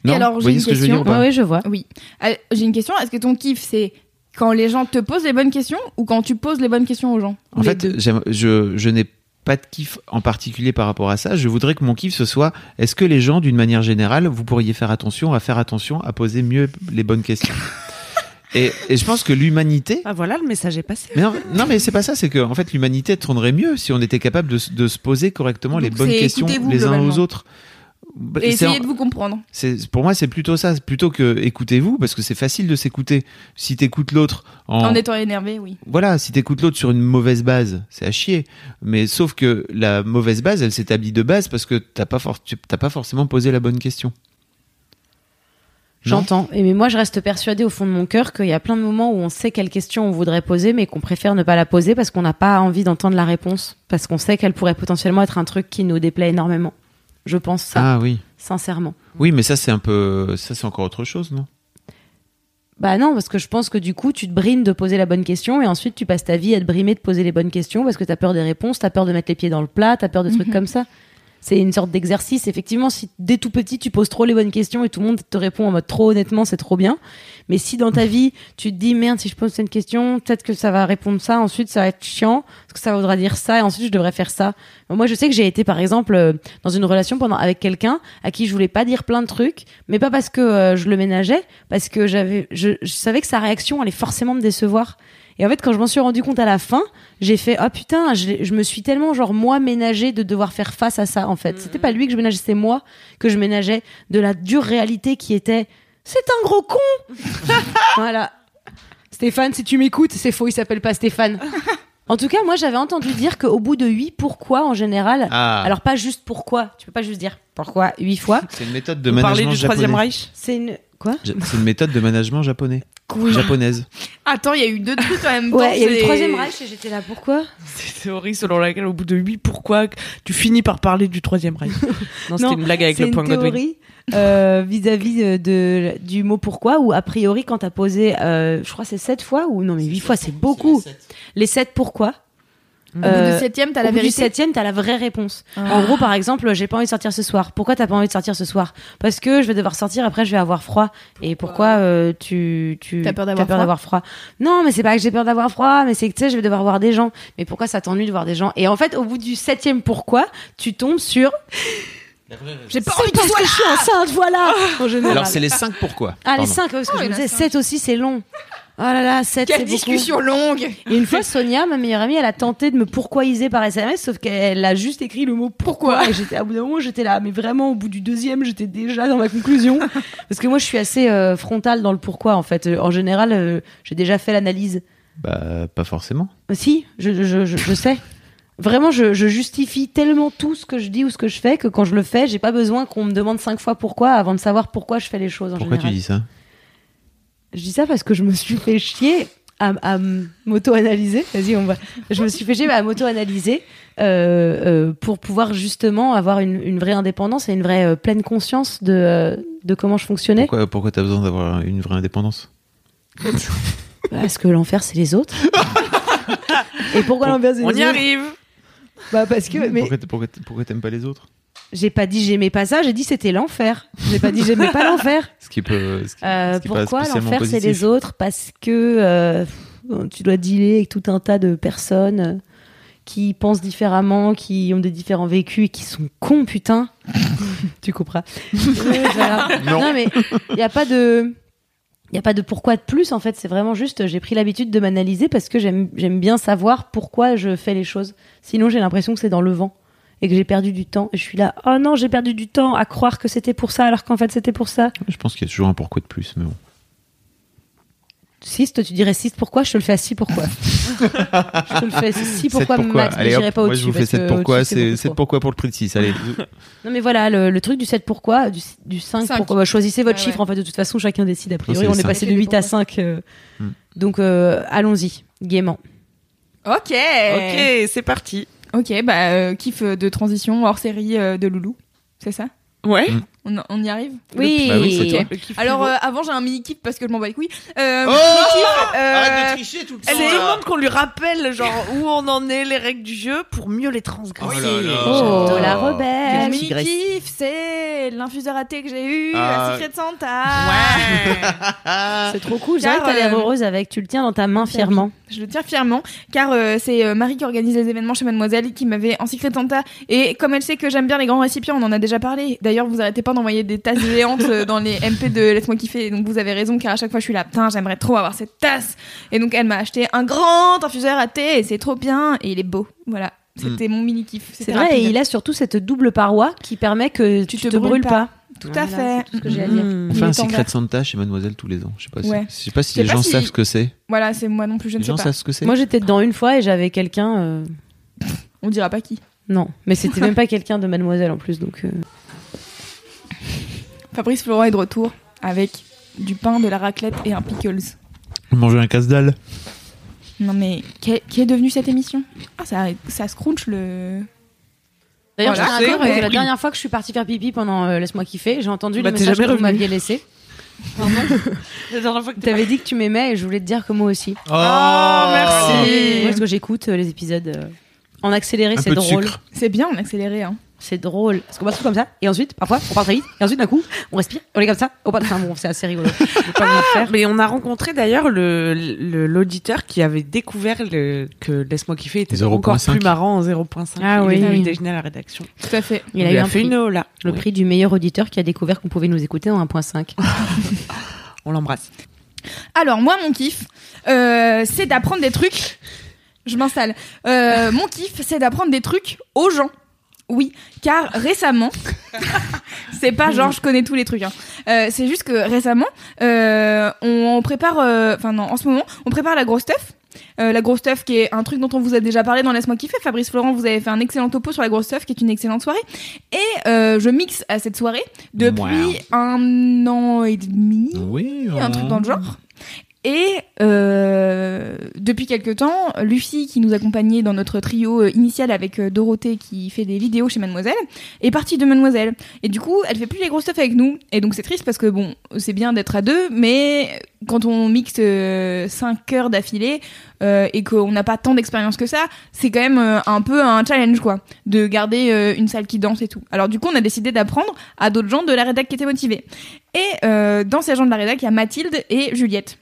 S1: Et alors,
S4: vous
S1: j'ai
S4: voyez
S1: une
S4: ce que je veux
S1: question.
S4: dire ou pas
S3: oui, je vois.
S1: Ah, Oui. Euh, J'ai une question. Est-ce que ton kiff, c'est quand les gens te posent les bonnes questions ou quand tu poses les bonnes questions aux gens
S4: En fait, euh, j'aime- je, je n'ai pas de kiff en particulier par rapport à ça. Je voudrais que mon kiff ce soit est-ce que les gens, d'une manière générale, vous pourriez faire attention à faire attention à poser mieux les bonnes questions et, et je pense que l'humanité.
S2: Ah voilà, le message est passé.
S4: Mais non, non, mais c'est pas ça, c'est que en fait l'humanité tournerait mieux si on était capable de, se- de se poser correctement les
S1: Donc
S4: bonnes
S1: c'est
S4: questions
S1: écoutez-vous
S4: les uns
S1: globalement.
S4: aux autres. Bah,
S1: Et
S4: C'est en-
S1: essayez de vous comprendre.
S4: c'est- pour moi, c'est plutôt ça, c'est plutôt que écoutez-vous, parce que c'est facile de s'écouter. Si t'écoutes l'autre
S1: En étant énervé, oui.
S4: voilà, si t'écoutes l'autre sur une mauvaise base, c'est à chier. Mais sauf que la mauvaise base, elle s'établit de base parce que t'as pas, for- tu- t'as pas forcément posé la bonne question. Non
S3: J'entends. Et mais moi, je reste persuadée au fond de mon cœur qu'il y a plein de moments où on sait quelle question on voudrait poser, mais qu'on préfère ne pas la poser parce qu'on n'a pas envie d'entendre la réponse, parce qu'on sait qu'elle pourrait potentiellement être un truc qui nous déplaît énormément. Je pense ça,
S4: Ah oui.
S3: sincèrement.
S4: Oui, mais ça, c'est un peu. Ça, c'est encore autre chose, non
S3: Bah non, parce que je pense que du coup, tu te brimes de poser la bonne question et ensuite tu passes ta vie à te brimer de poser les bonnes questions parce que t'as peur des réponses, t'as peur de mettre les pieds dans le plat, t'as peur de trucs comme ça. C'est une sorte d'exercice. Effectivement, si dès tout petit tu poses trop les bonnes questions et tout le monde te répond en mode trop honnêtement, c'est trop bien. Mais si dans ta vie tu te dis merde, si je pose cette question, peut-être que ça va répondre ça, ensuite ça va être chiant parce que ça voudra dire ça et ensuite je devrais faire ça. Moi, je sais que j'ai été par exemple euh, dans une relation pendant avec quelqu'un à qui je voulais pas dire plein de trucs, mais pas parce que euh, je le ménageais, parce que j'avais, je, je savais que sa réaction allait forcément me décevoir. Et en fait, quand je m'en suis rendu compte à la fin, j'ai fait oh putain, je, l'ai- je me suis tellement genre moi ménagée de devoir faire face à ça en fait. C'était pas lui que je ménageais, c'était moi que je ménageais de la dure réalité qui était c'est un gros con. voilà. Stéphane, si tu m'écoutes, c'est faux, il s'appelle pas Stéphane. En tout cas, moi j'avais entendu dire qu'au bout de huit pourquoi en général,
S4: Ah.
S3: alors pas juste pourquoi, tu peux pas juste dire pourquoi huit fois.
S4: C'est une méthode de
S2: Vous parlez
S4: management
S2: du Troisième
S4: japonais.
S2: Reich
S3: C'est une quoi
S4: Ja- C'est une méthode de management japonais. Japonaise.
S1: Attends, il y a eu deux trucs en même temps.
S3: Ouais, il y a eu le
S1: c'est-
S3: troisième Reich et j'étais là pourquoi
S2: C'est théorie selon laquelle, au bout de 8 pourquoi, tu finis par parler du Troisième Reich. Non, c'était
S3: Non,
S2: une blague avec
S3: C'est
S2: le point
S3: une
S2: Godwin.
S3: théorie euh, vis-à-vis euh, de, du mot pourquoi ou a priori quand t'as posé, euh, je crois c'est sept fois ou non mais huit fois c'est beaucoup. Les sept pourquoi
S1: Au bout
S3: Euh,
S1: du septième, t'as
S3: au
S1: la
S3: bout du
S1: vérité. Ah.
S3: septième, t'as la vraie réponse. En gros, par exemple, j'ai pas envie de sortir ce soir. Pourquoi t'as pas envie de sortir ce soir Parce que je vais devoir sortir, après je vais avoir froid. Et pourquoi euh, tu, tu
S1: T'as peur d'avoir froid
S3: froid Non, mais c'est pas que j'ai peur d'avoir froid, mais c'est que tu sais, je vais devoir voir des gens. Mais pourquoi ça t'ennuie de voir des gens Et en fait, au bout du septième pourquoi, tu tombes sur
S1: J'ai pas envie
S3: c'est
S1: de
S3: parce
S1: toi
S3: que je suis enceinte, voilà En général.
S4: Alors, c'est les 5 pourquoi.
S3: Ah,
S4: Pardon.
S3: les 5, parce que
S1: Oh,
S3: je
S1: Ah. il y
S3: me
S1: en a
S3: disais,
S1: cinq.
S3: 7 aussi, c'est long. Oh là là, 7, c'est
S1: Quelle
S3: beaucoup.
S1: discussion longue
S3: Et une fois, Sonia, ma meilleure amie, elle a tenté de me pourquoiser par SMS, sauf qu'elle a juste écrit le mot pourquoi. Et j'étais, à bout d'un moment, j'étais là. Mais vraiment, au bout du deuxième, j'étais déjà dans ma conclusion. Parce que moi, je suis assez euh, frontale dans le pourquoi, en fait. Euh, En général, euh, j'ai déjà fait l'analyse.
S4: Bah, pas forcément.
S3: Euh, Si, je, je, je, je sais. Vraiment, je, je justifie tellement tout ce que je dis ou ce que je fais que quand je le fais, j'ai pas besoin qu'on me demande cinq fois pourquoi avant de savoir pourquoi je fais les choses en
S4: Pourquoi
S3: général.
S4: tu dis ça
S3: Je dis ça parce que je me suis fait chier à, à m- m'auto-analyser. Vas-y, on va. Je me suis fait chier bah, à m'auto-analyser euh, euh, pour pouvoir justement avoir une, une vraie indépendance et une vraie euh, pleine conscience de, euh, de comment je fonctionnais.
S4: Pourquoi, pourquoi t'as besoin d'avoir une vraie indépendance
S3: Parce que l'enfer, c'est les autres. et pourquoi l'enfer, c'est
S2: On
S3: les
S2: y
S3: autres
S2: arrive
S3: Bah parce que mais
S4: Pourquoi t- pourquoi t- pourquoi t'aimes pas les autres
S3: j'ai pas dit j'aimais pas ça, j'ai dit c'était l'enfer. J'ai pas dit j'aimais pas l'enfer.
S4: Ce qui peut. ce qui-
S3: Euh,
S4: ce qui est pas
S3: pourquoi
S4: spécialement
S3: l'enfer c'est
S4: positif.
S3: les autres Parce que euh, tu dois dealer avec tout un tas de personnes euh, qui pensent différemment, qui ont des différents vécus et qui sont cons, putain. tu couperas. Ouais, voilà.
S4: Non.
S3: mais il n'y a pas de. Il n'y a pas de pourquoi de plus, en fait, c'est vraiment juste, j'ai pris l'habitude de m'analyser parce que j'aime j'aime bien savoir pourquoi je fais les choses. Sinon, j'ai l'impression que c'est dans le vent et que j'ai perdu du temps. Et je suis là, oh non, j'ai perdu du temps à croire que c'était pour ça alors qu'en fait c'était pour ça.
S4: Je pense qu'il y a toujours un pourquoi de plus, mais bon.
S3: 6, toi tu dirais 6 pourquoi, je te le fais à 6 pourquoi. je te le fais 6
S4: Sept
S3: pourquoi, max, mais
S4: Allez, hop,
S3: j'irai pas
S4: moi je
S3: au-dessus.
S4: vous fais
S3: parce
S4: 7
S3: que
S4: pourquoi,
S3: au-dessus,
S4: c'est
S3: beaucoup
S4: 7
S3: trop.
S4: pourquoi pour le prix de 6. Allez,
S3: Non mais voilà, le, le truc du 7 pourquoi, du, du 5,
S1: Cinq.
S3: pourquoi, bah, choisissez votre
S1: Ouais,
S3: chiffre
S1: ouais.
S3: en fait, de toute façon chacun décide a
S4: c'est
S3: priori,
S4: les
S3: on est
S4: cinq.
S3: passé de
S1: Fais des
S3: 8 à 5. euh,
S4: Hmm.
S3: Donc euh, allons-y, gaiement.
S1: Ok.
S2: Ok, c'est parti.
S1: Ok, bah euh, kiff de transition hors série euh, de euh, Loulou, c'est ça
S2: Ouais.
S4: Mm.
S1: On, on y arrive
S3: Oui.
S4: Bah oui, c'est toi.
S1: Alors, euh, avant, j'ai un mini kiff parce que je m'en bats les couilles. Euh,
S4: Oh
S1: mini kiff, euh,
S4: Arrête de tricher tout le temps
S2: Elle demande qu'on lui rappelle genre où on en est, les règles du jeu pour mieux les transgresser.
S3: Oh,
S4: J'adore.
S3: la rebelle.
S1: Mon
S4: Quelle
S1: Euh, mini
S4: tigresse.
S1: kiff, c'est l'infuseur à thé que j'ai eu,
S4: Ah.
S1: la Secret Santa.
S4: Ah,
S3: C'est trop cool.
S1: Car,
S3: J'arrête à l'air
S1: euh,
S3: heureuse avec. Tu le tiens dans ta main fièrement.
S1: Je le tiens fièrement, car euh, c'est euh, Marie qui organise les événements chez Mademoiselle, qui m'avait en Secret Santa. Et comme elle sait que j'aime bien les grands récipients, on en a déjà parlé. D'ailleurs, vous arrêtez pas d'envoyer des tasses géantes euh, dans les MP de Laisse-moi kiffer. Donc vous avez raison, car à chaque fois je suis là, putain, j'aimerais trop avoir cette tasse. Et donc elle m'a acheté un grand infuseur à thé, et c'est trop bien, et il est beau. Voilà,
S4: Hmm.
S1: c'était mon mini kiff.
S3: C'est vrai, et il a surtout cette double paroi qui permet que tu, te, brûles pas.
S1: Tout à fait. Hmm.
S3: ce que j'ai à dire.
S4: on fait un
S1: est en
S4: secret
S1: vert.
S4: Santa chez Mademoiselle tous les ans. Je sais pas si,
S1: Ouais.
S4: je sais pas si
S1: Je sais
S4: les
S1: pas
S4: gens
S1: si-
S4: savent ce que c'est.
S1: Voilà, c'est moi non plus, je ne
S4: Les
S1: sais
S4: gens
S1: pas.
S4: savent ce que c'est.
S3: Moi, j'étais dedans une fois et j'avais quelqu'un. euh,
S1: On dira pas qui.
S3: Non, mais c'était même pas quelqu'un de mademoiselle en plus, donc. euh,
S1: Fabrice Florent est de retour avec du pain, de la raclette et un pickles.
S4: Manger un casse-dalle.
S1: Non mais qu'est- qui est devenue cette émission Ah ça, ça scrunch le.
S13: D'ailleurs, je
S1: Voilà,
S13: tiens à dire que
S1: c'est-
S13: la
S1: oui.
S13: dernière
S3: dernière fois que je suis partie faire pipi pendant euh, Laisse-moi kiffer, j'ai entendu
S2: Bah,
S3: le
S2: t'es
S3: message
S2: jamais
S3: que vous
S2: revenue.
S3: m'aviez laissé.
S2: La dernière fois que t'es
S3: T'avais dit que tu m'aimais et je voulais te dire que moi aussi.
S4: Oh,
S2: merci.
S3: Ouais, parce que j'écoute euh, les épisodes euh, en accéléré,
S4: Un
S3: c'est
S4: peu de
S3: drôle.
S4: sucre.
S1: C'est bien en accéléré hein.
S3: C'est drôle. Parce qu'on passe tout comme ça, et ensuite, parfois, on part très vite, et ensuite, d'un coup, on respire, on est comme ça. Oh, bah, enfin, bon, c'est assez rigolo. Je vais pas le faire.
S2: Mais on a rencontré d'ailleurs le- le- l'auditeur qui avait découvert le- que Laisse-moi kiffer était encore
S4: 0.5.
S2: plus marrant en 0.5.
S3: Ah oui.
S2: Il est
S3: Ah
S2: venu
S3: oui.
S2: déjeuner à la rédaction.
S1: Tout à fait.
S3: Il
S2: On
S3: a
S2: lui
S3: eu un
S2: fait
S3: prix.
S2: une hola.
S3: Le
S2: Oui.
S3: prix du meilleur auditeur qui a découvert qu'on pouvait nous écouter en 1.5.
S2: Ah On l'embrasse.
S1: Alors moi mon kiff, euh, c'est d'apprendre des trucs. Je m'installe. Euh, mon kiff, c'est d'apprendre des trucs aux gens. Oui, car récemment, c'est pas genre je connais tous les trucs. hein. Euh, c'est juste que récemment, euh, on, prépare, euh, enfin non, en ce moment, on prépare la grosse stuff. Euh, la grosse stuff qui est un truc dont on vous a déjà parlé dans Laisse-moi kiffer. Fabrice Florent, vous avez fait un excellent topo sur la grosse stuff qui est une excellente soirée. Et euh, je mixe à cette soirée depuis
S4: Wow.
S1: un an et demi
S4: Oui, euh,
S1: un truc dans le genre. Et euh, depuis quelques temps, Lucie, qui nous accompagnait dans notre trio euh, initial avec euh, Dorothée, qui fait des vidéos chez Mademoiselle, est partie de Mademoiselle. Et du coup, elle fait plus les grosses stuff avec nous. Et donc c'est triste parce que bon, c'est bien d'être à deux, mais quand on mixe 5 heures d'affilée euh, et qu'on n'a pas tant d'expérience que ça, c'est quand même euh, un peu un challenge quoi, de garder euh, une salle qui danse et tout. Alors du coup, on a décidé d'apprendre à d'autres gens de la rédac qui étaient motivés. Et euh, dans ces gens de la rédac, il y a Mathilde et Juliette.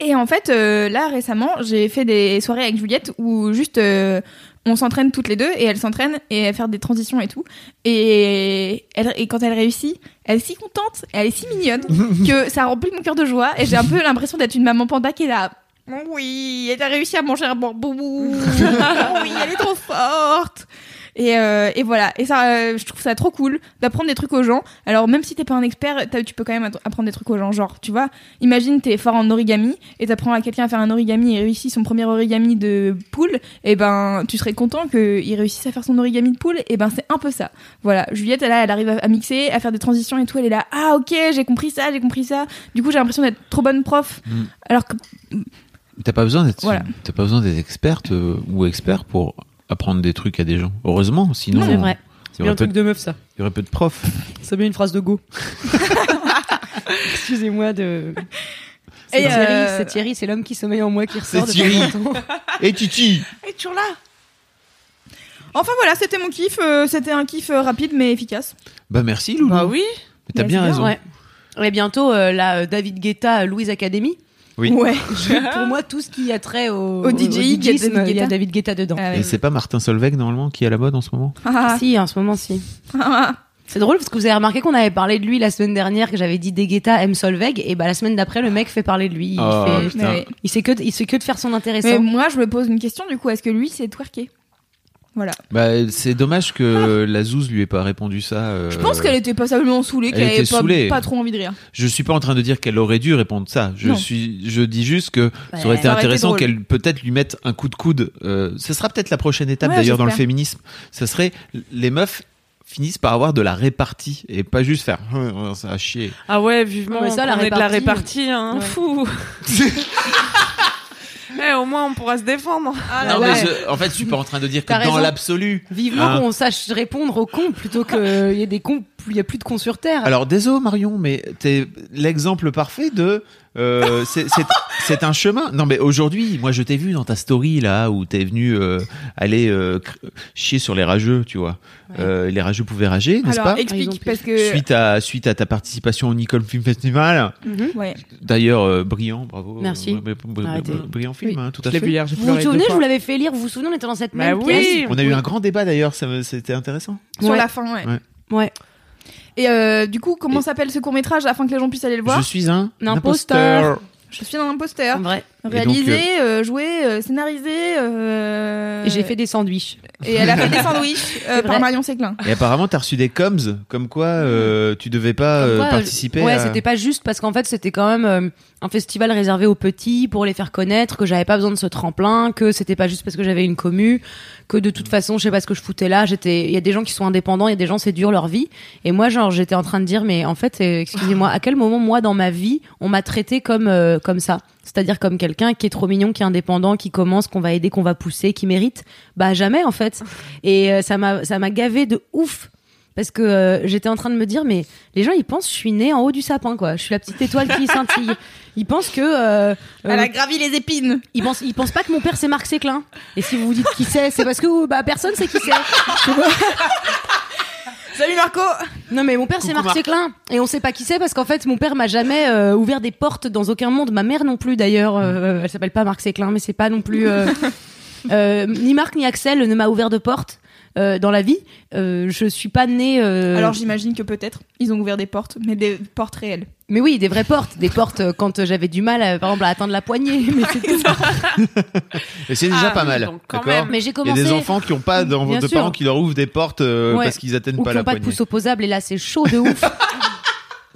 S1: Et en fait, euh, là récemment, j'ai fait des soirées avec Juliette où juste euh, on s'entraîne toutes les deux et elle s'entraîne et à faire des transitions et tout. Et, elle, et quand elle réussit, elle est si contente, elle est si mignonne que ça remplit mon cœur de joie et j'ai un peu l'impression d'être une maman panda qui est là. Oh Oui, elle a réussi à manger un bambou. Oh oui, elle est trop forte. Et, euh, et voilà. Et ça, euh, je trouve ça trop cool d'apprendre des trucs aux gens. Alors même si t'es pas un expert, t'as- tu peux quand même att- apprendre des trucs aux gens. Genre, tu vois, imagine t'es fort en origami et t'apprends à quelqu'un à faire un origami et réussit son premier origami de poule. Et ben, tu serais content qu'il réussisse à faire son origami de poule. Et ben, c'est un peu ça. Voilà. Juliette, elle, a- elle arrive à, à mixer, à faire des transitions et tout. Elle est là. Ah ok, j'ai compris ça, j'ai compris ça. Du coup, j'ai l'impression d'être trop bonne prof.
S4: Mm.
S1: Alors que
S4: T'as pas besoin d'être,
S1: Voilà.
S4: t'as pas besoin d'être experte euh, ou expert pour apprendre des trucs à des gens. Heureusement, sinon.
S3: C'est vrai.
S4: Il y, aurait peu, de-
S3: de meuf, ça.
S4: il y aurait peu de profs.
S3: Ça met une phrase de go. Excusez-moi de. C'est
S1: Et,
S3: Thierry,
S1: euh,
S3: c'est Thierry, c'est l'homme qui sommeille en moi qui ressort de
S4: C'est Thierry.
S3: temps en temps.
S4: Et Titi
S2: Et toujours là.
S1: Enfin voilà, c'était mon kiff. euh, c'était un kiff euh, rapide mais efficace.
S4: Bah merci
S3: Mmh.
S4: Loulou.
S2: Bah oui.
S4: Mais T'as
S1: Bah,
S4: bien
S1: c'est bien,
S4: raison.
S3: Ouais. Et bientôt, euh, la euh, David Guetta euh, Louise Academy.
S4: Oui.
S1: Ouais.
S3: Pour moi, tout ce qui a trait au,
S1: Au DJing, il y a David
S3: DJisme, il y a
S1: Guetta.
S3: David Guetta dedans.
S1: Ah ouais.
S4: Et c'est pas Martin Solveig normalement qui est à la mode en ce moment
S1: Ah,
S3: Si, en ce moment, si.
S1: ah,
S3: C'est drôle parce que vous avez remarqué qu'on avait parlé de lui la semaine dernière, que j'avais dit des Guetta M. Solveig, et bah la semaine d'après, le mec fait parler de lui. Il,
S4: Oh,
S3: fait-
S4: putain.
S1: Mais-
S3: il sait que, il sait que de faire son
S1: Mais
S3: intéressant.
S1: moi, je me pose une question du coup. Est-ce que lui, c'est twerké Voilà.
S4: Bah c'est dommage que la Zouz lui ait pas répondu ça. euh,
S1: Je pense qu'elle était passablement saoulée,
S4: elle
S1: qu'elle
S4: était
S1: avait pas,
S4: saoulée.
S1: pas trop envie de rire.
S4: Je suis pas en train de dire qu'elle aurait dû répondre ça. Je
S1: Non.
S4: suis, je dis juste que ça aurait été
S1: Ça aurait été
S4: intéressant
S1: drôle.
S4: qu'elle peut-être lui mette un coup de coude. Euh, ce sera peut-être la prochaine étape
S1: Ouais,
S4: d'ailleurs dans le
S1: j'espère.
S4: féminisme. Ça serait les meufs finissent par avoir de la répartie et pas juste faire Hum, ça a chier.
S2: Ah ouais, vivement.
S3: Ouais, mais ça, la
S2: on est de la
S3: répartie.
S2: répartie, hein.
S3: Ouais.
S2: Fou. Eh, au moins, on pourra se défendre.
S1: Ah
S4: non
S3: ouais.
S4: mais je- en fait, je suis pas en train de dire que
S3: T'as
S4: dans
S3: raison.
S2: Ah.
S4: l'absolu.
S3: Vivement
S4: Hein.
S3: qu'on sache répondre aux cons plutôt qu'il y ait des cons il y a plus de cons sur terre.
S4: Alors désolé Marion, mais t'es l'exemple parfait de euh, c'est- c'est c'est un chemin. Non mais aujourd'hui, moi je t'ai vu dans ta story là où t'es venu euh, aller euh, cr- chier sur les rageux, tu vois. Euh, les rageux pouvaient rager, n'est-ce
S1: Alors,
S4: pas
S1: explique, parce que.
S4: Suite à suite à ta participation au Nicole Film Festival,
S1: Ouais.
S4: d'ailleurs euh, brillant, bravo.
S3: Merci.
S4: Euh, br- br- br-
S3: Arrêtez.
S4: brillant film,
S3: Oui.
S4: hein, tout à
S2: Je l'ai
S4: fait.
S2: vu hier, j'ai
S3: Vous vous
S2: pleuré.
S3: souvenez,
S2: deux
S3: je
S2: fois.
S3: vous l'avais fait lire, vous vous souvenez, on était dans cette
S2: Bah
S3: même
S2: oui.
S3: pièce.
S4: On a eu un grand débat d'ailleurs, ça me- c'était intéressant.
S1: Sur
S3: Ouais.
S1: la fin, ouais.
S4: Ouais.
S3: Ouais.
S1: Et euh, du coup, comment s'appelle ce court-métrage afin que les gens puissent aller le voir
S4: Je suis un,
S3: Un imposteur.
S1: Je... suis un imposteur.
S3: Vrai.
S1: Réalisé, euh, joué, euh, scénarisé. euh,
S3: Et J'ai fait des sandwichs.
S1: Et elle a fait des sandwichs euh, par
S3: vrai.
S1: Marion Séclin.
S4: Et apparemment, t'as reçu des coms comme quoi euh, tu devais pas
S3: Comme
S4: euh,
S3: quoi, euh,
S4: participer.
S3: Ouais,
S4: à-
S3: c'était pas juste parce qu'en fait, c'était quand même euh, un festival réservé aux petits pour les faire connaître, que j'avais pas besoin de ce tremplin, que c'était pas juste parce que j'avais une commu, que de toute façon, je sais pas ce que je foutais là. J'étais, il y a des gens qui sont indépendants, il y a des gens c'est dur leur vie. Et moi, genre, j'étais en train de dire, mais en fait, euh, excusez-moi, à quel moment moi dans ma vie on m'a traité comme euh, comme ça, c'est-à-dire comme quelqu'un qui est trop mignon, qui est indépendant, qui commence, qu'on va aider, qu'on va pousser, qui mérite. Bah jamais en fait. Et euh, ça m'a ça m'a gavé de ouf. Parce que euh, j'étais en train de me dire, mais les gens, ils pensent que je suis née en haut du sapin, quoi. Je suis la petite étoile qui scintille. Ils pensent que... euh, euh,
S1: Elle a gravi les épines.
S3: ils, pensent, ils pensent pas que mon père, c'est Marc Séclin. Et si vous vous dites qui c'est, c'est parce que bah, personne sait qui c'est.
S1: Salut Marco
S3: Non, mais mon père, c'est Marc Séclin. Et on sait pas qui c'est parce qu'en fait, mon père m'a jamais euh, ouvert des portes dans aucun monde. Ma mère non plus, d'ailleurs. Euh, elle s'appelle pas Marc Séclin, mais c'est pas non plus... euh, euh, ni Marc ni Axel ne m'a ouvert de porte. euh, dans la vie, Euh, je suis pas née. euh,
S1: Alors j'imagine que peut-être ils ont ouvert des portes, mais des portes réelles.
S3: Mais oui, des vraies portes, des portes euh, quand euh, j'avais du mal, euh, par exemple, à atteindre la poignée. Mais, c'est tout.
S4: Et c'est déjà
S2: Ah,
S4: pas
S2: oui,
S4: mal.
S2: donc quand
S4: d'accord
S2: même.
S3: Mais j'ai
S4: Il y a
S3: commencé.
S4: des enfants qui ont pas d'en-
S3: Bien
S4: de
S3: sûr.
S4: parents qui leur ouvrent des portes euh,
S3: Ouais.
S4: parce qu'ils atteignent
S3: ou
S4: pas
S3: qui
S4: la
S3: n'ont pas de
S4: poignée.
S3: pouce opposable et là c'est chaud de ouf.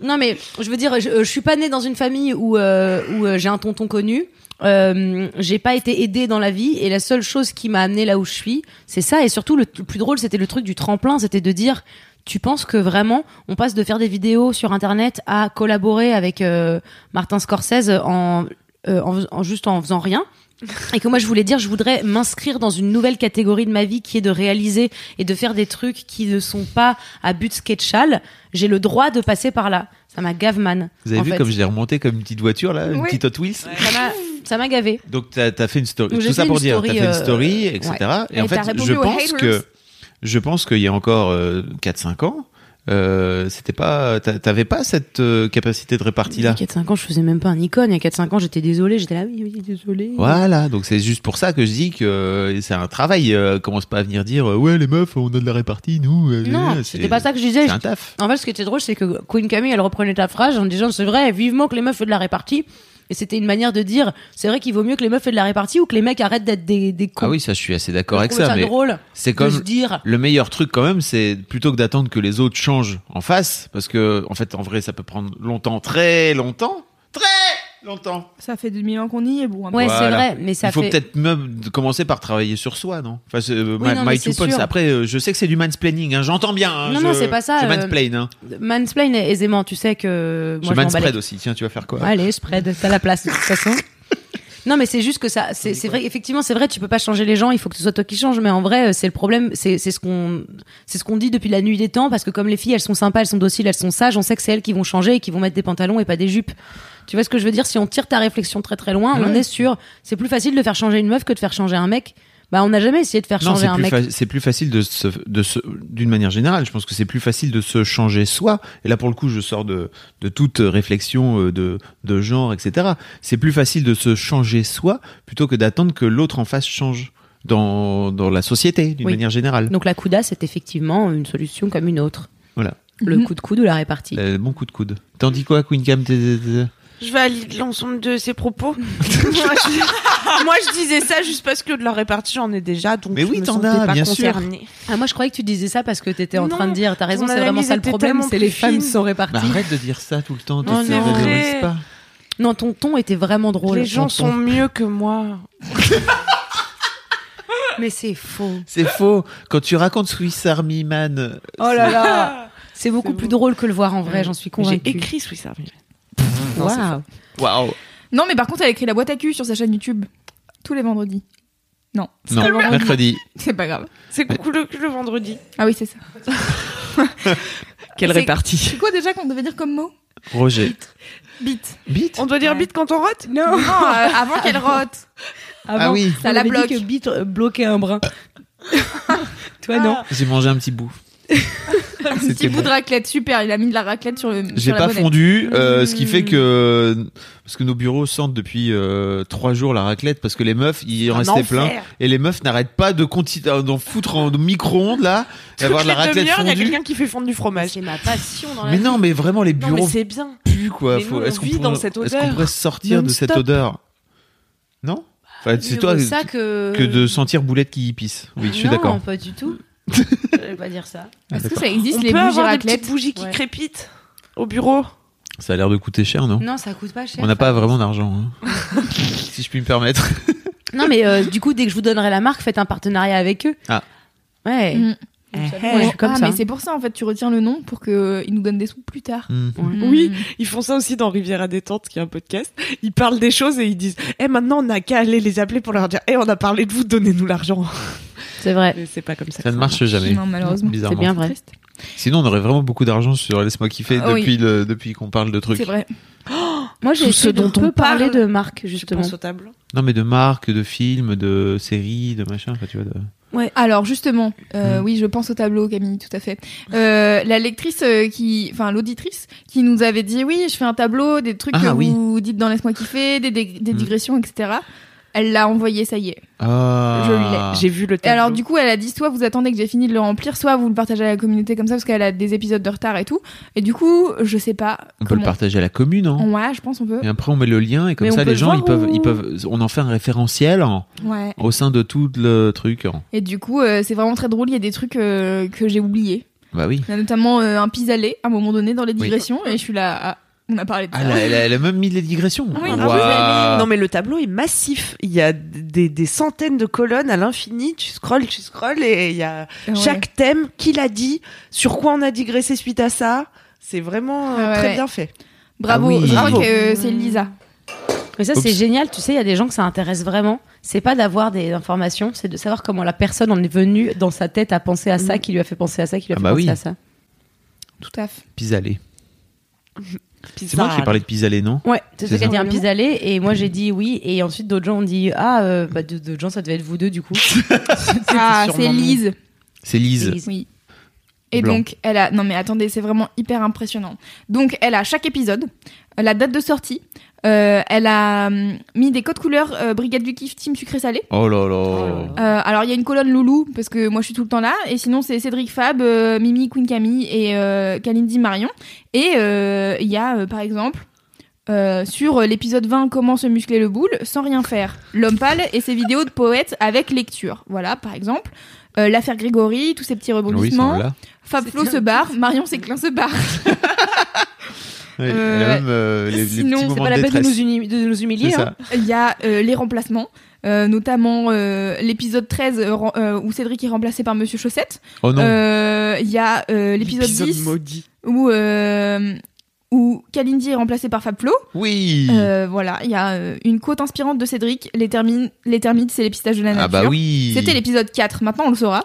S3: non mais je veux dire, je, euh, je suis pas née dans une famille où euh, où euh, j'ai un tonton connu. Euh, j'ai pas été aidée dans la vie et la seule chose qui m'a amenée là où je suis, c'est ça et surtout le, t- le plus drôle c'était le truc du tremplin, c'était de dire tu penses que vraiment on passe de faire des vidéos sur internet à collaborer avec euh, Martin Scorsese en, euh, en, en juste en faisant rien et que moi je voulais dire je voudrais m'inscrire dans une nouvelle catégorie de ma vie qui est de réaliser et de faire des trucs qui ne sont pas à but sketchal j'ai le droit de passer par là ça m'a gaveman
S4: Vous avez
S3: en
S4: vu
S3: fait.
S4: comme j'ai remonté comme une petite voiture là, une
S1: Oui.
S4: petite Hot Wheels.
S3: ça m'a ça m'a gavé
S4: Donc t'as as fait une story.
S3: Donc, j'ai
S4: Tout ça
S3: fait
S4: pour
S3: une
S4: dire, t'as
S3: story,
S4: fait une
S3: euh,
S4: story, etc. Et,
S1: Et
S4: en fait,
S1: t'as répondu
S4: je
S1: aux
S4: pense
S1: haters.
S4: que je pense qu'il y a encore euh, 4-5 ans, euh, c'était pas, t'a- t'avais pas cette euh, capacité de répartie
S3: il y a
S4: là.
S3: 4-5 ans je faisais même pas un icône il y a 4-5 ans j'étais désolée j'étais là oui oui désolée
S4: Voilà, donc c'est juste pour ça que je dis que euh, c'est un travail. euh, commence pas à venir dire euh, ouais les meufs, on a de la répartie, nous. euh,
S3: non
S4: euh,
S3: c'était pas ça que je disais
S4: C'est un taf.
S3: En fait, ce qui était drôle, c'est que Queen Camille, elle reprenait ta phrase en disant c'est vrai, vivement que les meufs aient de la répartie. Et c'était une manière de dire c'est vrai qu'il vaut mieux que les meufs aient de la répartie ou que les mecs arrêtent d'être des, des cons.
S4: Ah oui, ça je suis assez d'accord
S3: Je
S4: avec
S3: trouvais
S4: ça, mais
S3: drôle
S4: c'est
S3: de se
S4: comme
S3: dire.
S4: le meilleur truc quand même, c'est plutôt que d'attendre que les autres changent en face, parce que en fait en vrai ça peut prendre longtemps, très longtemps, très longtemps.
S1: Ça fait 2000 ans qu'on y est, bon. un peu.
S3: Ouais, c'est
S4: Voilà.
S3: vrai, mais ça
S4: Il faut
S3: fait.
S4: peut-être même de commencer par travailler sur soi, non Enfin, c'est, euh,
S3: Oui,
S4: my,
S3: non,
S4: my
S3: mais
S4: two
S3: c'est
S4: points.
S3: sûr.
S4: Après, euh, je sais que c'est du mansplaining, hein, j'entends bien. hein,
S3: Non, non,
S4: je-
S3: c'est pas ça,
S4: Je
S3: euh,
S4: mansplain, hein.
S3: Mansplain est aisément, tu sais que.
S4: je
S3: Moi, je m'en
S4: manspread
S3: balais.
S4: aussi. Tiens, tu vas faire quoi
S3: Allez, spread, t'as la place de toute façon. Non, mais c'est juste que ça, c'est c'est vrai, effectivement, c'est vrai, tu peux pas changer les gens, il faut que ce soit toi qui change, mais en vrai, euh, c'est le problème, c'est c'est ce qu'on c'est ce qu'on dit depuis la nuit des temps, parce que comme les filles, elles sont sympas, elles sont dociles, elles sont sages, on sait que c'est elles qui vont changer et qui vont mettre des pantalons et pas des jupes. Tu vois ce que je veux dire? Si on tire ta réflexion très très loin, on en est sûr, c'est plus facile de faire changer une meuf que de faire changer un mec. Bah, on n'a jamais essayé de faire
S4: Non,
S3: changer
S4: c'est
S3: un
S4: plus,
S3: mec.
S4: fa- c'est plus facile de se, de se- d'une manière générale. Je pense que c'est plus facile de se changer soi. Et là, pour le coup, je sors de, de toute réflexion euh, de, de genre, etc. C'est plus facile de se changer soi plutôt que d'attendre que l'autre en face change dans, dans la société, d'une
S3: Oui.
S4: manière générale.
S3: Donc la couda, c'est effectivement une solution comme une autre.
S4: Voilà.
S3: Le coup de coude ou la répartie.
S4: Euh, bon coup de coude. T'en dis quoi, Queen Cam t'es- t'es- t'es-
S2: Je valide l'ensemble de ses propos. moi, je, moi, je disais ça juste parce que de la répartie, j'en ai déjà, donc
S4: Mais
S2: je
S4: oui,
S2: me
S4: t'en
S2: sentais
S4: as,
S2: pas
S4: bien sûr.
S2: concernée.
S3: Ah, moi, je croyais que tu disais ça parce que t'étais en
S2: Non,
S3: train de dire. T'as raison,
S2: ton
S3: c'est vraiment
S2: analyse
S3: ça le
S2: était
S3: problème,
S2: tellement
S3: c'est les
S2: plus
S3: femmes
S2: fine.
S3: sont
S4: Bah,
S3: réparties.
S4: arrête de dire ça tout le temps.
S2: Non,
S4: t'es-
S2: c'est
S4: t'es- t'es-
S2: vrai.
S4: t'es- pas. Bah.
S3: non, ton ton était vraiment drôle.
S2: Les gens
S3: Ton
S2: sont
S3: ton.
S2: mieux que moi.
S3: Mais c'est faux.
S4: C'est faux. Quand tu racontes Swiss Army Man,
S3: Oh là là C'est beaucoup plus drôle que le voir en vrai,
S2: Ouais.
S3: j'en suis
S2: J'ai
S3: convaincue.
S2: écrit Swiss Army.
S3: Waouh.
S4: waouh.
S1: Non, mais par contre, elle écrit la boîte à cul sur sa chaîne YouTube tous les vendredis. Non, c'est pas
S4: Non,
S1: le vendredi.
S4: mercredi.
S1: C'est pas grave.
S2: C'est coucou le, le vendredi.
S1: Ah oui, c'est ça.
S2: Quelle
S1: C'est-
S2: répartie
S1: C'est quoi déjà qu'on devait dire comme mot
S4: Roger.
S1: Bite.
S4: Bite
S2: On doit dire
S1: Ouais.
S2: bite quand on rote
S1: Non, euh, avant qu'elle rote.
S10: Avant,
S4: Ah oui.
S1: Ça la
S10: avait dit
S1: bloque.
S10: que Bit euh, bloquait un brin. Toi,
S3: Ah,
S10: non.
S4: J'ai mangé un petit bout.
S1: Un
S4: C'était
S1: petit bout de raclette, super. Il a mis de la raclette sur le.
S4: J'ai
S1: sur la
S4: pas
S1: bonnette.
S4: fondu, euh, ce qui
S1: Mmh.
S4: fait que parce que nos bureaux sentent depuis euh, trois jours la raclette parce que les meufs il en restait plein et les meufs n'arrêtent pas de continuer euh, d'en foutre en micro-ondes là d'avoir de la
S2: Toutes les
S4: raclette
S2: demi-heures, il y a
S4: fondue.
S2: quelqu'un qui fait fondre du fromage.
S3: C'est ma passion dans la
S4: Mais non, mais vraiment les
S2: Non, mais
S4: bureaux
S2: c'est bien.
S4: puent quoi.
S2: mais
S4: Faut-
S2: nous,
S4: Est-ce
S2: on
S4: qu'on
S2: vit
S4: pourrait-
S2: dans cette
S4: est-ce qu'on
S2: odeur
S4: pourrait sortir de cette
S2: non-stop. Bah,
S4: odeur Non Enfin,
S3: vie.
S4: C'est
S3: Mieux
S4: toi
S3: vaut
S4: que,
S3: ça que...
S4: que
S2: euh,
S4: de sentir boulette qui y pisse. Oui, je suis
S3: Non,
S4: d'accord.
S3: pas du tout. Je vais pas dire ça.
S1: Est-ce que ça existe
S2: On
S1: les
S2: peut
S1: bougies
S2: avoir des petites
S1: raclette
S2: bougies qui
S3: Ouais.
S2: crépitent au bureau.
S4: Ça a l'air de coûter cher, non
S3: Non, ça coûte pas cher.
S4: On n'a pas vraiment d'argent, hein. si je puis me permettre.
S3: Non, mais euh, du coup, dès que je vous donnerai la marque, faites un partenariat avec eux.
S4: Ah.
S3: Ouais.
S1: Mm.
S2: Eh.
S3: Moi, je suis comme
S1: ah,
S3: ça.
S1: mais c'est pour ça en fait, tu retiens le nom pour qu'ils nous donnent des sous plus tard. Mm.
S4: Hmm.
S2: Oui. Ils font ça aussi dans Rivière à détente, qui est un podcast. Ils parlent des choses et ils disent Eh, maintenant, on n'a qu'à aller les appeler pour leur dire Eh, on a parlé de vous, donnez-nous l'argent.
S3: C'est vrai.
S2: Mais c'est pas comme ça.
S4: Ça ne marche jamais.
S1: Non, malheureusement.
S3: C'est
S4: Bizarrement.
S3: bien vrai.
S1: Triste.
S4: Sinon, on aurait vraiment beaucoup d'argent sur Laisse-moi kiffer
S1: Ah oui.
S4: depuis, le- depuis qu'on parle de trucs.
S1: C'est vrai.
S3: Moi, j'ai
S2: Tout
S3: essayé
S2: ce
S3: de
S2: dont on
S3: peu parler
S2: parle.
S3: de marque,
S2: Je
S3: justement.
S2: pense au tableau.
S4: Non, mais de marques, de films, de séries, de machin. Enfin, tu vois, de-
S1: Ouais. Alors justement, euh,
S4: Mm.
S1: oui, je pense au tableau, Camille, tout à fait. Euh, la lectrice euh, qui, enfin l'auditrice qui nous avait dit oui, je fais un tableau des trucs
S4: Ah,
S1: que
S4: oui.
S1: vous dites dans laisse-moi kiffer, des, des, des
S4: Mm.
S1: digressions, etc. Elle l'a envoyé, ça y est.
S4: Ah.
S1: Je
S2: J'ai vu le
S1: Et
S2: tableau.
S1: alors du coup, elle a dit soit vous attendez que j'ai fini de le remplir, soit vous le partagez à la communauté comme ça parce qu'elle a des épisodes de retard et tout. Et du coup, je sais pas.
S4: On peut le partager à la commune, hein.
S1: partager. Ouais, je pense on peut.
S4: Et après, on met le lien et comme
S2: Mais on
S4: ça,
S2: peut
S4: les
S2: le
S4: gens,
S2: voir
S4: ils peuvent,
S2: ou-
S4: ils peuvent, on en fait un référentiel hein,
S1: Ouais.
S4: au sein de tout le truc. hein.
S1: Et du coup, euh, c'est vraiment très drôle. Il y a des trucs euh, que j'ai oubliés.
S4: Bah oui.
S1: Il y a notamment euh, un pis-aller à un moment donné dans les digressions et je suis là. ah, on a parlé de ça.
S4: Ah, elle, a, elle a- elle a même mis les digressions.
S1: Oui,
S4: Waouh.
S1: ah oui,
S2: Non, mais le tableau est massif. Il y a des, des centaines de colonnes à l'infini. Tu scrolles, tu scrolles et il y a
S1: Ouais.
S2: chaque thème, qui l'a dit, sur quoi on a digressé suite à ça. C'est vraiment
S1: Ah
S2: euh,
S1: Ouais,
S2: très
S1: ouais.
S2: bien fait.
S1: Bravo,
S4: Ah oui.
S1: je crois
S2: Bravo.
S1: que euh, c'est Lisa.
S3: Mais ça,
S4: Oups.
S3: c'est génial. Tu sais, il y a des gens que ça intéresse vraiment. C'est pas d'avoir des informations, c'est de savoir comment la personne en est venue dans sa tête à penser à ça, qui lui a fait penser à ça, qui lui a
S4: Ah
S3: fait
S4: bah
S3: penser
S4: oui.
S3: à ça.
S1: Tout à fait.
S4: Pis-aller. C'est moi qui ai parlé de pis-aller, non
S3: Ouais, c'est
S4: C'est
S3: ce qu'a
S4: ça.
S3: dit un pis-aller, et moi j'ai dit oui, et ensuite d'autres gens ont dit ah, euh, bah, d- d'autres gens ça devait être vous deux du coup.
S1: Ah,
S2: sûrement
S1: c'est
S2: nous.
S1: Lise.
S4: C'est Lise.
S1: Oui. Et
S4: Blanc.
S1: donc, elle a. Non, mais attendez, c'est vraiment hyper impressionnant. Donc, elle a chaque épisode, la date de sortie, euh, elle a hum, mis des codes couleurs euh, Brigade du Kiff, Team Sucré Salé.
S4: Oh là
S3: Oh
S4: là.
S3: là
S1: Euh, alors, il y a une colonne Loulou, parce que moi je suis tout le temps là, et sinon, c'est Cédric Fab, euh, Mimi, Queen Camille et euh, Kalindi Marion. Et euh, il y a, euh, par exemple. euh, sur l'épisode 20, comment se muscler le boule sans rien faire. L'homme pâle et ses vidéos de poètes avec lecture. Voilà, par exemple. Euh, L'affaire Grégory, tous ces petits
S4: Oui, ça,
S1: rebondissements.
S4: on l'a.
S1: Fab Flo se barre, Marion Séclin se barre.
S4: Ouais,
S1: Euh,
S4: elle a même euh, les, les
S1: sinon,
S4: petits
S1: c'est
S4: moments
S3: pas la
S4: de
S3: peine de
S4: détresse.
S3: nous, uni- de nous humilier.
S4: C'est
S3: hein.
S4: ça.
S1: Il y a euh, les remplacements, euh, notamment euh, l'épisode 13 euh, ren- euh, où Cédric est remplacé par Monsieur Chaussette.
S4: Oh non.
S1: Euh, Il y a euh, l'épisode 10
S2: maudit.
S1: où, euh, où Kalindi est remplacée par Fab Flo.
S4: oui.
S1: Euh, voilà, il y a euh, une quote inspirante de Cédric, les, termines, les termites, c'est les pistaches de la nature.
S4: ah bah oui.
S1: C'était l'épisode 4, maintenant on le saura.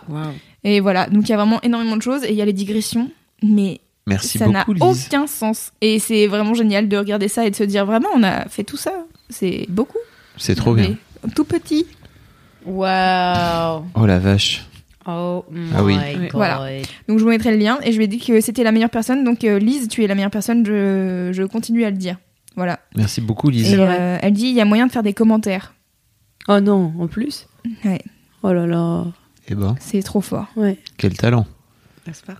S1: Et voilà, donc il y a vraiment énormément de choses et il y a les digressions. Mais
S4: Merci
S1: ça n'a
S4: beaucoup, Lise.
S1: aucun sens. Et c'est vraiment génial de regarder ça et de se dire vraiment, on a fait tout ça. C'est beaucoup.
S4: C'est trop bien.
S1: Mais Tout petit.
S10: Waouh.
S4: Oh la vache.
S10: Oh my
S4: Ah oui.
S10: God.
S1: Voilà. Donc je vous mettrai le lien et je lui ai dit que c'était la meilleure personne. Donc euh, Lise, tu es la meilleure personne, je, je continue à le dire. Voilà.
S4: Merci beaucoup,
S1: Et
S4: Lise.
S1: euh,
S3: vrai.
S1: elle dit il y a moyen de faire des commentaires.
S3: Oh non, en plus.
S1: Ouais,
S3: Oh là là.
S4: Eh ben,
S1: c'est trop fort.
S3: Ouais.
S4: quel talent.
S2: N'est-ce pas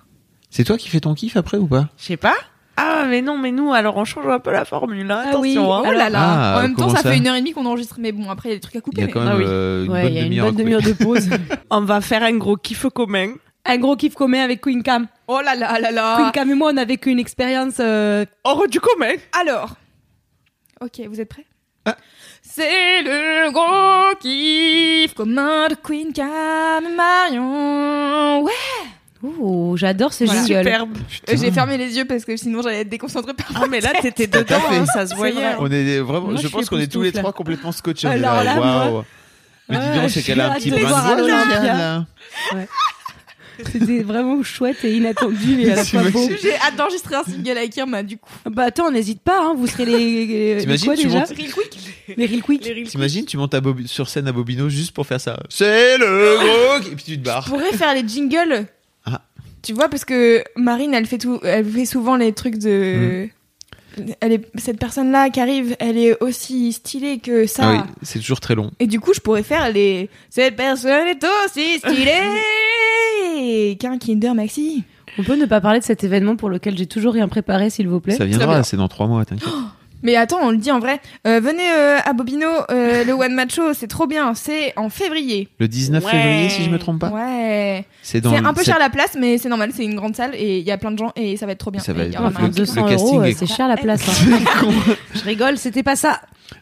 S4: C'est toi qui fais ton kiff après ou pas
S2: Je sais pas. Ah, mais non, mais nous, alors on change un peu la formule. hein. Attention, hein.
S1: Oh là là.
S4: Ah,
S1: en même temps,
S4: comment
S1: ça,
S4: ça
S1: fait une heure et demie qu'on enregistre, mais bon, après il y a des trucs à
S4: Il y
S1: couper.
S4: a
S1: mais-
S4: quand même
S2: Ah oui.
S4: euh, une
S3: Ouais,
S4: bonne
S3: il y a une
S4: demi-heure. à
S3: bonne demi-heure
S4: couper.
S3: de pause.
S2: On va faire un gros kiff commun.
S3: Un gros kiff commun avec Queen Cam.
S1: Oh là là là
S3: Queen
S1: là.
S3: Cam et moi, on a vécu une expérience. euh,
S2: Hors du commun.
S1: Alors. Ok, vous êtes prêts
S4: Ah.
S1: C'est le gros kiff commun de Queen Cam et Marion. Ouais.
S3: Ouh, j'adore ce
S1: Voilà.
S3: jingle.
S2: Superbe.
S4: Putain.
S1: J'ai fermé les yeux parce que sinon j'allais être déconcentrée par
S2: Ah, mais là, t'étais dedans,
S4: fait.
S2: hein, ça se voyait.
S4: On est vraiment,
S3: Moi,
S4: je
S3: je
S4: pense
S3: suis
S4: qu'on est tous les
S3: époustouflée.
S4: trois complètement scotchés.
S3: Alors
S4: on est là,
S3: là,
S4: waouh. Mais dis
S3: Ouais,
S4: donc,
S3: je
S4: c'est qu'elle a un
S3: suis
S4: petit
S3: hâte de
S4: brin
S3: voir
S4: de
S3: à
S4: voix,
S3: l'Olympia.
S4: Liliane, là.
S3: C'était vraiment chouette et inattendu, mais à la
S4: C'est
S3: fois beau.
S4: Maxime.
S1: J'ai hâte d'enregistrer un single avec Irma, du coup.
S3: Bah attends, n'hésite pas, hein, vous serez les- les. les
S4: T'imagines,
S3: quoi,
S4: tu
S3: déjà
S4: montes-
S3: Real quick. Les real quick.
S4: T'imagines, tu montes à Bobi- sur scène à Bobino juste pour faire ça. C'est le gros. Et puis tu te barres.
S1: Je pourrais faire les jingles.
S4: Ah.
S1: Tu vois, parce que Marine, elle fait, tout, elle fait souvent les trucs de.
S4: Mm.
S1: Elle est, cette personne-là qui arrive, elle est aussi stylée que ça.
S4: Ah oui, c'est toujours très long.
S1: Et du coup, je pourrais faire les. Cette personne est aussi stylée qu'un Kinder Maxi.
S3: On peut ne pas parler de cet événement pour lequel j'ai toujours rien préparé, s'il vous plaît.
S4: Ça
S2: Très bien.
S4: viendra, c'est dans trois mois, t'inquiète.
S1: Mais attends, on le dit en vrai. Euh, venez euh, à Bobino, euh, le One Match Show, c'est trop bien. C'est en février.
S4: Le 19
S9: Ouais.
S4: février, si je me trompe pas.
S1: Ouais.
S4: C'est dans
S1: C'est un peu
S4: c'est-
S1: cher la place, mais c'est normal. C'est une grande salle et il y a plein de gens et ça va être trop bien.
S4: Ça va
S1: Et il y
S4: être-
S1: aura
S4: le-
S1: Marine.
S4: le casting
S3: Ah, euros,
S4: est
S3: c'est cher la place. hein. Je rigole, c'était pas ça.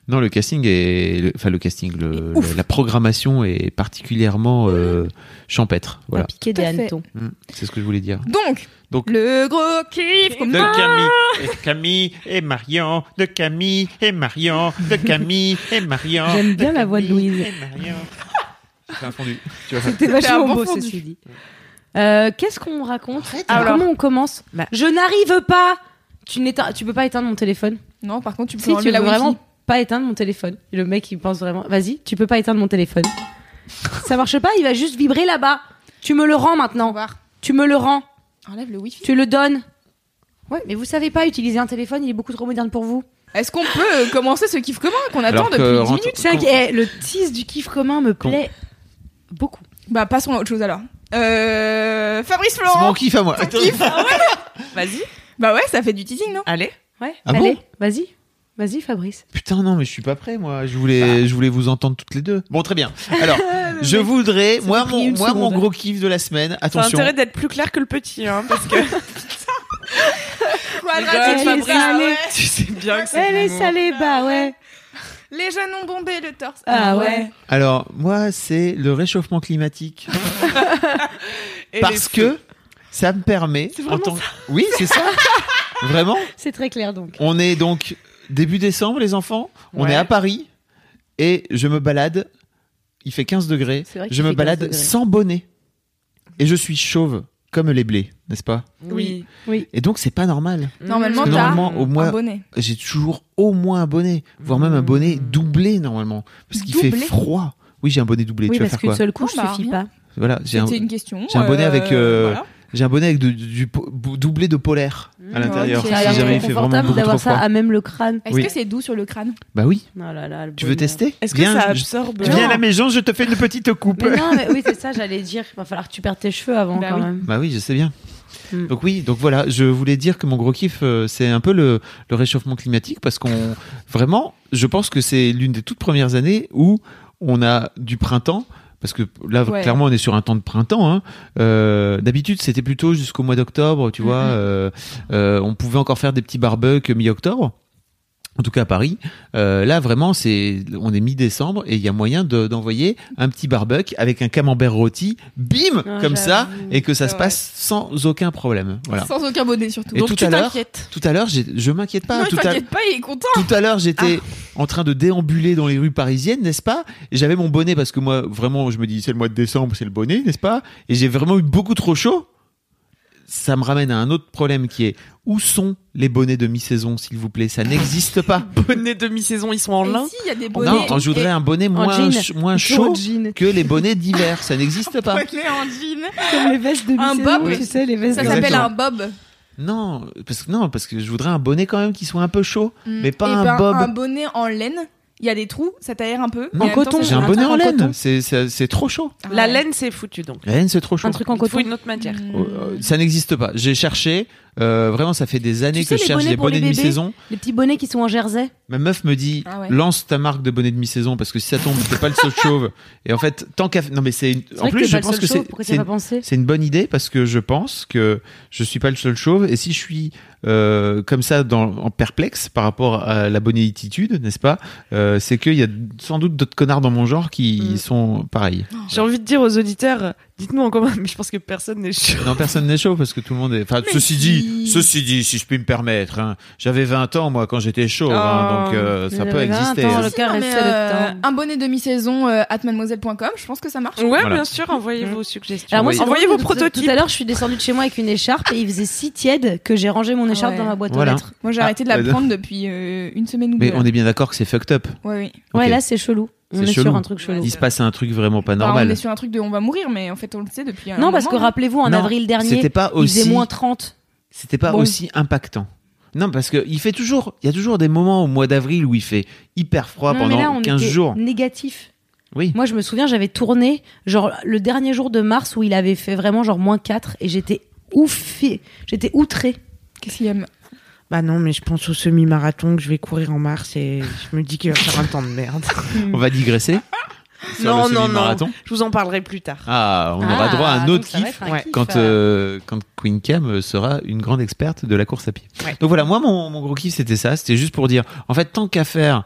S4: Non, le casting est, le- enfin le casting, le- le- la programmation est particulièrement euh, champêtre. Voilà,
S3: Ah,
S10: Piquer
S1: Tout
S10: des
S1: à fait.
S10: hannetons.
S4: Mm, c'est ce que je voulais dire.
S1: Donc,
S4: Donc-
S1: le gros kiff comme ça.
S4: Camille, et Camille et Marion, de Camille et Marion, de Camille et Marion.
S3: J'aime bien la voix de Louise. C'était
S1: un
S3: vachement
S1: bon
S3: beau,
S1: fondu.
S3: ceci dit. Euh, Qu'est-ce qu'on raconte
S2: Alors.
S3: Comment on commence
S2: Bah.
S3: Je n'arrive pas tu, n'éteins- tu peux pas éteindre mon téléphone
S1: Non, par contre, tu peux
S3: Si, tu
S1: enlever
S3: veux
S1: la wifi.
S3: vraiment pas éteindre mon téléphone. Et le mec, il pense vraiment Vas-y, tu peux pas éteindre mon téléphone. Ça marche pas, il va juste vibrer là-bas. Tu me le rends maintenant. Tu me le rends.
S1: Enlève le wifi.
S3: Tu le donnes. Ouais, mais vous savez pas utiliser un téléphone, il est beaucoup trop moderne pour vous.
S1: Est-ce qu'on peut euh, commencer ce kiff commun qu'on attend
S4: Alors
S1: depuis 10
S4: que rentre-
S1: minutes
S3: C'est un- eh, le tease du kiff commun me
S4: Con.
S3: plaît beaucoup.
S1: Bah, passons à autre chose alors. Euh, Fabrice
S4: C'est
S1: Florent.
S4: mon kiff à moi.
S2: Vas-y,
S1: Bah ouais, ça fait du teasing, non
S2: allez.
S3: Ouais,
S4: Ah
S3: allez,
S4: bon
S3: vas-y. Vas-y, Fabrice.
S4: Putain, non, mais je suis pas prêt, moi. Je voulais, je voulais vous entendre toutes les deux. Bon, très bien. Alors, je voudrais, moi,
S3: pris
S4: mon,
S3: une
S4: moi, mon
S3: seconde.
S4: gros kiff de la semaine.
S2: T'as
S4: Attention.
S2: intérêt d'être plus clair que le petit, hein, parce que
S1: Quadratique,
S3: Allez,
S1: Fabrice,
S4: ah
S3: allez.
S1: ouais.
S2: tu sais bien que c'est.
S3: Elle est
S2: mon-
S3: salée, bah ouais.
S1: Les jeunes ont bombé le torse.
S3: Ah ouais.
S4: Alors, moi, c'est le réchauffement climatique.
S2: Et les
S4: parce que ça me permet. en tant- Oui, c'est ça. vraiment.
S3: C'est très clair donc.
S4: On est donc début décembre, les enfants. On
S2: Ouais.
S4: est à Paris. Et je me balade. Il fait 15 degrés.
S3: C'est vrai qu'il
S4: Je me
S3: fait 15
S4: balade
S3: degrés.
S4: sans bonnet. Et je suis chauve comme les blés, n'est-ce pas
S2: Oui.
S4: Et donc, c'est pas normal.
S1: Normalement,
S4: Parce que
S1: t'as
S4: normalement, au
S1: un
S4: moins,
S1: bonnet.
S4: j'ai toujours au moins un bonnet, voire même un bonnet doublé normalement, parce qu'il fait
S1: Doublé
S4: froid. Oui, j'ai un bonnet doublé.
S3: Oui,
S4: tu vas
S3: parce
S4: faire
S3: qu'une
S4: quoi
S3: seule couche
S1: Ah, bah,
S3: suffit
S1: rien.
S3: pas.
S4: Voilà, j'ai un,
S1: C'était une question.
S4: j'ai un bonnet
S1: euh,
S4: avec, euh,
S1: voilà.
S4: j'ai un bonnet avec de- du po- bou- doublé de polaire à l'intérieur.
S1: ok.
S4: si
S1: Ça a l'air
S4: jamais il fait vraiment
S3: confortable
S4: beaucoup trop
S3: d'avoir ça
S4: froid.
S3: à même le crâne.
S1: Est-ce
S4: Oui.
S1: que c'est doux sur le crâne
S4: Bah oui.
S3: Oh là là, le
S4: Tu veux
S3: bonheur.
S4: tester
S2: Est-ce que
S4: Viens,
S2: ça
S4: je-
S2: absorbe
S4: viens à la maison, je te fais une petite coupe.
S3: Mais non, mais oui, c'est ça, j'allais dire. Il va falloir que tu perdes tes cheveux avant
S1: Bah
S3: quand
S1: oui.
S3: même.
S4: Bah oui, je sais bien.
S3: Mm.
S4: Donc oui, donc voilà, je voulais dire que mon gros kiff, euh, c'est un peu le, le réchauffement climatique parce qu'on vraiment, je pense que c'est l'une des toutes premières années où on a du printemps. Parce que là,
S1: Ouais.
S4: clairement, on est sur un temps de printemps. hein. Euh, D'habitude, c'était plutôt jusqu'au mois d'octobre, tu vois.
S3: Mm-hmm.
S4: euh, euh, on pouvait encore faire des petits barbecues mi-octobre. En tout cas à Paris, Euh, là vraiment c'est, on est mi-décembre et il y a moyen de- d'envoyer un petit barbecue avec un camembert rôti, bim,
S3: Ah,
S4: comme ça,
S3: j'avoue.
S4: et que ça se
S1: Ouais.
S4: passe sans aucun problème. Voilà.
S1: Mmh, Sans aucun bonnet surtout.
S4: Et
S1: Donc
S4: tout
S1: tu
S4: à l'heure-
S1: t'inquiètes.
S4: Tout à l'heure, j'ai- je m'inquiète pas.
S1: Non,
S4: tout,
S1: il
S4: à,
S1: t'inquiète pas, Ah. il est content.
S4: tout à l'heure, j'étais en train de déambuler dans les rues parisiennes, n'est-ce pas Et J'avais mon bonnet parce que moi, vraiment, je me dis, c'est le mois de décembre, c'est le bonnet, n'est-ce pas Et j'ai vraiment eu beaucoup trop chaud. Ça me ramène à un autre problème qui est où sont les bonnets de mi-saison, s'il vous plaît Ça n'existe pas.
S2: bonnet demi-saison Ils sont en
S1: Et
S2: lin.
S1: si, il y a des bonnets.
S4: non, je voudrais un bonnet moins,
S3: jean.
S4: ch- moins
S3: Toujours
S4: chaud
S3: en jean.
S4: que les bonnets d'hiver. Ça n'existe pas.
S1: bonnet en jean.
S3: Comme les vestes de
S1: Un
S3: mi-saison,
S1: bob.
S3: tu sais, les vestes
S1: Ça
S3: de
S1: s'appelle
S4: Exactement.
S1: un bob.
S4: Non, parce que non, parce que je voudrais un bonnet quand même qui soit un peu chaud, mais pas
S1: Et
S4: un
S1: ben,
S4: bob.
S1: Un bonnet en laine. Il y a des trous, ça t'aère un peu.
S4: Non,
S1: et même temps,
S3: coton.
S1: ça-
S4: J'ai un
S3: un
S4: bonnet
S3: truc
S4: en
S3: en
S4: laine,
S3: coton.
S4: c'est c'est- c'est trop chaud.
S1: Ah
S2: La
S1: ouais.
S2: laine, c'est foutu donc.
S4: La laine, c'est trop chaud.
S3: Un truc en
S2: Il te faut
S3: coton. Mmh.
S2: une autre matière.
S4: Oh, euh, ça n'existe pas. J'ai cherché, euh, vraiment, ça fait des années
S3: Tu sais,
S4: que je
S3: les
S4: cherche
S3: bonnets
S4: des
S3: pour
S4: bonnets
S3: les
S4: de
S3: bébés
S4: mi-saison.
S3: Les petits bonnets qui sont en jersey.
S4: Ma meuf me dit,
S1: Ah ouais.
S4: lance ta marque de bonnet de mi-saison parce que si ça tombe, t'es pas le seul chauve. Et en fait, tant qu'à. Non, mais c'est. une-
S3: C'est
S4: En
S3: vrai
S4: plus,
S3: que
S4: je
S3: t'es pas
S4: pense
S3: le
S4: que
S3: seul
S4: c'est.
S3: chauve, Pourquoi
S4: c'est
S3: t'as
S4: une-
S3: pas pensé
S4: C'est une bonne idée parce que je pense que je suis pas le seul chauve et si je suis euh, comme ça dans, en perplexe par rapport à la bonititude, n'est-ce pas euh, C'est qu'il y a sans doute d'autres connards dans mon genre qui
S2: Mm.
S4: sont pareils.
S2: J'ai envie de dire aux auditeurs, Dites-nous en commentaire, mais je pense que personne n'est chaud.
S4: Non, personne n'est chaud parce que tout le monde est. Enfin, ceci dit, ceci dit, si je puis me permettre, hein, j'avais 20 ans moi quand j'étais chaud, hein,
S2: Oh,
S4: donc euh, ça peut
S3: j'avais 20
S4: exister.
S3: ans,
S4: hein.
S3: le
S1: Si,
S3: cœur
S1: non,
S3: est
S1: mais,
S3: fait le
S1: euh,
S3: temps.
S1: Un bonnet demi-saison euh, at mademoiselle.com, je pense que ça marche.
S2: Ouais,
S4: Voilà.
S2: bien sûr, envoyez vos suggestions.
S3: Alors moi,
S4: Envoyez-
S3: c'est drôle,
S2: Mmh. envoyez vos
S3: tout- tout- Tout
S2: prototypes.
S3: à l'heure, je suis descendue de chez moi avec une écharpe et il faisait si tiède que j'ai rangé mon écharpe
S1: Ouais.
S3: dans ma boîte
S4: Voilà.
S3: aux lettres.
S1: Moi, j'ai
S4: Ah,
S1: arrêté de la
S4: bah,
S1: prendre depuis euh, une semaine ou deux.
S4: Mais on est bien d'accord que c'est fucked up.
S1: Ouais, oui.
S3: Ouais,
S4: Ok.
S3: là, c'est chelou. On
S4: C'est
S3: est
S4: chelou.
S3: sur un truc chelou.
S4: Il se passe un truc vraiment pas
S1: Bah,
S4: normal.
S1: on est sur un truc de on va mourir, mais en fait, on le sait depuis un
S3: Non, parce que
S1: moment,
S3: rappelez-vous, en
S4: Non,
S3: avril dernier,
S4: C'était pas
S3: il faisait
S4: aussi.
S3: moins 30.
S4: C'était pas
S3: Bon.
S4: aussi impactant. Non, parce que il fait toujours. Il y a toujours des moments au mois d'avril où il fait hyper froid
S3: Non, mais
S4: pendant
S3: là, on
S4: 15
S3: était
S4: jours.
S3: Négatif.
S4: Oui.
S3: Moi, je me souviens, j'avais tourné, genre, le dernier jour de mars où il avait fait vraiment, genre, moins 4 et j'étais oufé. J'étais outrée.
S1: Qu'est-ce qu'il aime
S2: Bah non, mais je pense au semi-marathon que je vais courir en mars et je me dis qu'il va faire un temps de merde.
S4: On va digresser. sur
S2: Non,
S4: le
S2: non, non.
S4: semi-marathon.
S2: je vous en parlerai plus tard.
S4: Ah, on aura
S3: Ah,
S4: droit à un
S3: donc
S4: autre
S3: ça va
S4: kiff.
S3: être un
S2: ouais.
S3: kiff,
S4: quand,
S3: euh,
S4: euh, quand Queen Cam euh, sera une grande experte de la course à pied.
S2: Ouais.
S4: Donc voilà, moi, mon, mon gros kiff, c'était ça. C'était juste pour dire, en fait, tant qu'à faire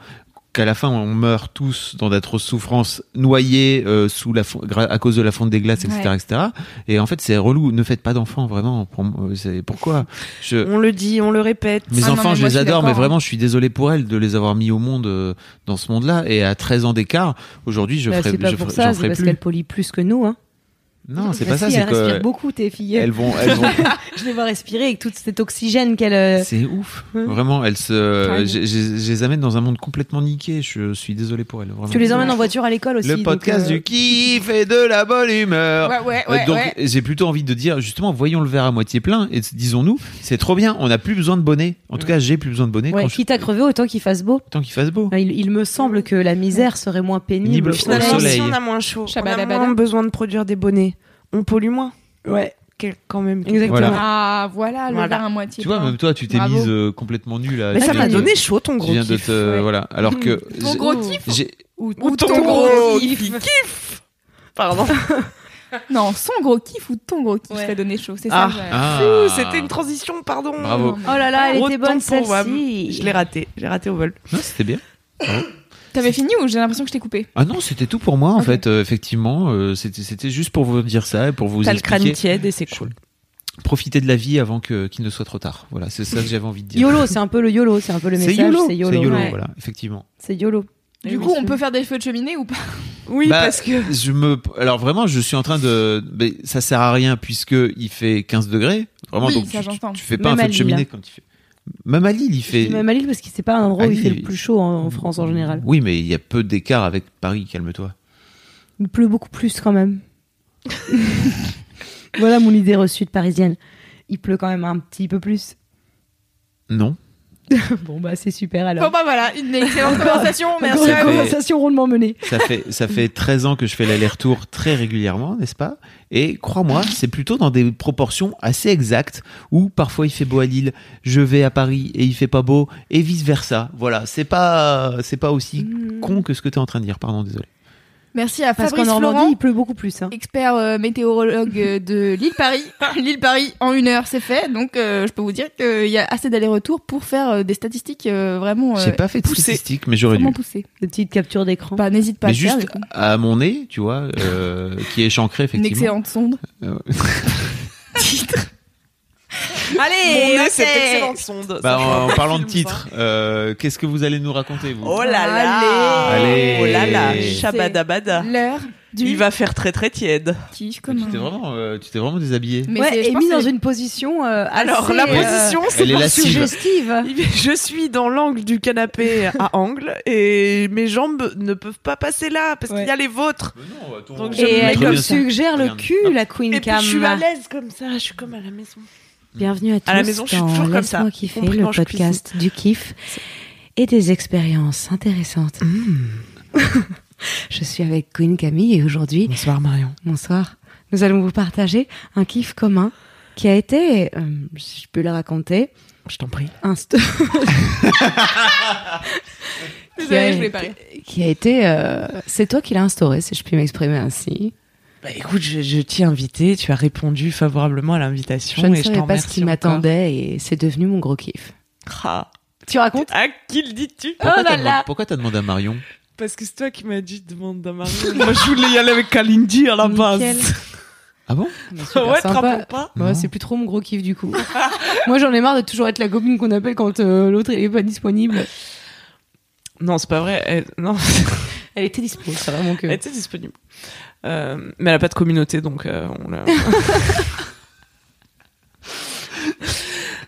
S4: qu'à la fin, on meurt tous dans d'atroces souffrances, noyés euh, sous la fo- gra- à cause de la fonte des glaces, etc.
S1: Ouais.
S4: etc. Et en fait, c'est relou. Ne faites pas d'enfants, vraiment. Pour, m- euh, c'est- pourquoi je,
S2: On le dit, on le répète.
S4: Mes
S1: Ah non,
S4: enfants,
S1: mais
S4: je
S1: moi,
S4: les
S1: je suis
S4: adore, mais
S1: d'accord,
S4: vraiment, je suis désolé pour elles de les avoir mis au monde euh, dans ce monde-là. Et à 13 ans d'écart, aujourd'hui, je
S3: bah,
S4: ferai,
S3: c'est pas
S4: je
S3: pour
S4: ferai-
S3: ça,
S4: j'en
S3: c'est
S4: ferai
S3: parce
S4: plus.
S3: qu'elle pollue plus que nous. Hein.
S4: Non, c'est
S3: Bah
S4: pas ça.
S3: si,
S4: C'est
S3: Elles respirent
S4: que
S3: beaucoup, tes filles.
S4: elles vont, elles vont,
S3: Je les vois respirer avec tout cet oxygène qu'elle. euh,
S4: C'est ouf.
S3: Ouais.
S4: Vraiment, elles se.
S1: Carrément.
S4: Je je- je les amène dans un monde complètement niqué. Je suis désolé pour elles. vraiment.
S3: Tu les emmènes en voiture à l'école aussi.
S4: Le podcast
S3: donc, euh,
S4: du kiff et de la bonne humeur.
S1: Ouais, ouais,
S4: Euh,
S1: ouais.
S4: Donc
S1: ouais.
S4: j'ai plutôt envie de dire justement voyons le verre à moitié plein et disons-nous c'est trop bien on n'a plus besoin de bonnet en tout cas j'ai plus besoin de bonnet
S3: Ouais,
S4: quand je-
S3: quitte à crever, autant qu'il fasse beau.
S4: tant qu'il fasse beau
S3: Il, il me semble que la misère serait moins pénible.
S4: Pénible
S3: au
S4: Au
S2: Finalement,
S3: soleil.
S4: soleil.
S2: si on a moins chaud, on a
S1: Shabadabada.
S2: moins besoin de produire des bonnets. On pollue moins.
S3: Ouais.
S2: Quel- Quand même.
S3: Exactement.
S4: Voilà.
S1: Ah, voilà, le
S2: Voilà.
S1: verre à moitié.
S4: euh, tu vois
S1: plein.
S4: même toi tu t'es
S1: Bravo.
S4: mise euh, complètement nue là Tu
S2: Mais Bah, ça
S4: viens
S2: m'a
S4: de-
S2: donné chaud ton gros
S4: tu viens de
S2: kiff.
S4: te voilà alors que
S1: Ton
S4: j'ai-
S1: gros kiff
S4: j'ai-
S1: ou,
S2: Ou ton gros
S1: kiff.
S2: kiff. Pardon.
S1: Non, son gros kiff ou ton gros kiff
S3: Ouais.
S1: t'a donné chaud, c'est
S2: Ah.
S1: ça. ouais.
S4: Ah.
S2: Fou, C'était une transition, pardon.
S4: Bravo.
S1: Non, mais-
S3: Oh là là, elle
S2: Gros
S3: était
S2: temps
S3: bonne
S2: pour WAM.
S3: celle-ci.
S2: Je l'ai raté. J'ai raté au vol.
S4: non c'était bien
S1: T'avais fini ou j'ai l'impression que je t'ai coupé
S4: ah non c'était tout pour moi en
S1: Ok.
S4: fait euh, effectivement euh, c'était c'était juste pour vous dire ça et pour vous
S2: T'as le crâne
S4: expliquer
S2: tiède et c'est cool.
S4: profiter de la vie avant que qu'il ne soit trop tard. Voilà, c'est ça que j'avais envie de dire.
S3: YOLO, c'est un peu le YOLO, c'est un peu le
S4: c'est
S3: message.
S4: YOLO,
S3: C'est YOLO. ouais.
S4: voilà, effectivement.
S3: C'est YOLO.
S1: Du
S3: Oui,
S1: coup,
S3: oui,
S1: on
S3: oui.
S1: peut faire des feux de cheminée ou pas
S2: Oui,
S4: Bah,
S2: parce que.
S4: Je me alors vraiment je suis en train de mais ça sert à rien puisque il fait 15 degrés, vraiment
S1: Oui,
S4: donc
S1: ça,
S4: tu,
S1: j'entends.
S4: tu fais pas
S3: Même
S4: un
S3: à
S4: feu de
S3: Lille.
S4: cheminée quand il fait même à Lille, il fait
S3: Même à Lille, parce que c'est pas un endroit où il
S4: Ah, Mm.
S3: fait
S4: oui.
S3: le plus chaud en, en France en général.
S4: Oui, mais il y a peu d'écart avec Paris, calme-toi.
S3: Il pleut beaucoup plus quand même. voilà mon idée reçue de parisienne. Il pleut quand même un petit peu plus.
S4: Non.
S3: Bon bah c'est super
S1: Bon
S3: alors.
S1: bah voilà, une excellente conversation,
S3: Encore
S1: merci
S3: une
S1: à vous.
S3: conversation rondement menée.
S4: Ça fait ça fait 13 ans que je fais l'aller-retour très régulièrement, n'est-ce pas Et crois-moi, c'est plutôt dans des proportions assez exactes où parfois il fait beau à Lille, je vais à Paris et il fait pas beau et vice-versa. Voilà, c'est pas c'est pas aussi
S1: Hmm.
S4: con que ce que tu es en train de dire, pardon, désolé.
S1: Merci à
S3: Parce qu'en
S1: Fabrice
S3: Normandie,
S1: Florent,
S3: il pleut beaucoup plus. hein.
S1: expert euh, météorologue euh, de l'île Paris. L'île Paris en une heure, c'est fait. Donc euh, je peux vous dire qu'il y a assez d'allers-retours pour faire euh, des statistiques euh, vraiment, euh,
S4: J'ai pas fait de
S2: poussé.
S4: statistiques, mais j'aurais dû.
S1: vraiment poussées.
S3: Des petites captures d'écran.
S1: Bah n'hésite pas
S4: Mais
S1: à le faire.
S4: juste
S1: du coup.
S4: à mon nez, tu vois, euh, qui est échancré
S1: Une
S4: effectivement.
S1: excellente sonde.
S4: Euh,
S2: Mon
S1: Allez,
S2: nez, cette excellente sonde.
S4: bah,
S2: Ça,
S4: en, en
S2: c'est un
S4: parlant de
S2: film, ça.
S4: titre, euh, qu'est-ce que vous allez nous raconter vous
S2: Oh là là
S4: Allez.
S2: Oh là là
S4: Allez. Ah.
S2: Shabadabada
S1: L'heure du
S2: Il va faire très très tiède.
S1: kiff
S4: Mais
S1: comme
S4: Tu t'es
S1: un-
S4: vraiment, euh, tu t'es vraiment déshabillée.
S1: Mais c'est-
S3: ouais,
S1: je
S3: et
S1: pense
S3: mis
S1: que
S3: dans
S1: c'est-
S3: une position euh,
S2: Alors
S3: assez,
S2: la
S3: euh,
S2: position, c'est
S4: Elle est lascive.
S3: suggestive.
S2: je suis dans l'angle du canapé à angle et mes jambes ne peuvent pas passer là parce qu'il y a les vôtres. Donc, je
S3: Et
S2: me
S3: elle
S2: mets
S3: nous
S2: comme
S3: suggère le
S4: Regarde.
S3: cul, la Queen
S2: Et puis
S3: Cam.
S2: je suis à l'aise comme ça, je suis comme à la maison.
S3: Mm. Bienvenue à tous
S2: À la maison, je suis
S3: dans
S2: toujours comme
S3: Laisse-moi
S2: ça,
S3: kiffer,
S2: compris
S3: le
S2: quand je
S3: podcast du kiff et des expériences intéressantes.
S2: Mm.
S3: je suis avec Queen Camille et aujourd'hui,
S2: Bonsoir Marion.
S3: bonsoir, nous allons vous partager un kiff commun qui a été, euh, si je peux le raconter,
S2: Je t'en prie.
S3: un st-
S1: Désolée, je voulais pas rire.
S3: qui a été, euh, c'est toi qui l'as instauré, si je puis m'exprimer ainsi.
S2: Bah écoute, je, je t'y ai invité, tu as répondu favorablement à l'invitation
S3: Je ne
S2: et je
S3: savais
S2: t'en
S3: pas ce
S2: remercie
S3: qui m'attendait et c'est devenu mon gros kiff.
S2: encore. Ah,
S3: Tu racontes
S2: à qui le dis-tu
S3: Oh
S4: Pourquoi
S3: là
S4: t'as demandé-
S3: là.
S4: pourquoi t'as demandé à Marion
S2: Parce que c'est toi qui m'as dit demande à Marion. Moi je voulais y aller avec Kalindi à la base.
S1: Nickel.
S4: Ah bon
S3: Mais super
S2: ouais, te
S3: sympa.
S2: rappelles pas
S3: Bah ouais, c'est plus trop mon gros kiff du coup. Moi j'en ai marre de toujours être la copine qu'on appelle quand euh, l'autre elle est pas disponible.
S2: Non, c'est pas vrai. Elle, non,
S3: Elle était disponible, ça va mon
S2: elle
S3: cœur.
S2: était disponible. Euh, mais elle a pas de communauté, donc euh, on l'a.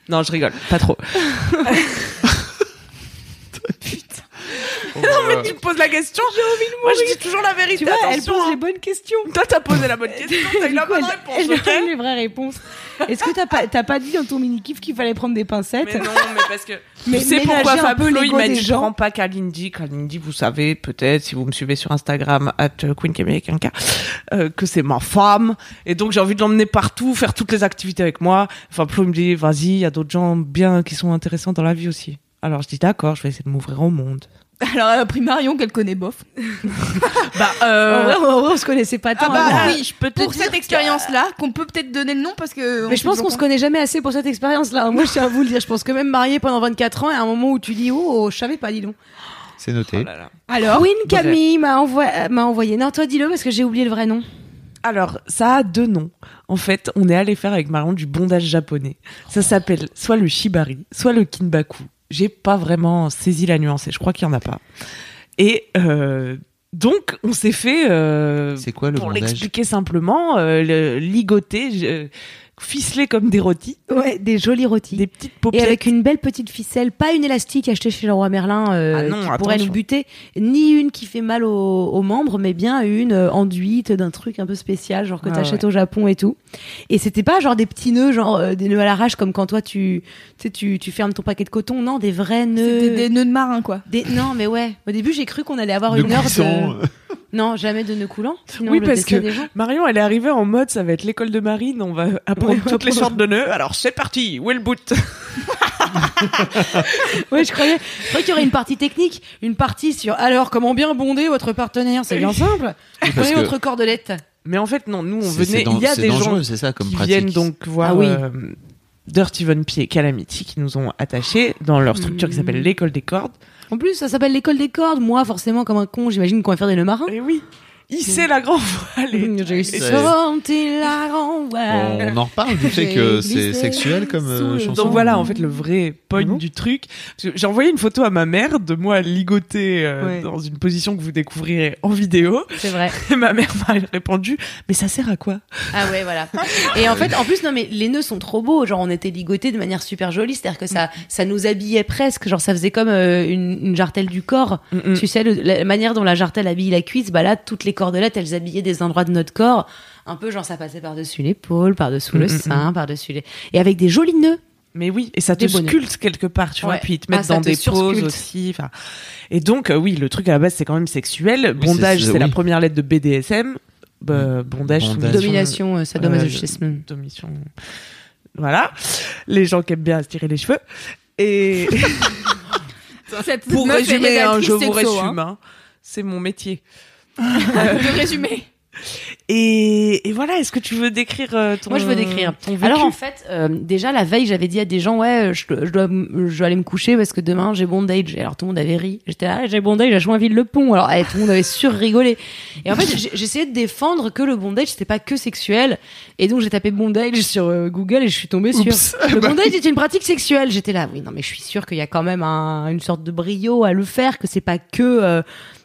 S2: non, je rigole. Pas trop.
S4: Non mais
S2: Tu me poses la question. Oh, euh. J'ai envie de Moi, je dis toujours la vérité. attention, hein.
S3: bonnes questions.
S2: Toi, t'as posé la bonne question. T'as eu la bonne réponse.
S3: Elle
S2: ok
S3: donne les vraies réponses. Est-ce que t'as pas, t'as pas dit dans ton mini-kiff qu'il fallait prendre des pincettes
S2: Mais non, mais parce que.
S3: Mais
S2: tu sais
S3: ménager
S2: pourquoi
S3: un peu
S2: Fablo, il
S3: l'ego
S2: m'a
S3: des
S2: dit je
S3: gens.
S2: prends pas Kalindi. Kalindi, vous savez peut-être, si vous me suivez sur Instagram, at queencamillequinca, euh, que c'est ma femme. Et donc, j'ai envie de l'emmener partout, faire toutes les activités avec moi. Fablo, il me dit, vas-y, il y a d'autres gens bien qui sont intéressants dans la vie aussi. Alors, je dis, d'accord, je vais essayer de m'ouvrir au monde.
S1: Alors, elle a pris Marion qu'elle connaît bof.
S2: Bah,
S3: En
S2: euh...
S3: vrai, en vrai, on se connaissait pas tant.
S1: bah,
S3: hein.
S1: oui,
S2: je peux te
S1: Pour cette expérience-là, qu'on peut peut-être donner le nom parce que. on
S2: ah,
S3: Mais je
S1: sait
S3: pense
S1: toujours
S3: qu'on se
S1: pas.
S3: connaît jamais assez pour cette expérience-là. Moi, je tiens à vous le dire. Je pense que même marié pendant 24 ans, à un moment où tu dis oh, oh, je savais pas, dis donc.
S4: C'est
S2: Oh
S4: noté.
S1: Alors,
S3: Queen
S2: Bah,
S3: Camille m'a envoyé, m'a envoyé. Non, toi, dis-le parce que j'ai oublié le vrai nom.
S2: Alors, ça a deux noms. En fait, on est allé faire avec Marion du bondage japonais. Ça s'appelle soit le shibari, soit le kinbaku. J'ai pas vraiment saisi la nuance et je crois qu'il y en a pas. Et euh, donc, on s'est fait, euh,
S4: C'est quoi le
S2: pour
S4: bondage
S2: l'expliquer simplement, euh, le- ligoter, je- ficeler comme des rôtis,
S3: Ouais, des jolis rôtis.
S2: des petites
S3: Et
S2: paupières.
S3: avec une belle petite ficelle, pas une élastique achetée chez le roi Merlin euh,
S2: Ah non,
S3: qui pourrait
S2: attention.
S3: nous buter, ni une qui fait mal aux, aux membres, mais bien une euh, enduite d'un truc un peu spécial, genre que
S2: Ah
S3: t'achètes au Japon et tout. Et c'était pas genre des petits nœuds, genre euh, des nœuds à l'arrache comme quand toi tu, tu sais, tu tu fermes ton paquet de coton, non, des vrais nœuds.
S1: c'était des nœuds de marin, quoi.
S3: Des- Non, mais ouais. Au début, j'ai cru qu'on allait avoir
S4: De
S3: une heure
S4: coulissons,
S3: de. Non, jamais de nœuds coulants. Sinon,
S2: Oui,
S3: le
S2: parce
S3: destin
S2: que-
S3: des gens.
S2: Marion, elle est arrivée en mode, ça va être l'école de marine, on va apprendre
S3: Ouais, on va
S2: toutes les
S3: apprendre.
S2: sortes de nœuds. Alors, c'est parti, où est le boot
S3: Ouais, je croyais, je croyais qu'il y aurait une partie technique, une partie sur alors comment bien bonder votre partenaire, c'est bien simple.
S4: Oui, parce
S3: Prenez
S4: que
S3: votre cordelette.
S2: Mais en fait, non, nous, on
S4: c'est- c'est
S2: venait,
S4: dan-
S2: il y a
S4: c'est
S2: des gens
S4: dangereux, c'est ça comme
S2: qui
S4: pratique.
S2: viennent donc voir
S3: Ah oui.
S2: euh, Dirty Von Pie et Calamity qui nous ont attachés dans leur structure qui
S3: Mmh.
S2: s'appelle l'école des cordes.
S3: En plus, ça s'appelle l'école des cordes. Moi, forcément, comme un con, j'imagine qu'on va faire des nœuds marins. Mmh,
S2: Et oui, hisser la grande voile. et-
S3: J'ai
S2: c'est-
S3: sorti la grande voile.
S4: On
S2: euh,
S4: en reparle du fait
S3: J'ai
S4: que c'est
S3: glissé
S4: sexuel comme euh,
S3: sous le
S4: chanson.
S2: Donc voilà, en fait, le vrai point
S3: Mmh.
S2: du truc. Parce que J'ai envoyé une photo à ma mère de moi ligotée euh,
S3: Ouais.
S2: dans une position que vous découvrirez en vidéo.
S4: Oh.
S3: C'est vrai.
S2: Et ma mère m'a répondu Mais ça sert à quoi
S3: Ah ouais, voilà. Et en fait, en plus, non, mais les nœuds sont trop beaux. Genre, on était ligotés de manière super jolie. C'est-à-dire que ça, ça nous habillait presque. Genre, ça faisait comme euh, une, une jartelle du corps.
S2: Mm.
S3: Tu sais, le- la manière dont la jartelle habille la cuisse, bah là, toutes les cordelettes, elles habillaient des endroits de notre corps. Un peu, genre, ça passait par-dessus l'épaule, par-dessous
S2: Mm,
S3: le
S2: mm,
S3: sein, par-dessus les. Et avec des jolis nœuds.
S2: Mais oui, et ça te
S3: Des bonnets.
S2: sculpte quelque part, tu vois,
S3: Ouais.
S2: puis ils te
S3: Ah,
S2: mettent
S3: ça
S2: dans
S3: te
S2: des poses
S3: sursculpte.
S2: aussi. enfin. Et donc, euh, oui, le truc à la base, c'est quand même sexuel.
S4: Oui,
S2: bondage,
S4: c'est-
S2: c'est
S4: c'est-
S2: la
S4: oui.
S2: première lettre de BDSM. Bah,
S4: Bondage.
S2: bondage, soumission,
S3: Domination, euh, sadomasochisme.
S2: domination. Voilà. Les gens qui aiment bien se tirer les cheveux. Et
S1: Cette
S2: pour
S1: meuf est
S2: résumer, hein, je
S1: rédactrice
S2: vous
S1: sexo,
S2: résume, hein. c'est mon métier.
S1: hein. De résumer.
S2: Et, et voilà, est-ce que tu veux décrire euh, ton
S3: Moi, je veux décrire.
S2: ton vécu
S3: Alors en fait, euh, déjà la veille, j'avais dit à des gens, ouais, euh, je, je dois, m- je dois aller me coucher parce que demain j'ai bondage. Et Alors tout le monde avait ri. J'étais là, ah, j'ai bondage à Joinville-le-Pont. Alors eh, tout le monde avait surrigolé. Et en fait, j'ai- j'essayais de défendre que le bondage c'était pas que sexuel. Et donc j'ai tapé bondage sur euh, Google et je suis tombée sur le bondage est une pratique sexuelle. J'étais là, oui, non mais je suis sûre qu'il y a quand même un- une sorte de brio à le faire, que c'est pas que euh,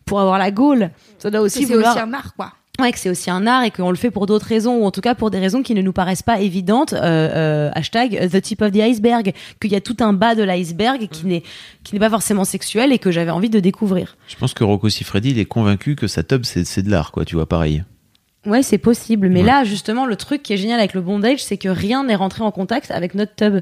S3: pour avoir la gaule. Ça doit aussi
S1: Si c'est
S3: vouloir-
S1: aussi un art, quoi.
S3: Ouais, que c'est aussi un art et qu'on le fait pour d'autres raisons, ou en tout cas pour des raisons qui ne nous paraissent pas évidentes. Euh, euh, hashtag euh, the tip of the iceberg, qu'il y a tout un bas de l'iceberg qui n'est qui n'est pas forcément sexuel et que j'avais envie de découvrir.
S4: Je pense que Rocco Siffredi, il est convaincu que sa tub, c'est c'est de l'art, quoi. Tu vois, pareil.
S3: Ouais, c'est possible. Mais
S4: Ouais.
S3: là, justement, le truc qui est génial avec le bondage, c'est que rien n'est rentré en contact avec notre tub.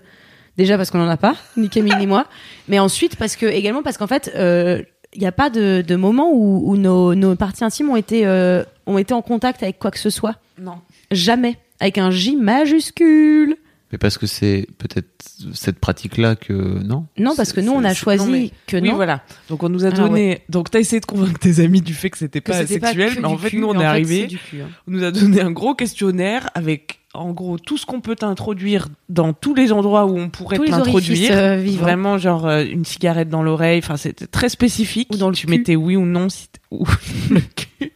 S3: Déjà parce qu'on n'en a pas, ni Camille ni moi. Mais ensuite, parce que, également parce qu'en fait, euh, il n'y a pas de, de moment où, où nos, nos parties intimes ont été, euh, ont été en contact avec quoi que ce soit.
S2: Non.
S3: Jamais. Avec un J majuscule.
S4: Mais parce que c'est peut-être cette pratique-là que. Non
S3: Non, parce que nous,
S4: C'est-
S3: on a
S4: c'est-
S3: choisi
S2: non, mais-
S3: que
S2: oui,
S3: non.
S2: voilà. Donc on nous a
S3: Ah,
S2: donné. Donc t'as essayé de convaincre tes amis du fait que c'était
S3: que
S2: pas
S3: c'était pas
S2: sexuel,
S3: que
S2: mais en
S3: du
S2: fait
S3: cul,
S2: nous on
S3: mais
S2: est
S3: en fait,
S2: arrivés.
S3: c'est du cul, hein.
S2: On nous a donné un gros questionnaire avec en gros tout ce qu'on peut t'introduire dans tous les endroits où on pourrait
S3: Tous les orifices
S2: t'introduire.
S3: euh, vivants.
S2: Vraiment genre euh, une cigarette dans l'oreille, enfin c'était très spécifique.
S3: Ou dans le
S2: tu
S3: cul.
S2: mettais oui ou non si t- ou le cul.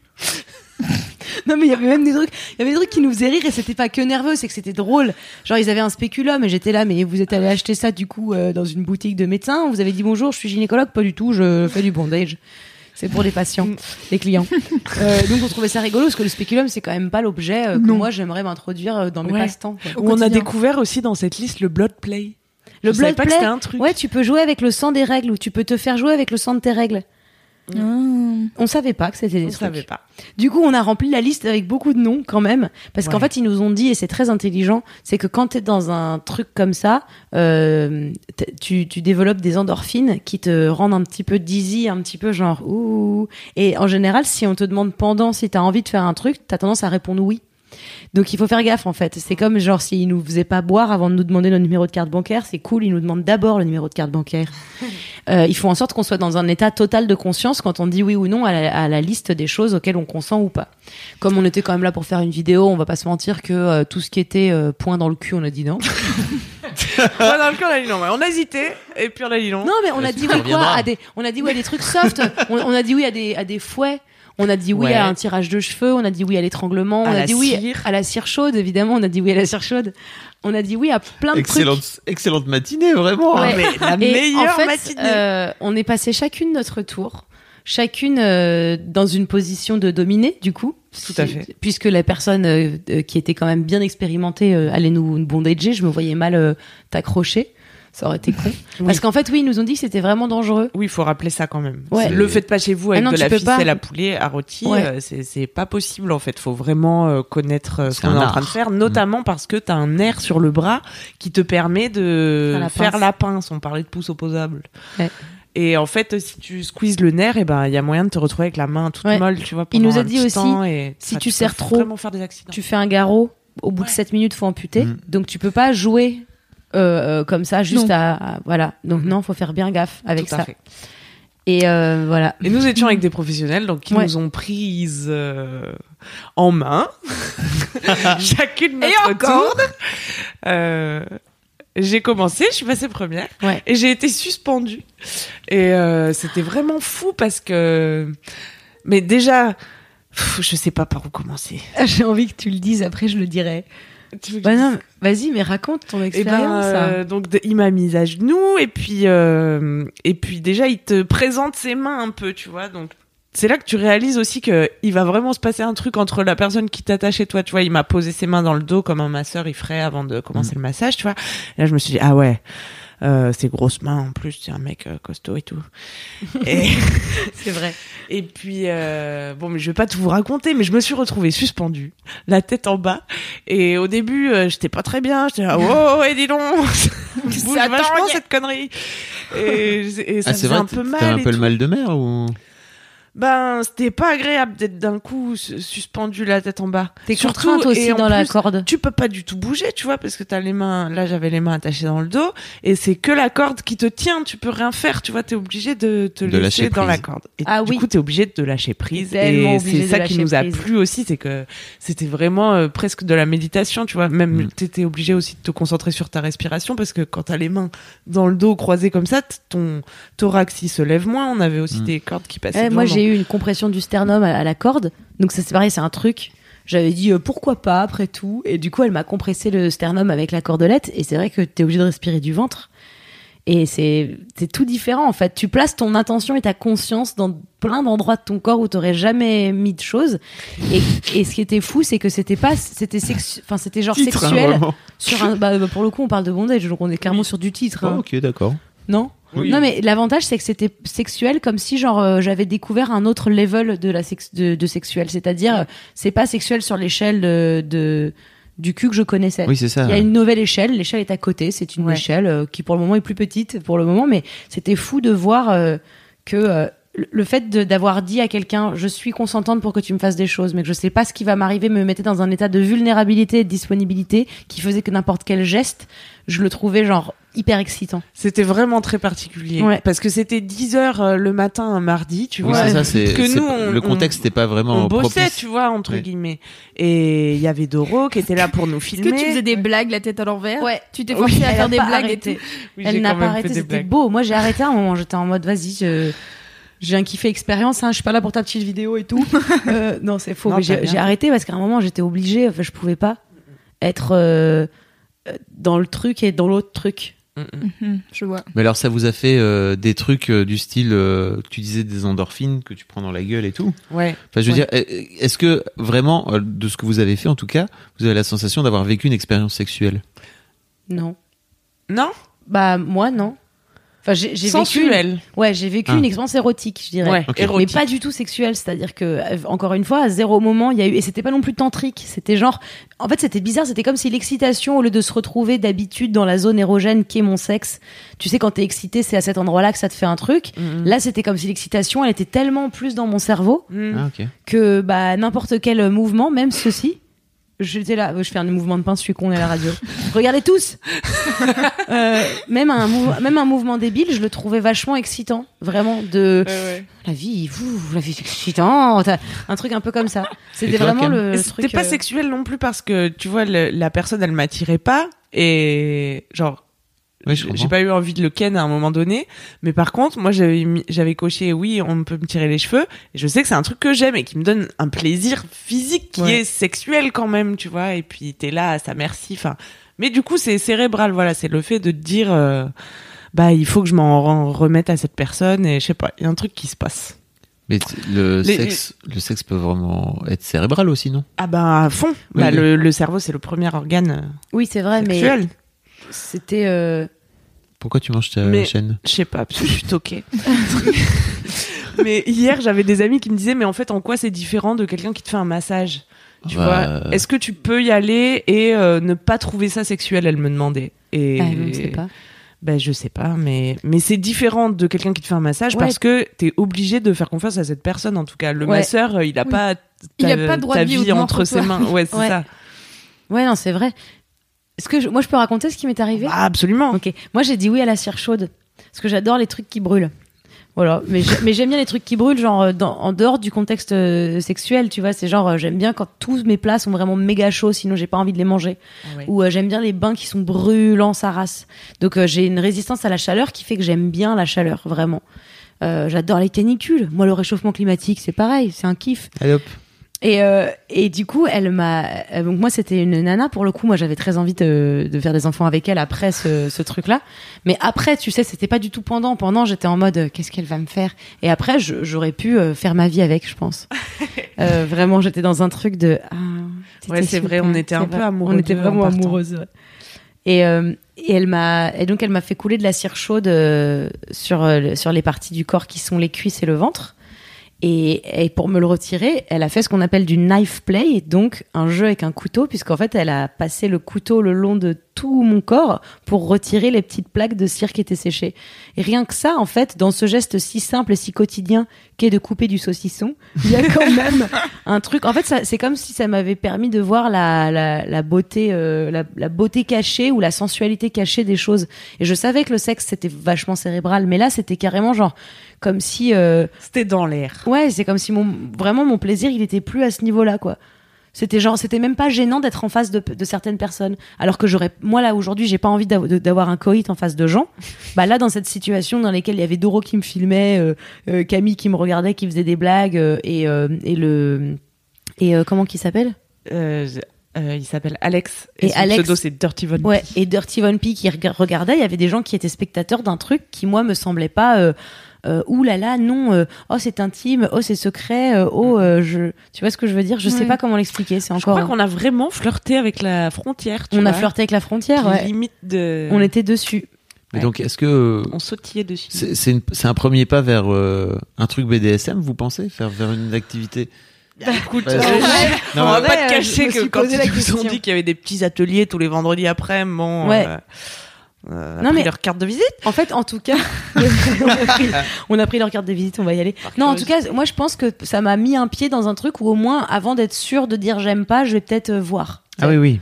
S3: Non, mais il y avait même des trucs, il y avait des trucs qui nous faisaient rire et c'était pas que nerveux, c'est que c'était drôle. Genre, ils avaient un spéculum et j'étais là, mais vous êtes allé acheter ça, du coup, euh, dans une boutique de médecin. On Vous avez dit bonjour, je suis gynécologue, pas du tout, je fais du bondage. C'est pour les patients,
S2: Mm.
S3: les clients. Euh, donc, on trouvait ça rigolo parce que le spéculum, c'est quand même pas l'objet euh, que moi j'aimerais m'introduire euh, dans mes
S2: Ouais.
S3: passe-temps. quoi.
S2: Où on a découvert aussi dans cette liste le blood play.
S3: Le
S2: Je savais
S3: blood
S2: pas que
S3: play,
S2: c'était un truc.
S3: Ouais, tu peux jouer avec le sang des règles ou tu peux te faire jouer avec le sang de tes règles. On savait pas que c'était des
S2: Mhm. On
S3: trucs.
S2: savait pas.
S3: Du coup, on a rempli la liste avec beaucoup de noms quand même, parce qu'en
S2: Ouais.
S3: fait, ils nous ont dit, et c'est très intelligent, c'est que quand t'es dans un truc comme ça, euh, t- tu, tu développes des endorphines qui te rendent un petit peu dizzy, un petit peu genre ouh. Et en général, si on te demande pendant si t'as envie de faire un truc, t'as tendance à répondre oui. Donc il faut faire gaffe en fait. C'est comme genre s'ils nous faisaient pas boire avant de nous demander notre numéro de carte bancaire, c'est cool, ils nous demandent d'abord le numéro de carte bancaire. Euh, ils font en sorte qu'on soit dans un état total de conscience quand on dit oui ou non à la, à la liste des choses auxquelles on consent ou pas. Comme on était quand même là pour faire une vidéo, on va pas se mentir que euh, tout ce qui était euh, point dans le cul, on a dit non.
S2: Pas dans le cul, on a dit non. Ouais, On a hésité, et puis on a dit non.
S3: Non, mais on a dit oui quoi
S4: reviendra.
S3: à des, on a dit oui à des trucs soft. on, on a dit oui à des, à des fouets. On a dit oui
S2: Ouais.
S3: à un tirage de cheveux. On a dit oui à l'étranglement. On
S2: À
S3: a
S2: la
S3: dit oui
S2: cire.
S3: à la cire chaude, évidemment. On a dit oui à la cire chaude. On a dit oui à plein de trucs.
S4: Excellente, excellente matinée, vraiment. hein.
S3: Ouais.
S2: Mais la
S3: Et
S2: meilleure
S3: en fait,
S2: matinée.
S3: euh, on est passé chacune notre tour, chacune euh, dans une position de dominée, du coup.
S2: Tout à fait.
S3: Puisque la personne euh, euh, qui était quand même bien expérimentée euh, allait nous bondager, je me voyais mal euh, t'accrocher. Ça aurait été con. Parce qu'en fait, oui, ils nous ont dit que c'était vraiment dangereux.
S2: Oui, il faut rappeler ça quand même.
S3: Ouais.
S2: Le faites pas chez vous avec
S3: Ah non,
S2: de
S3: tu
S2: la
S3: peux
S2: ficelle
S3: pas.
S2: à poulet, à rôti,
S3: Ouais.
S2: euh, c'est- c'est pas possible en fait. Faut vraiment euh, connaître euh, ce
S4: C'est
S2: qu'on
S4: un
S2: est en
S4: art.
S2: train de faire, notamment parce que t'as un nerf sur le bras qui te permet de
S3: Faire la
S2: faire
S3: pince.
S2: la pince. On parlait de pouce opposable.
S3: Ouais.
S2: Et en fait, si tu squeezes le nerf, et ben il y a moyen de te retrouver avec la main toute
S3: Ouais.
S2: molle, tu vois.
S3: Il
S2: pendant
S3: nous a
S2: un
S3: dit
S2: petit
S3: aussi,
S2: temps et
S3: si
S2: ça
S3: tu
S2: peut
S3: serres trop,
S2: vraiment faire des accidents.
S3: Tu fais un garrot, au bout de 7 minutes, faut amputer.
S4: Mm.
S3: Donc tu peux pas jouer euh, euh, comme ça, juste
S1: Non.
S3: à, à- Voilà. Donc non, faut faire bien gaffe avec
S2: Tout à
S3: ça.
S2: fait.
S3: Et euh, voilà.
S2: Et nous étions avec des professionnels, donc qui
S3: Ouais.
S2: nous ont prises euh, en main, chacune
S1: Et
S2: notre
S1: encore.
S2: tour. Euh, j'ai commencé, je suis passée première,
S3: Ouais.
S2: et j'ai été suspendue. Et euh, c'était vraiment fou parce que, mais déjà, pff, je sais pas par où commencer.
S3: J'ai envie que tu le dises, après je le dirai.
S2: Tu veux que
S3: Bah
S2: je dise
S3: non, vas-y, mais raconte ton
S2: Et
S3: expérience. hein.
S2: euh, donc de- il m'a mise à genoux et puis euh, et puis déjà il te présente ses mains un peu, tu vois. Donc c'est là que tu réalises aussi que il va vraiment se passer un truc entre la personne qui t'attache et toi, tu vois. Il m'a posé ses mains dans le dos comme un masseur il ferait avant de commencer le massage, tu vois. Et là je me suis dit ah ouais. Euh, ses grosses mains en plus, c'est un mec euh, costaud et tout. et,
S3: c'est vrai.
S2: et puis euh, bon, mais je vais pas tout vous raconter, mais je me suis retrouvée suspendue, la tête en bas. Et au début, euh, j'étais pas très bien. J'étais là, oh, et dis donc, bouge
S9: Ça
S2: vachement
S9: tangue.
S2: cette connerie. Et, et ça
S4: Ah,
S2: faisait
S4: c'est vrai,
S2: un
S4: t'as
S2: peu mal.
S4: un
S2: et
S4: peu le
S2: tout.
S4: mal de mer ou
S2: Ben, c'était pas agréable d'être d'un coup su- suspendue la tête en bas.
S3: T'es
S2: Surtout,
S3: contrainte
S2: et
S3: aussi
S2: en
S3: dans la
S2: plus,
S3: corde.
S2: tu peux pas du tout bouger, tu vois, parce que t'as les mains, là j'avais les mains attachées dans le dos, et c'est que la corde qui te tient, tu peux rien faire, tu vois, t'es obligé de te
S4: De
S2: laisser
S4: lâcher
S2: dans la
S4: prise.
S2: corde. Et
S3: Ah
S2: du
S3: oui.
S2: coup, t'es obligé de te lâcher prise,
S3: T'es tellement
S2: et
S3: obligé
S2: c'est
S3: de
S2: ça qui
S3: lâcher
S2: nous a
S3: prise.
S2: plu aussi, c'est que c'était vraiment euh, presque de la méditation, tu vois, même
S4: Mm.
S2: t'étais obligé aussi de te concentrer sur ta respiration, parce que quand t'as les mains dans le dos croisées comme ça, t- ton thorax il se lève moins, on avait aussi
S4: Mm.
S2: des cordes qui passaient.
S3: Eh, moi,
S2: devant,
S3: j'ai eu une compression du sternum à, à la corde. Donc, ça, c'est pareil, c'est un truc. J'avais dit euh, pourquoi pas après tout. Et du coup, elle m'a compressé le sternum avec la cordelette. Et c'est vrai que t'es obligé de respirer du ventre. Et c'est c'est tout différent en fait. Tu places ton attention et ta conscience dans plein d'endroits de ton corps où t'aurais jamais mis de choses. Et, et ce qui était fou, c'est que c'était pas, c'était sexu- enfin c'était genre
S4: Titre, hein,
S3: sexuel.
S4: vraiment.
S3: sur un, bah, bah, pour le coup, on parle de bondage, donc on est clairement sur du titre. hein.
S4: Ah, ok, d'accord.
S3: Non
S4: Oui.
S3: Non, mais l'avantage, c'est que c'était sexuel, comme si genre euh, j'avais découvert un autre level de la sex- de, de sexuel. C'est-à-dire, euh, c'est pas sexuel sur l'échelle de, de- du cul que je connaissais.
S4: Oui, c'est ça.
S3: Il y a une nouvelle échelle, l'échelle est à côté, c'est une
S2: Ouais.
S3: échelle euh, qui pour le moment est plus petite pour le moment, mais c'était fou de voir euh, que euh, le- le fait de- d'avoir dit à quelqu'un je suis consentante pour que tu me fasses des choses, mais que je sais pas ce qui va m'arriver, me mettait dans un état de vulnérabilité et de disponibilité qui faisait que n'importe quel geste, je le trouvais genre hyper excitant.
S2: C'était vraiment très particulier.
S3: Ouais.
S2: Parce que c'était 10 heures euh, le matin un mardi, tu
S4: Oui,
S2: vois.
S4: c'est ça. C'est,
S2: Parce que
S4: c'est-
S2: nous, on-
S4: le contexte n'était pas
S2: on,
S4: vraiment
S2: on bossait,
S4: propice.
S2: tu vois, entre
S4: Ouais.
S2: guillemets. Et il y avait Doro qui était là pour nous
S1: Est-ce que
S2: filmer.
S1: tu faisais des blagues la tête à l'envers
S3: Ouais.
S1: Tu t'es forcé à
S3: Ah Elle a
S1: faire des
S3: pas
S1: blagues
S3: arrêté.
S1: et tout.
S2: Oui, j'ai
S3: Elle n'a
S2: quand
S3: pas
S2: même fait
S3: arrêté,
S2: des
S3: c'était
S2: blagues.
S3: beau. Moi, j'ai arrêté à un moment, j'étais en mode, vas-y, je, j'ai un kiffé expérience, hein, je suis pas là pour ta petite vidéo et tout. Euh, non, c'est faux.
S2: Non,
S3: mais
S2: t'as
S3: j'ai
S2: bien.
S3: j'ai arrêté parce qu'à un moment, j'étais obligée, enfin, je pouvais pas être euh, euh, dans le truc et dans l'autre truc.
S1: Mhm, je vois.
S4: Mais alors, ça vous a fait euh, des trucs euh, du style, euh, tu disais des endorphines que tu prends dans la gueule et tout.
S3: Ouais.
S4: Enfin, je veux dire, euh, est-ce que vraiment, euh, de ce que vous avez fait en tout cas, vous avez la sensation d'avoir vécu une expérience sexuelle
S3: Non.
S2: Non
S3: Bah, moi, non. Enfin, j'ai j'ai vécu. une-
S2: Sensuel.
S3: Ouais, j'ai vécu
S4: Ah.
S3: une expérience érotique, je dirais.
S2: Ouais,
S4: Ok.
S2: érotique.
S3: Mais pas du tout sexuel, c'est-à-dire que euh, encore une fois, à zéro moment, il y a eu et c'était pas non plus tantrique, c'était genre en fait, c'était bizarre, c'était comme si l'excitation au lieu de se retrouver d'habitude dans la zone érogène qui est mon sexe, tu sais quand t'es excité, c'est à cet endroit-là que ça te fait un truc.
S2: Mhm.
S3: Là, c'était comme si l'excitation, elle était tellement plus dans mon cerveau
S2: Mhm.
S4: Ah, ok.
S3: que bah n'importe quel euh, mouvement, même ceci J'étais là, je fais un mouvement de pince, je suis con, on est à la radio. Regardez tous Euh, même, un mou- même un mouvement débile, je le trouvais vachement excitant. Vraiment, de. La vie, vous, la vie c'est excitante. Un truc un peu comme ça. C'était
S4: Et toi,
S3: vraiment
S4: Cam
S3: le, le
S2: Et C'était
S3: truc.
S2: pas
S3: euh,
S2: sexuel non plus parce que tu vois le- la personne elle m'attirait pas et genre
S4: Oui, je
S2: j'ai
S4: comprends.
S2: pas eu envie de le ken à un moment donné mais par contre moi j'avais mis- j'avais coché oui on peut me tirer les cheveux et je sais que c'est un truc que j'aime et qui me donne un plaisir physique qui
S3: Ouais.
S2: est sexuel quand même tu vois et puis t'es là ça merci enfin mais du coup c'est cérébral voilà c'est le fait de te dire euh, bah il faut que je m'en ren- remette à cette personne et je sais pas il y a un truc qui se passe
S4: Mais t- le
S2: Les-
S4: sexe, le sexe peut vraiment être cérébral aussi, non
S2: ah bah à fond bah,
S4: oui.
S2: le, le cerveau c'est le premier organe
S3: Oui, c'est vrai,
S2: euh,
S3: Ah, mais
S2: sexuel
S3: c'était. euh,
S4: Pourquoi tu manges ta
S2: Mais-
S4: chaîne
S2: Je sais pas, parce que je suis toquée. mais hier, j'avais des amis qui me disaient, mais en fait, en quoi c'est différent de quelqu'un qui te fait un massage Tu
S4: Bah,
S2: vois Est-ce que tu peux y aller et euh, ne pas trouver ça sexuel Elle me demandait. Et
S3: ah, je sais pas.
S2: Ben, je sais pas, mais mais c'est différent de quelqu'un qui te fait un massage
S3: Ouais.
S2: parce que t'es obligé de faire confiance à cette personne. En tout cas, le
S3: Ouais.
S2: masseur, euh, il a
S1: Oui.
S2: pas.
S1: Il
S2: ta-
S1: a pas de droit
S2: ta
S1: de vie ou de
S2: vie
S1: mort
S2: entre
S1: pour
S2: ses
S1: toi.
S2: mains. Ouais, c'est
S3: Ouais.
S2: ça.
S3: Ouais, non, c'est vrai. Est-ce que je- moi je peux raconter ce qui m'est arrivé
S2: Ah, absolument.
S3: Ok. Moi j'ai dit oui à la cire chaude parce que j'adore les trucs qui brûlent. Voilà, mais j'ai- mais j'aime bien les trucs qui brûlent, genre euh, dans- en dehors du contexte euh, sexuel, tu vois. C'est genre euh, j'aime bien quand tous mes plats sont vraiment méga chauds, sinon j'ai pas envie de les manger. ou euh, j'aime bien les bains qui sont brûlants, ça race. Donc euh, j'ai une résistance à la chaleur qui fait que j'aime bien la chaleur, vraiment. Euh, J'adore les canicules. Moi, le réchauffement climatique, c'est pareil, c'est un kiff.
S4: allez hop.
S3: Et, euh, et du coup, elle m'a. euh, Donc moi, c'était une nana pour le coup. Moi, j'avais très envie de, de faire des enfants avec elle après ce, ce truc-là. Mais après, tu sais, c'était pas du tout pendant. Pendant, j'étais en mode, euh, qu'est-ce qu'elle va me faire Et après, je- j'aurais pu euh, faire ma vie avec, je pense. Euh, vraiment, j'étais dans un truc de. Ah,
S2: Ouais,
S3: c'était
S2: c'est vrai,
S3: super,
S2: on était
S3: c'est
S2: un
S3: vrai.
S2: peu amoureux
S3: On était
S2: d'eux en
S3: vraiment
S2: partant.
S3: amoureuses. ouais. Et, euh, et elle m'a. Et donc, elle m'a fait couler de la cire chaude euh, sur euh, le- sur les parties du corps qui sont les cuisses et le ventre. Et, et pour me le retirer, elle a fait ce qu'on appelle du knife play, donc un jeu avec un couteau, puisqu'en fait, elle a passé le couteau le long de tout mon corps pour retirer les petites plaques de cire qui étaient séchées. Et rien que ça, en fait, dans ce geste si simple et si quotidien qu'est de couper du saucisson, il y a quand même un truc. En fait, ça- c'est comme si ça m'avait permis de voir la, la, la beauté, euh, la, la beauté cachée ou la sensualité cachée des choses. Et je savais que le sexe, c'était vachement cérébral, mais là, c'était carrément genre comme si... euh,
S2: C'était dans l'air.
S3: Ouais, c'est comme si mon vraiment mon plaisir, il était plus à ce niveau-là quoi. C'était genre c'était même pas gênant d'être en face de, de certaines personnes alors que j'aurais moi là aujourd'hui, j'ai pas envie d'av- de- d'avoir un coït en face de gens. Bah là dans cette situation dans laquelle il y avait Doro qui me filmait, euh, euh, Camille qui me regardait, qui faisait des blagues euh, et euh, et le et euh, comment qui s'appelle
S2: Euh, euh, il s'appelle Alex.
S3: Et
S2: son
S3: Alex-
S2: pseudo, c'est Dirty Von
S3: Ouais, et Dirty Von P qui reg- regardait, il y avait des gens qui étaient spectateurs d'un truc qui, moi, me semblait pas. Euh, euh, Ouh là là, non, euh, oh c'est intime, oh c'est secret, euh, oh euh, je. Tu vois ce que je veux dire Je sais
S1: Ouais.
S3: pas comment l'expliquer, c'est
S2: Mm. Je
S3: encore. hein.
S2: crois qu'on a vraiment flirté avec la frontière. tu
S3: on a
S2: vois,
S3: flirté avec la frontière,
S2: qui euh,
S3: ouais.
S2: Limite de.
S3: On était dessus.
S4: Mais donc, est-ce que
S2: on sautillait dessus.
S4: c'est c'est une- c'est un premier pas vers euh, un truc BDSM, vous pensez Faire vers une activité
S2: écoute,
S4: Bah,
S2: euh,
S4: Non,
S2: on va
S4: mais-
S2: pas te
S3: je
S2: cacher
S3: me
S2: que
S3: suis
S2: quand
S3: posé la
S2: ils nous ont
S3: question.
S2: dit qu'il y avait des petits ateliers tous les vendredis après, bon.
S3: Ouais.
S2: euh, euh,
S3: Non,
S2: après
S3: mais-
S2: leur carte de visite.
S3: En fait, en tout cas, on, a pris, on a pris leur carte de visite, on va y aller. Non, en tout cas, moi je pense que ça m'a mis un pied dans un truc où au moins, avant d'être sûr de dire j'aime pas, je vais peut-être euh, voir.
S4: Ah oui, oui.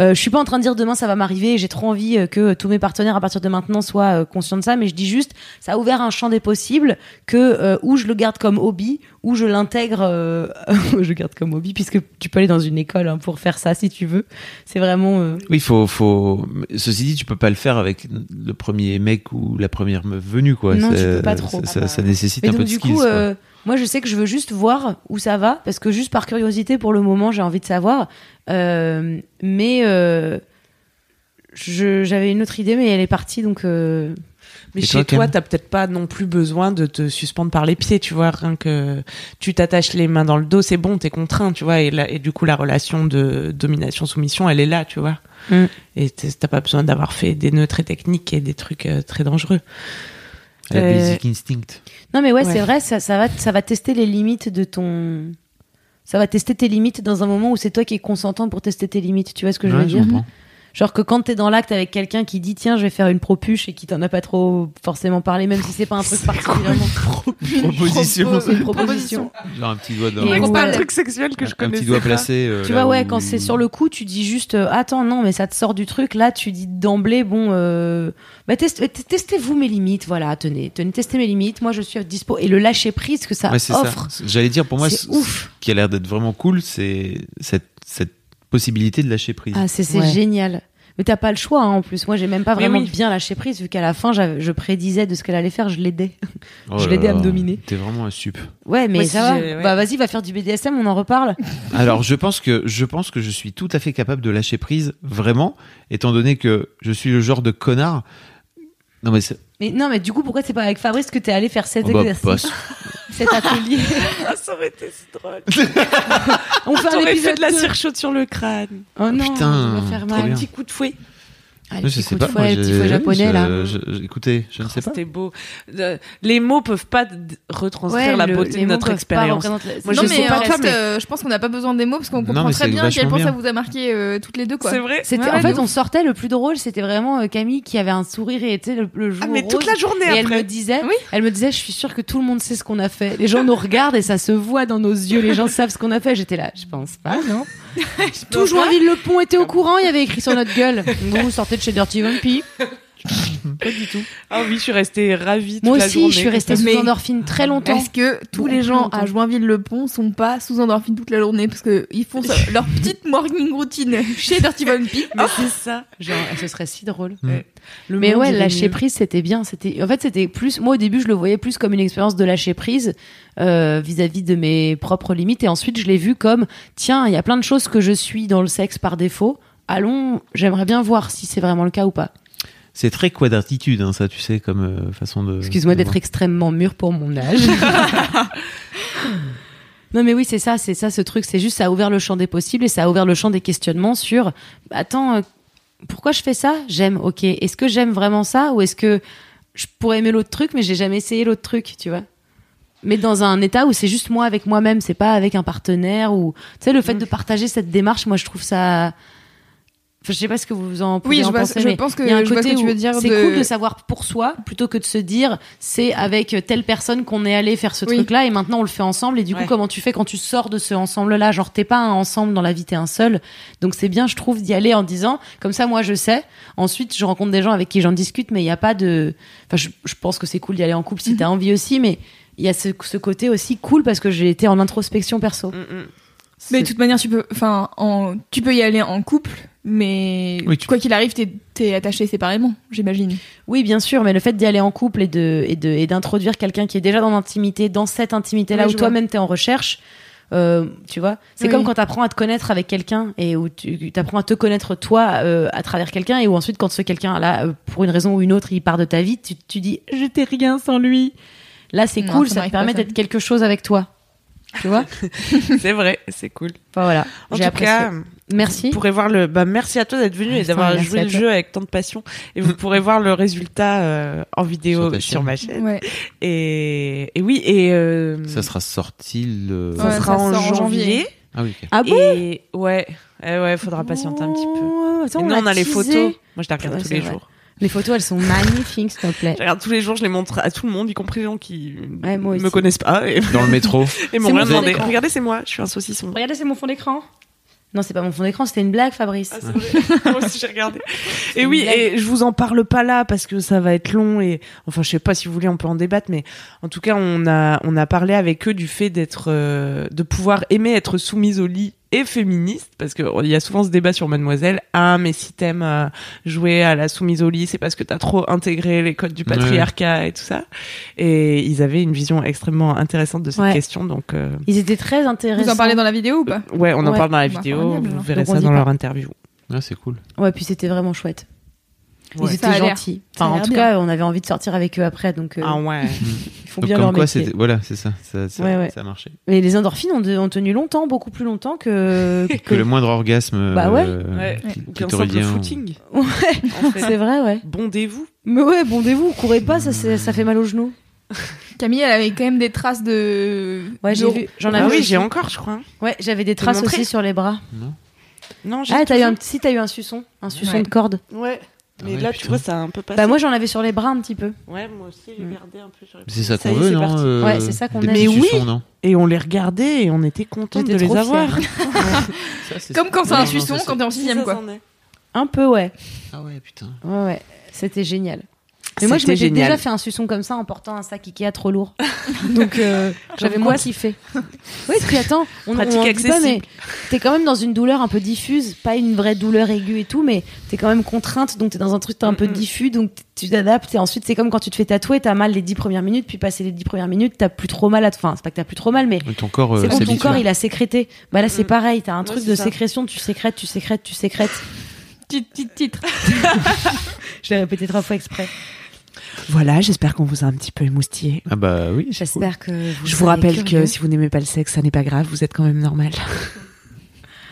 S3: Euh, je suis pas en train de dire demain ça va m'arriver. J'ai trop envie euh, que tous mes partenaires à partir de maintenant soient euh, conscients de ça, mais je dis juste ça a ouvert un champ des possibles que euh, ou je le garde comme hobby ou je l'intègre. euh, je le garde comme hobby puisque tu peux aller dans une école hein, pour faire ça si tu veux. C'est vraiment. euh,
S4: Oui, faut, faut. Ceci dit, tu peux pas le faire avec le premier mec ou la première meuf venue, quoi.
S3: Non,
S4: Ça-
S3: tu peux pas trop.
S4: Ça, ça- ça nécessite
S3: Mais
S4: un
S3: donc,
S4: peu de
S3: du
S4: skills.
S3: coup,
S4: quoi.
S3: euh, moi, je sais que je veux juste voir où ça va, parce que juste par curiosité, pour le moment, j'ai envie de savoir. Euh, mais euh, je- j'avais une autre idée, mais elle est partie, donc. euh,
S2: Mais
S4: Et
S2: chez
S4: toi,
S2: toi,
S4: Cam
S2: t'as peut-être pas non plus besoin de te suspendre par les pieds, tu vois, rien que tu t'attaches les mains dans le dos, c'est bon, t'es contraint, tu vois, et, là, et du coup, la relation de domination-soumission, elle est là, tu vois.
S3: Mm.
S2: Et t'es- t'as pas besoin d'avoir fait des nœuds très techniques et des trucs euh, très dangereux.
S4: La
S2: euh,
S4: basic instinct.
S3: Non, mais ouais,
S2: Ouais.
S3: c'est vrai, ça, ça va, ça va tester les limites de ton. Ça va tester tes limites dans un moment où c'est toi qui es consentant pour tester tes limites, tu vois ce que je veux
S4: Ouais, je
S3: dire
S4: comprends.
S3: Genre que quand t'es dans l'acte avec quelqu'un qui dit tiens je vais faire une propuche et qui t'en a pas trop forcément parlé même si c'est pas un truc particulièrement
S4: Proposition.
S3: c'est une proposition
S4: Genre un petit doigt dans.
S3: Et
S2: C'est
S3: qu'on
S2: pas
S3: parle-
S2: un truc sexuel que
S4: un
S2: je connais.
S4: petit doigt placé. euh,
S3: Tu
S4: là
S3: vois, ouais,
S4: où-
S3: quand c'est sur le coup, tu dis juste euh, attends, non, mais ça te sort du truc. Là, tu dis d'emblée, bon, euh, bah, test- t- testez-vous mes limites. Voilà, tenez, tenez, testez mes limites. Moi, je suis à dispo. Et le lâcher prise que ça
S4: Ouais, c'est ça.
S3: offre.
S4: J'allais dire, pour moi,
S3: C'est
S4: ce-
S3: ouf.
S4: ce qui a l'air d'être vraiment cool, c'est cette, cette possibilité de lâcher prise.
S3: Ah, c'est c'est
S2: Ouais.
S3: génial. Mais t'as pas le choix hein, en plus. Moi, j'ai même pas
S2: Mais
S3: vraiment
S2: oui.
S3: bien lâché prise vu qu'à la fin, j'avais- je prédisais de ce qu'elle allait faire, je l'aidais.
S4: Oh
S3: je
S4: là
S3: l'aidais à me
S4: là,
S3: dominer.
S4: T'es vraiment un sup.
S3: Ouais, mais
S2: Moi, si
S3: ça va.
S2: j'ai- ouais.
S3: Bah, vas-y, va faire du BDSM, on en reparle.
S4: Alors, je pense que je pense que je suis tout à fait capable de lâcher prise, vraiment, étant donné que je suis le genre de connard. Non mais c'est
S3: mais non, mais du coup, pourquoi c'est pas avec Fabrice que t'es allé faire cet
S4: oh, bah,
S3: exercice,
S4: passe.
S3: cet atelier
S2: Ah, ça aurait été si drôle.
S3: On fait un
S2: T'aurais fait
S3: épisode
S2: de la
S3: deux.
S2: cire chaude sur le crâne.
S3: Oh non,
S4: bah, Putain,
S3: je vais faire
S4: Ah, trop
S3: mal.
S4: bien.
S2: Un petit coup de fouet.
S3: Ah,
S4: Je
S3: petit
S4: sais
S3: coup
S4: pas.
S3: de
S4: moi,
S3: fouet, le petit
S4: j'ai-
S3: fouet japonais
S4: je-
S3: là.
S4: je- je- écoutez, je ne sais pas.
S2: Oh, C'était beau. Le- les mots peuvent pas d- retranscrire
S3: Ouais,
S2: la
S3: le-
S2: beauté
S3: les
S2: de
S3: mots
S2: notre
S3: peuvent pas
S2: expérience.
S3: représenter-
S2: Moi,
S3: Non,
S2: je
S3: mais,
S2: sais pas
S3: euh,
S2: toi, mais-
S1: euh, je pense qu'on n'a pas besoin des mots parce qu'on
S4: Non,
S1: comprend
S4: mais
S1: très
S4: c'est
S1: bien à quel
S4: vachement
S1: point
S4: bien.
S1: ça vous a marqué euh, toutes les deux quoi.
S2: C'est vrai.
S3: C'était,
S1: Ouais,
S3: en
S1: ouais,
S3: fait,
S1: de
S3: on sortait le plus drôle, c'était vraiment euh, Camille qui avait un sourire et était le, le jour
S2: Ah, mais
S3: rose.
S2: toute la journée
S3: et elle me
S2: après.
S3: disait,
S1: Oui.
S3: elle me disait, je suis sûre que tout le monde sait ce qu'on a fait. Les gens nous regardent et ça se voit dans nos yeux. Les gens savent ce qu'on a fait. J'étais là, je pense pas, non. Tout Joinville Le Pont était au courant. Il y avait écrit sur notre gueule. Vous sortez de chez Dirty Vampy. pas du tout.
S2: Ah oui, je suis restée ravie. toute
S3: Moi
S2: la
S3: aussi,
S2: journée.
S3: je suis restée sous
S1: Mais-
S3: endorphine très longtemps.
S1: Est-ce que tous
S3: Bon,
S1: les gens
S3: longtemps.
S1: à Joinville-le-Pont sont pas sous endorphine toute la journée parce que ils font ça- leur petite morning routine chez Dirty Vampy
S3: Oh
S2: Mais c'est ça.
S3: Genre, ce serait si drôle.
S4: Mm.
S2: Le
S3: Mais
S2: monde,
S3: ouais,
S2: il est
S3: lâcher
S2: mieux.
S3: prise, c'était bien. C'était, en fait, c'était plus. Moi, au début, je le voyais plus comme une expérience de lâcher prise euh, vis-à-vis de mes propres limites. Et ensuite, je l'ai vu comme tiens, il y a plein de choses que je suis dans le sexe par défaut. Allons, j'aimerais bien voir si c'est vraiment le cas ou pas.
S4: C'est très quadratitude, hein, ça, tu sais, comme euh, façon de.
S3: Excuse-moi
S4: de
S3: d'être
S4: voir.
S3: extrêmement mûr pour mon âge. Non mais oui c'est ça c'est ça ce truc c'est juste ça a ouvert le champ des possibles et ça a ouvert le champ des questionnements sur attends euh, pourquoi je fais ça j'aime ok est-ce que j'aime vraiment ça ou est-ce que je pourrais aimer l'autre truc mais j'ai jamais essayé l'autre truc tu vois mais dans un état où c'est juste moi avec moi-même c'est pas avec un partenaire ou tu sais le
S1: Mm.
S3: fait de partager cette démarche moi je trouve ça Enfin, je sais pas ce que vous en pouvez
S1: Oui, je
S3: en
S1: vois-
S3: penser,
S1: je
S3: mais
S1: pense que-
S3: il y a un
S1: je vois
S3: côté
S1: ce que tu
S3: où
S1: veux dire
S3: c'est
S1: de-
S3: cool de savoir pour soi plutôt que de se dire c'est avec telle personne qu'on est allé faire ce
S1: Oui.
S3: truc-là et maintenant on le fait ensemble. Et du coup,
S2: Ouais.
S3: comment tu fais quand tu sors de ce ensemble-là Genre, t'es pas un ensemble dans la vie, t'es un seul. Donc c'est bien, je trouve, d'y aller en disant comme ça, moi je sais. Ensuite, je rencontre des gens avec qui j'en discute, mais il n'y a pas de. Enfin, je, je pense que c'est cool d'y aller en couple
S2: Mhm.
S3: si t'as envie aussi, mais il y a ce, ce côté aussi cool parce que j'ai été en introspection perso.
S2: Mm, mm.
S1: Mais de toute manière, tu peux, enfin, en- tu peux y aller en couple, mais
S4: Oui, tu-
S1: quoi qu'il arrive, t'es, t'es attaché séparément, j'imagine.
S3: Oui, bien sûr, mais le fait d'y aller en couple et de et de et d'introduire quelqu'un qui est déjà dans l'intimité, dans cette intimité là
S1: Oui,
S3: où
S1: je vois.
S3: toi-même t'es en recherche, euh, tu vois, c'est
S1: Oui.
S3: comme quand t'apprends à te connaître avec quelqu'un et où tu t'apprends à te connaître toi euh, à travers quelqu'un et où ensuite quand ce quelqu'un là euh, pour une raison ou une autre il part de ta vie, tu tu dis j'étais rien sans lui. Là, c'est
S1: Non,
S3: cool,
S1: ça
S3: ça te
S1: m'arrive pas,
S3: permet
S1: ça.
S3: d'être quelque chose avec toi. Tu vois
S2: C'est vrai, c'est cool.
S3: Enfin voilà,
S2: En tout
S3: j'ai apprécié.
S2: cas,
S3: Merci.
S2: vous pourrez voir le. Bah, merci à toi d'être venu et
S3: Putain,
S2: d'avoir
S3: merci à
S2: joué le
S3: toi.
S2: jeu avec tant de passion. Et vous pourrez voir le résultat euh, en vidéo
S4: Sur ta
S2: sur,
S4: chaîne.
S2: ma chaîne.
S1: Ouais.
S2: Et, et oui, et euh,
S4: Ça sera sorti le.
S2: ça
S1: Ouais,
S2: sera
S1: ça
S2: en
S1: sort en janvier.
S2: janvier.
S4: Ah oui. ok.
S3: Ah
S2: et ouais, eh ouais, faudra patienter un petit peu.
S3: Oh, attends,
S2: Et nous, on a, les
S3: teasé.
S2: photos. Moi, je les regarde
S3: Ouais,
S2: tous
S3: c'est
S2: les
S3: vrai.
S2: jours.
S3: Les photos, elles sont magnifiques, s'il te plaît.
S2: Je les regarde tous les jours, je les montre à tout le monde, y compris les gens qui
S3: Ouais, moi
S2: me
S3: aussi.
S2: connaissent pas et,
S4: Dans le métro.
S2: et
S3: C'est
S2: m'ont rien
S3: mon fond
S2: demandé.
S3: d'écran.
S2: Regardez, c'est moi, je suis un saucisson.
S3: Regardez, c'est mon fond d'écran. Non, c'est pas mon fond d'écran, c'était une blague, Fabrice.
S2: Ah, c'est vrai. Moi aussi, j'ai regardé. Et oui, et je vous en parle pas là parce que ça va être long et enfin, je sais pas si vous voulez, on peut en débattre, mais en tout cas, on a on a parlé avec eux du fait d'être, euh, de pouvoir aimer être soumise au lit et féministe parce que oh, il y a souvent ce débat sur Mademoiselle. Ah, mais si t'aimes euh, jouer à la soumise au lit, c'est parce que t'as trop intégré les codes du patriarcat et tout ça. Et ils avaient une vision extrêmement intéressante de cette
S3: Ouais.
S2: question, donc. euh,
S3: Ils étaient très intéressants.
S1: Vous en parlez dans la vidéo ou pas
S2: Ouais, on en
S3: Ouais.
S2: parle dans la
S1: Bah,
S2: vidéo,
S1: formidable,
S2: vous
S1: hein.
S2: verrez
S3: Donc, on
S2: ça
S3: dit
S2: dans
S3: pas.
S2: leur interview.
S4: Ah, c'est cool.
S3: Ouais, puis c'était vraiment chouette.
S2: Ouais.
S3: Ils
S1: Ça a
S3: étaient
S1: l'air.
S3: gentils.
S1: Ça a
S3: Enfin, en
S1: l'air
S3: tout
S1: bien.
S3: cas, on avait envie de sortir avec eux après, donc euh,
S2: Ah ouais.
S3: ils font
S4: Donc,
S3: bien
S4: comme
S3: leur
S4: quoi,
S3: métier.
S4: c'était- voilà, c'est ça. Ça, ça,
S3: Ouais, ouais.
S4: ça a marché.
S3: Mais les endorphines ont, de- ont tenu longtemps, beaucoup plus longtemps que. que-
S4: Que le moindre orgasme.
S3: Bah ouais.
S4: euh,
S2: Ouais.
S4: qui- hein,
S2: Ou
S4: qui
S2: qu'un
S4: t'aurait
S2: simple
S4: dit un-
S2: footing.
S3: Ouais,
S2: En fait.
S3: c'est vrai, ouais.
S2: Bondez-vous.
S3: Mais ouais, bondez-vous, courez pas, ça, c'est- ça fait mal aux genoux.
S1: Camille, elle avait quand même des traces de.
S3: Ouais,
S1: de-
S3: j'ai vu. J'en
S2: Ah
S3: avais
S2: oui,
S3: aussi.
S2: j'ai encore, je crois. hein.
S3: Ouais, j'avais des
S2: Te
S3: traces
S2: montrer.
S3: aussi sur les bras.
S2: Non, j'ai.
S3: Ah, t'as eu un, si t'as eu un suçon, un suçon
S1: Ouais.
S3: de corde.
S2: Ouais.
S4: Ah ouais, putain.
S2: ça a un peu passé.
S3: Bah moi, Mm. j'en avais sur les bras un petit peu.
S2: Ouais, moi aussi, j'ai gardé un peu sur les
S4: C'est ça
S2: Ça
S4: qu'on
S2: y est,
S4: veut,
S2: c'est
S4: non
S2: parti.
S4: euh,
S3: Ouais, c'est ça qu'on
S4: des
S3: aime.
S4: petits
S2: Mais oui.
S4: suçons, non
S2: Et on les regardait et on était contents de
S3: J'étais
S2: les
S3: trop
S2: avoir.
S3: fière.
S1: Comme quand c'est
S4: Ah Non,
S1: un
S4: non,
S1: suçon,
S4: ça, c'est-
S1: quand t'es en sixième, quoi.
S3: Un peu, ouais.
S4: Ah ouais, putain.
S3: Ouais, ouais. C'était génial. Mais moi, je m'étais
S2: génial.
S3: déjà fait un suçon comme ça en portant un sac Ikea trop lourd. Donc, euh, j'avais moins kiffé. Oui, puis attends, on, on en
S2: Pratique
S3: dit pas, mais
S2: accessible.
S3: t'es quand même dans une douleur un peu diffuse, pas une vraie douleur aiguë et tout, mais t'es quand même contrainte, donc t'es dans un truc t'es un peu
S2: Mm, mm.
S3: diffus, donc t- tu t'adaptes. Et ensuite, c'est comme quand tu te fais tatouer, t'as mal les dix premières minutes, puis passé les dix premières minutes, t'as plus trop mal. À... Enfin, c'est pas que t'as plus trop mal, mais
S4: Mais Ton corps, euh,
S3: c'est bon, ton
S4: s'habitue.
S3: corps il a sécrété. Bah là, c'est
S2: Mm.
S3: pareil, t'as un truc
S2: c'est
S3: de
S2: ça.
S3: sécrétion, tu sécrètes, tu sécrètes, tu sécrètes.
S1: Titre, titre, titre.
S3: Je l'ai répété trois fois exprès.
S2: Voilà, j'espère qu'on vous a un petit peu émoustillé.
S4: Ah bah oui, c'est cool.
S3: J'espère que. Vous
S2: Je vous
S3: serez
S2: rappelle que
S3: curieux.
S2: si vous n'aimez pas le sexe, ça n'est pas grave, vous êtes quand même normal.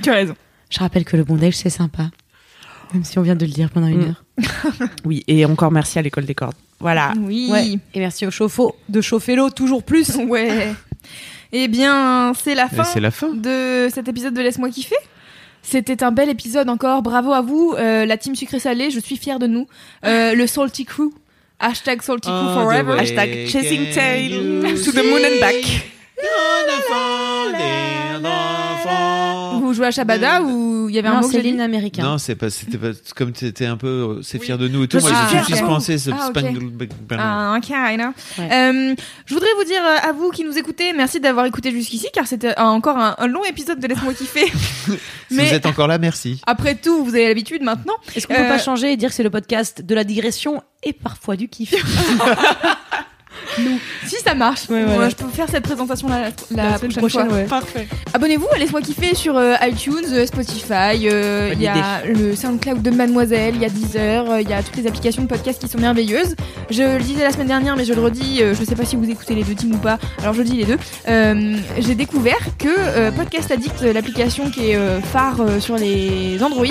S1: Tu as raison.
S3: Je rappelle que le bondage, c'est sympa. Même si on vient de le dire pendant une
S2: Mm.
S3: heure.
S2: Oui, et encore merci à l'école des cordes. Voilà.
S1: Oui.
S3: Ah. Ouais. Et merci au chauffe-eau de chauffer l'eau toujours plus.
S1: Ouais. Eh bien, c'est la
S4: Et
S1: fin
S4: C'est la fin.
S1: de cet épisode de Laisse-moi kiffer. C'était un bel épisode encore. Bravo à vous, euh, la team sucré-salé. Je suis fière de nous. Euh, le Salty Crew. Hashtag Salty Crew
S4: Ah,
S1: forever.
S2: Hashtag chasing tail to the
S4: see
S2: moon and back. Vous jouez à Shabada ou il y avait un
S3: Non,
S1: mot que
S3: c'est
S1: j'ai dit
S3: l'hymne américain.
S4: Non, c'est pas, c'était pas, comme t'étais un peu, euh, c'est fier de nous et tout.
S2: Moi,
S4: Moi,
S2: je suis
S4: j'ai tout de
S2: fière
S4: suite
S2: de
S4: pensé ce
S1: Ah, ok.
S4: Spangled Banner.
S1: Ah, ok, I know.
S3: Ouais.
S1: Euh, je voudrais vous dire euh, à vous qui nous écoutez, merci d'avoir écouté jusqu'ici, car c'était euh, encore un, un long épisode de Laisse-moi kiffer.
S4: Si
S1: mais-
S4: vous êtes encore là, merci.
S1: Après tout, vous avez l'habitude maintenant.
S3: Est-ce qu'on peut
S1: Euh,
S3: pas changer et dire que c'est le podcast de la digression et parfois du kiff
S1: Si ça marche,
S3: Ouais,
S1: Bon,
S3: voilà.
S1: je peux faire cette présentation là la,
S3: La semaine
S1: prochaine,
S3: prochaine,
S1: fois.
S3: ouais.
S2: Parfait.
S1: Abonnez-vous à Laisse-moi kiffer sur euh, iTunes, euh, Spotify, euh, il
S2: Bonne
S1: y a le SoundCloud de Mademoiselle, il y a Deezer, euh, il y a toutes les applications de podcast qui sont merveilleuses. Je le disais la semaine dernière, mais je le redis, euh, je sais pas si vous écoutez les deux teams ou pas, alors je dis les deux. Euh, J'ai découvert que euh, Podcast Addict, euh, l'application qui est euh, phare euh, sur les Android,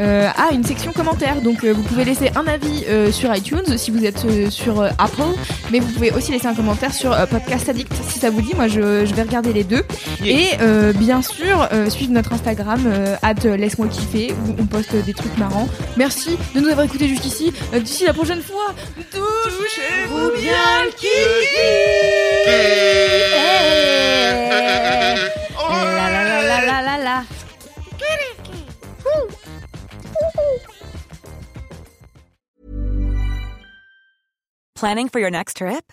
S1: euh, a une section commentaires. Donc euh, vous pouvez laisser un avis euh, sur iTunes si vous êtes euh, sur euh, Apple, mais vous pouvez aussi laisser un commentaire sur euh, Podcast Addict si ça vous dit. Moi, je, je vais regarder les deux. Et euh, bien sûr, euh, suivre notre Instagram, euh, at, euh, laisse-moi kiffer, où on poste euh, des trucs marrants. Merci de nous avoir écoutés jusqu'ici. Euh, D'ici la prochaine fois, touchez-vous bien le
S3: La la la la la la la.
S12: Planning for your next trip?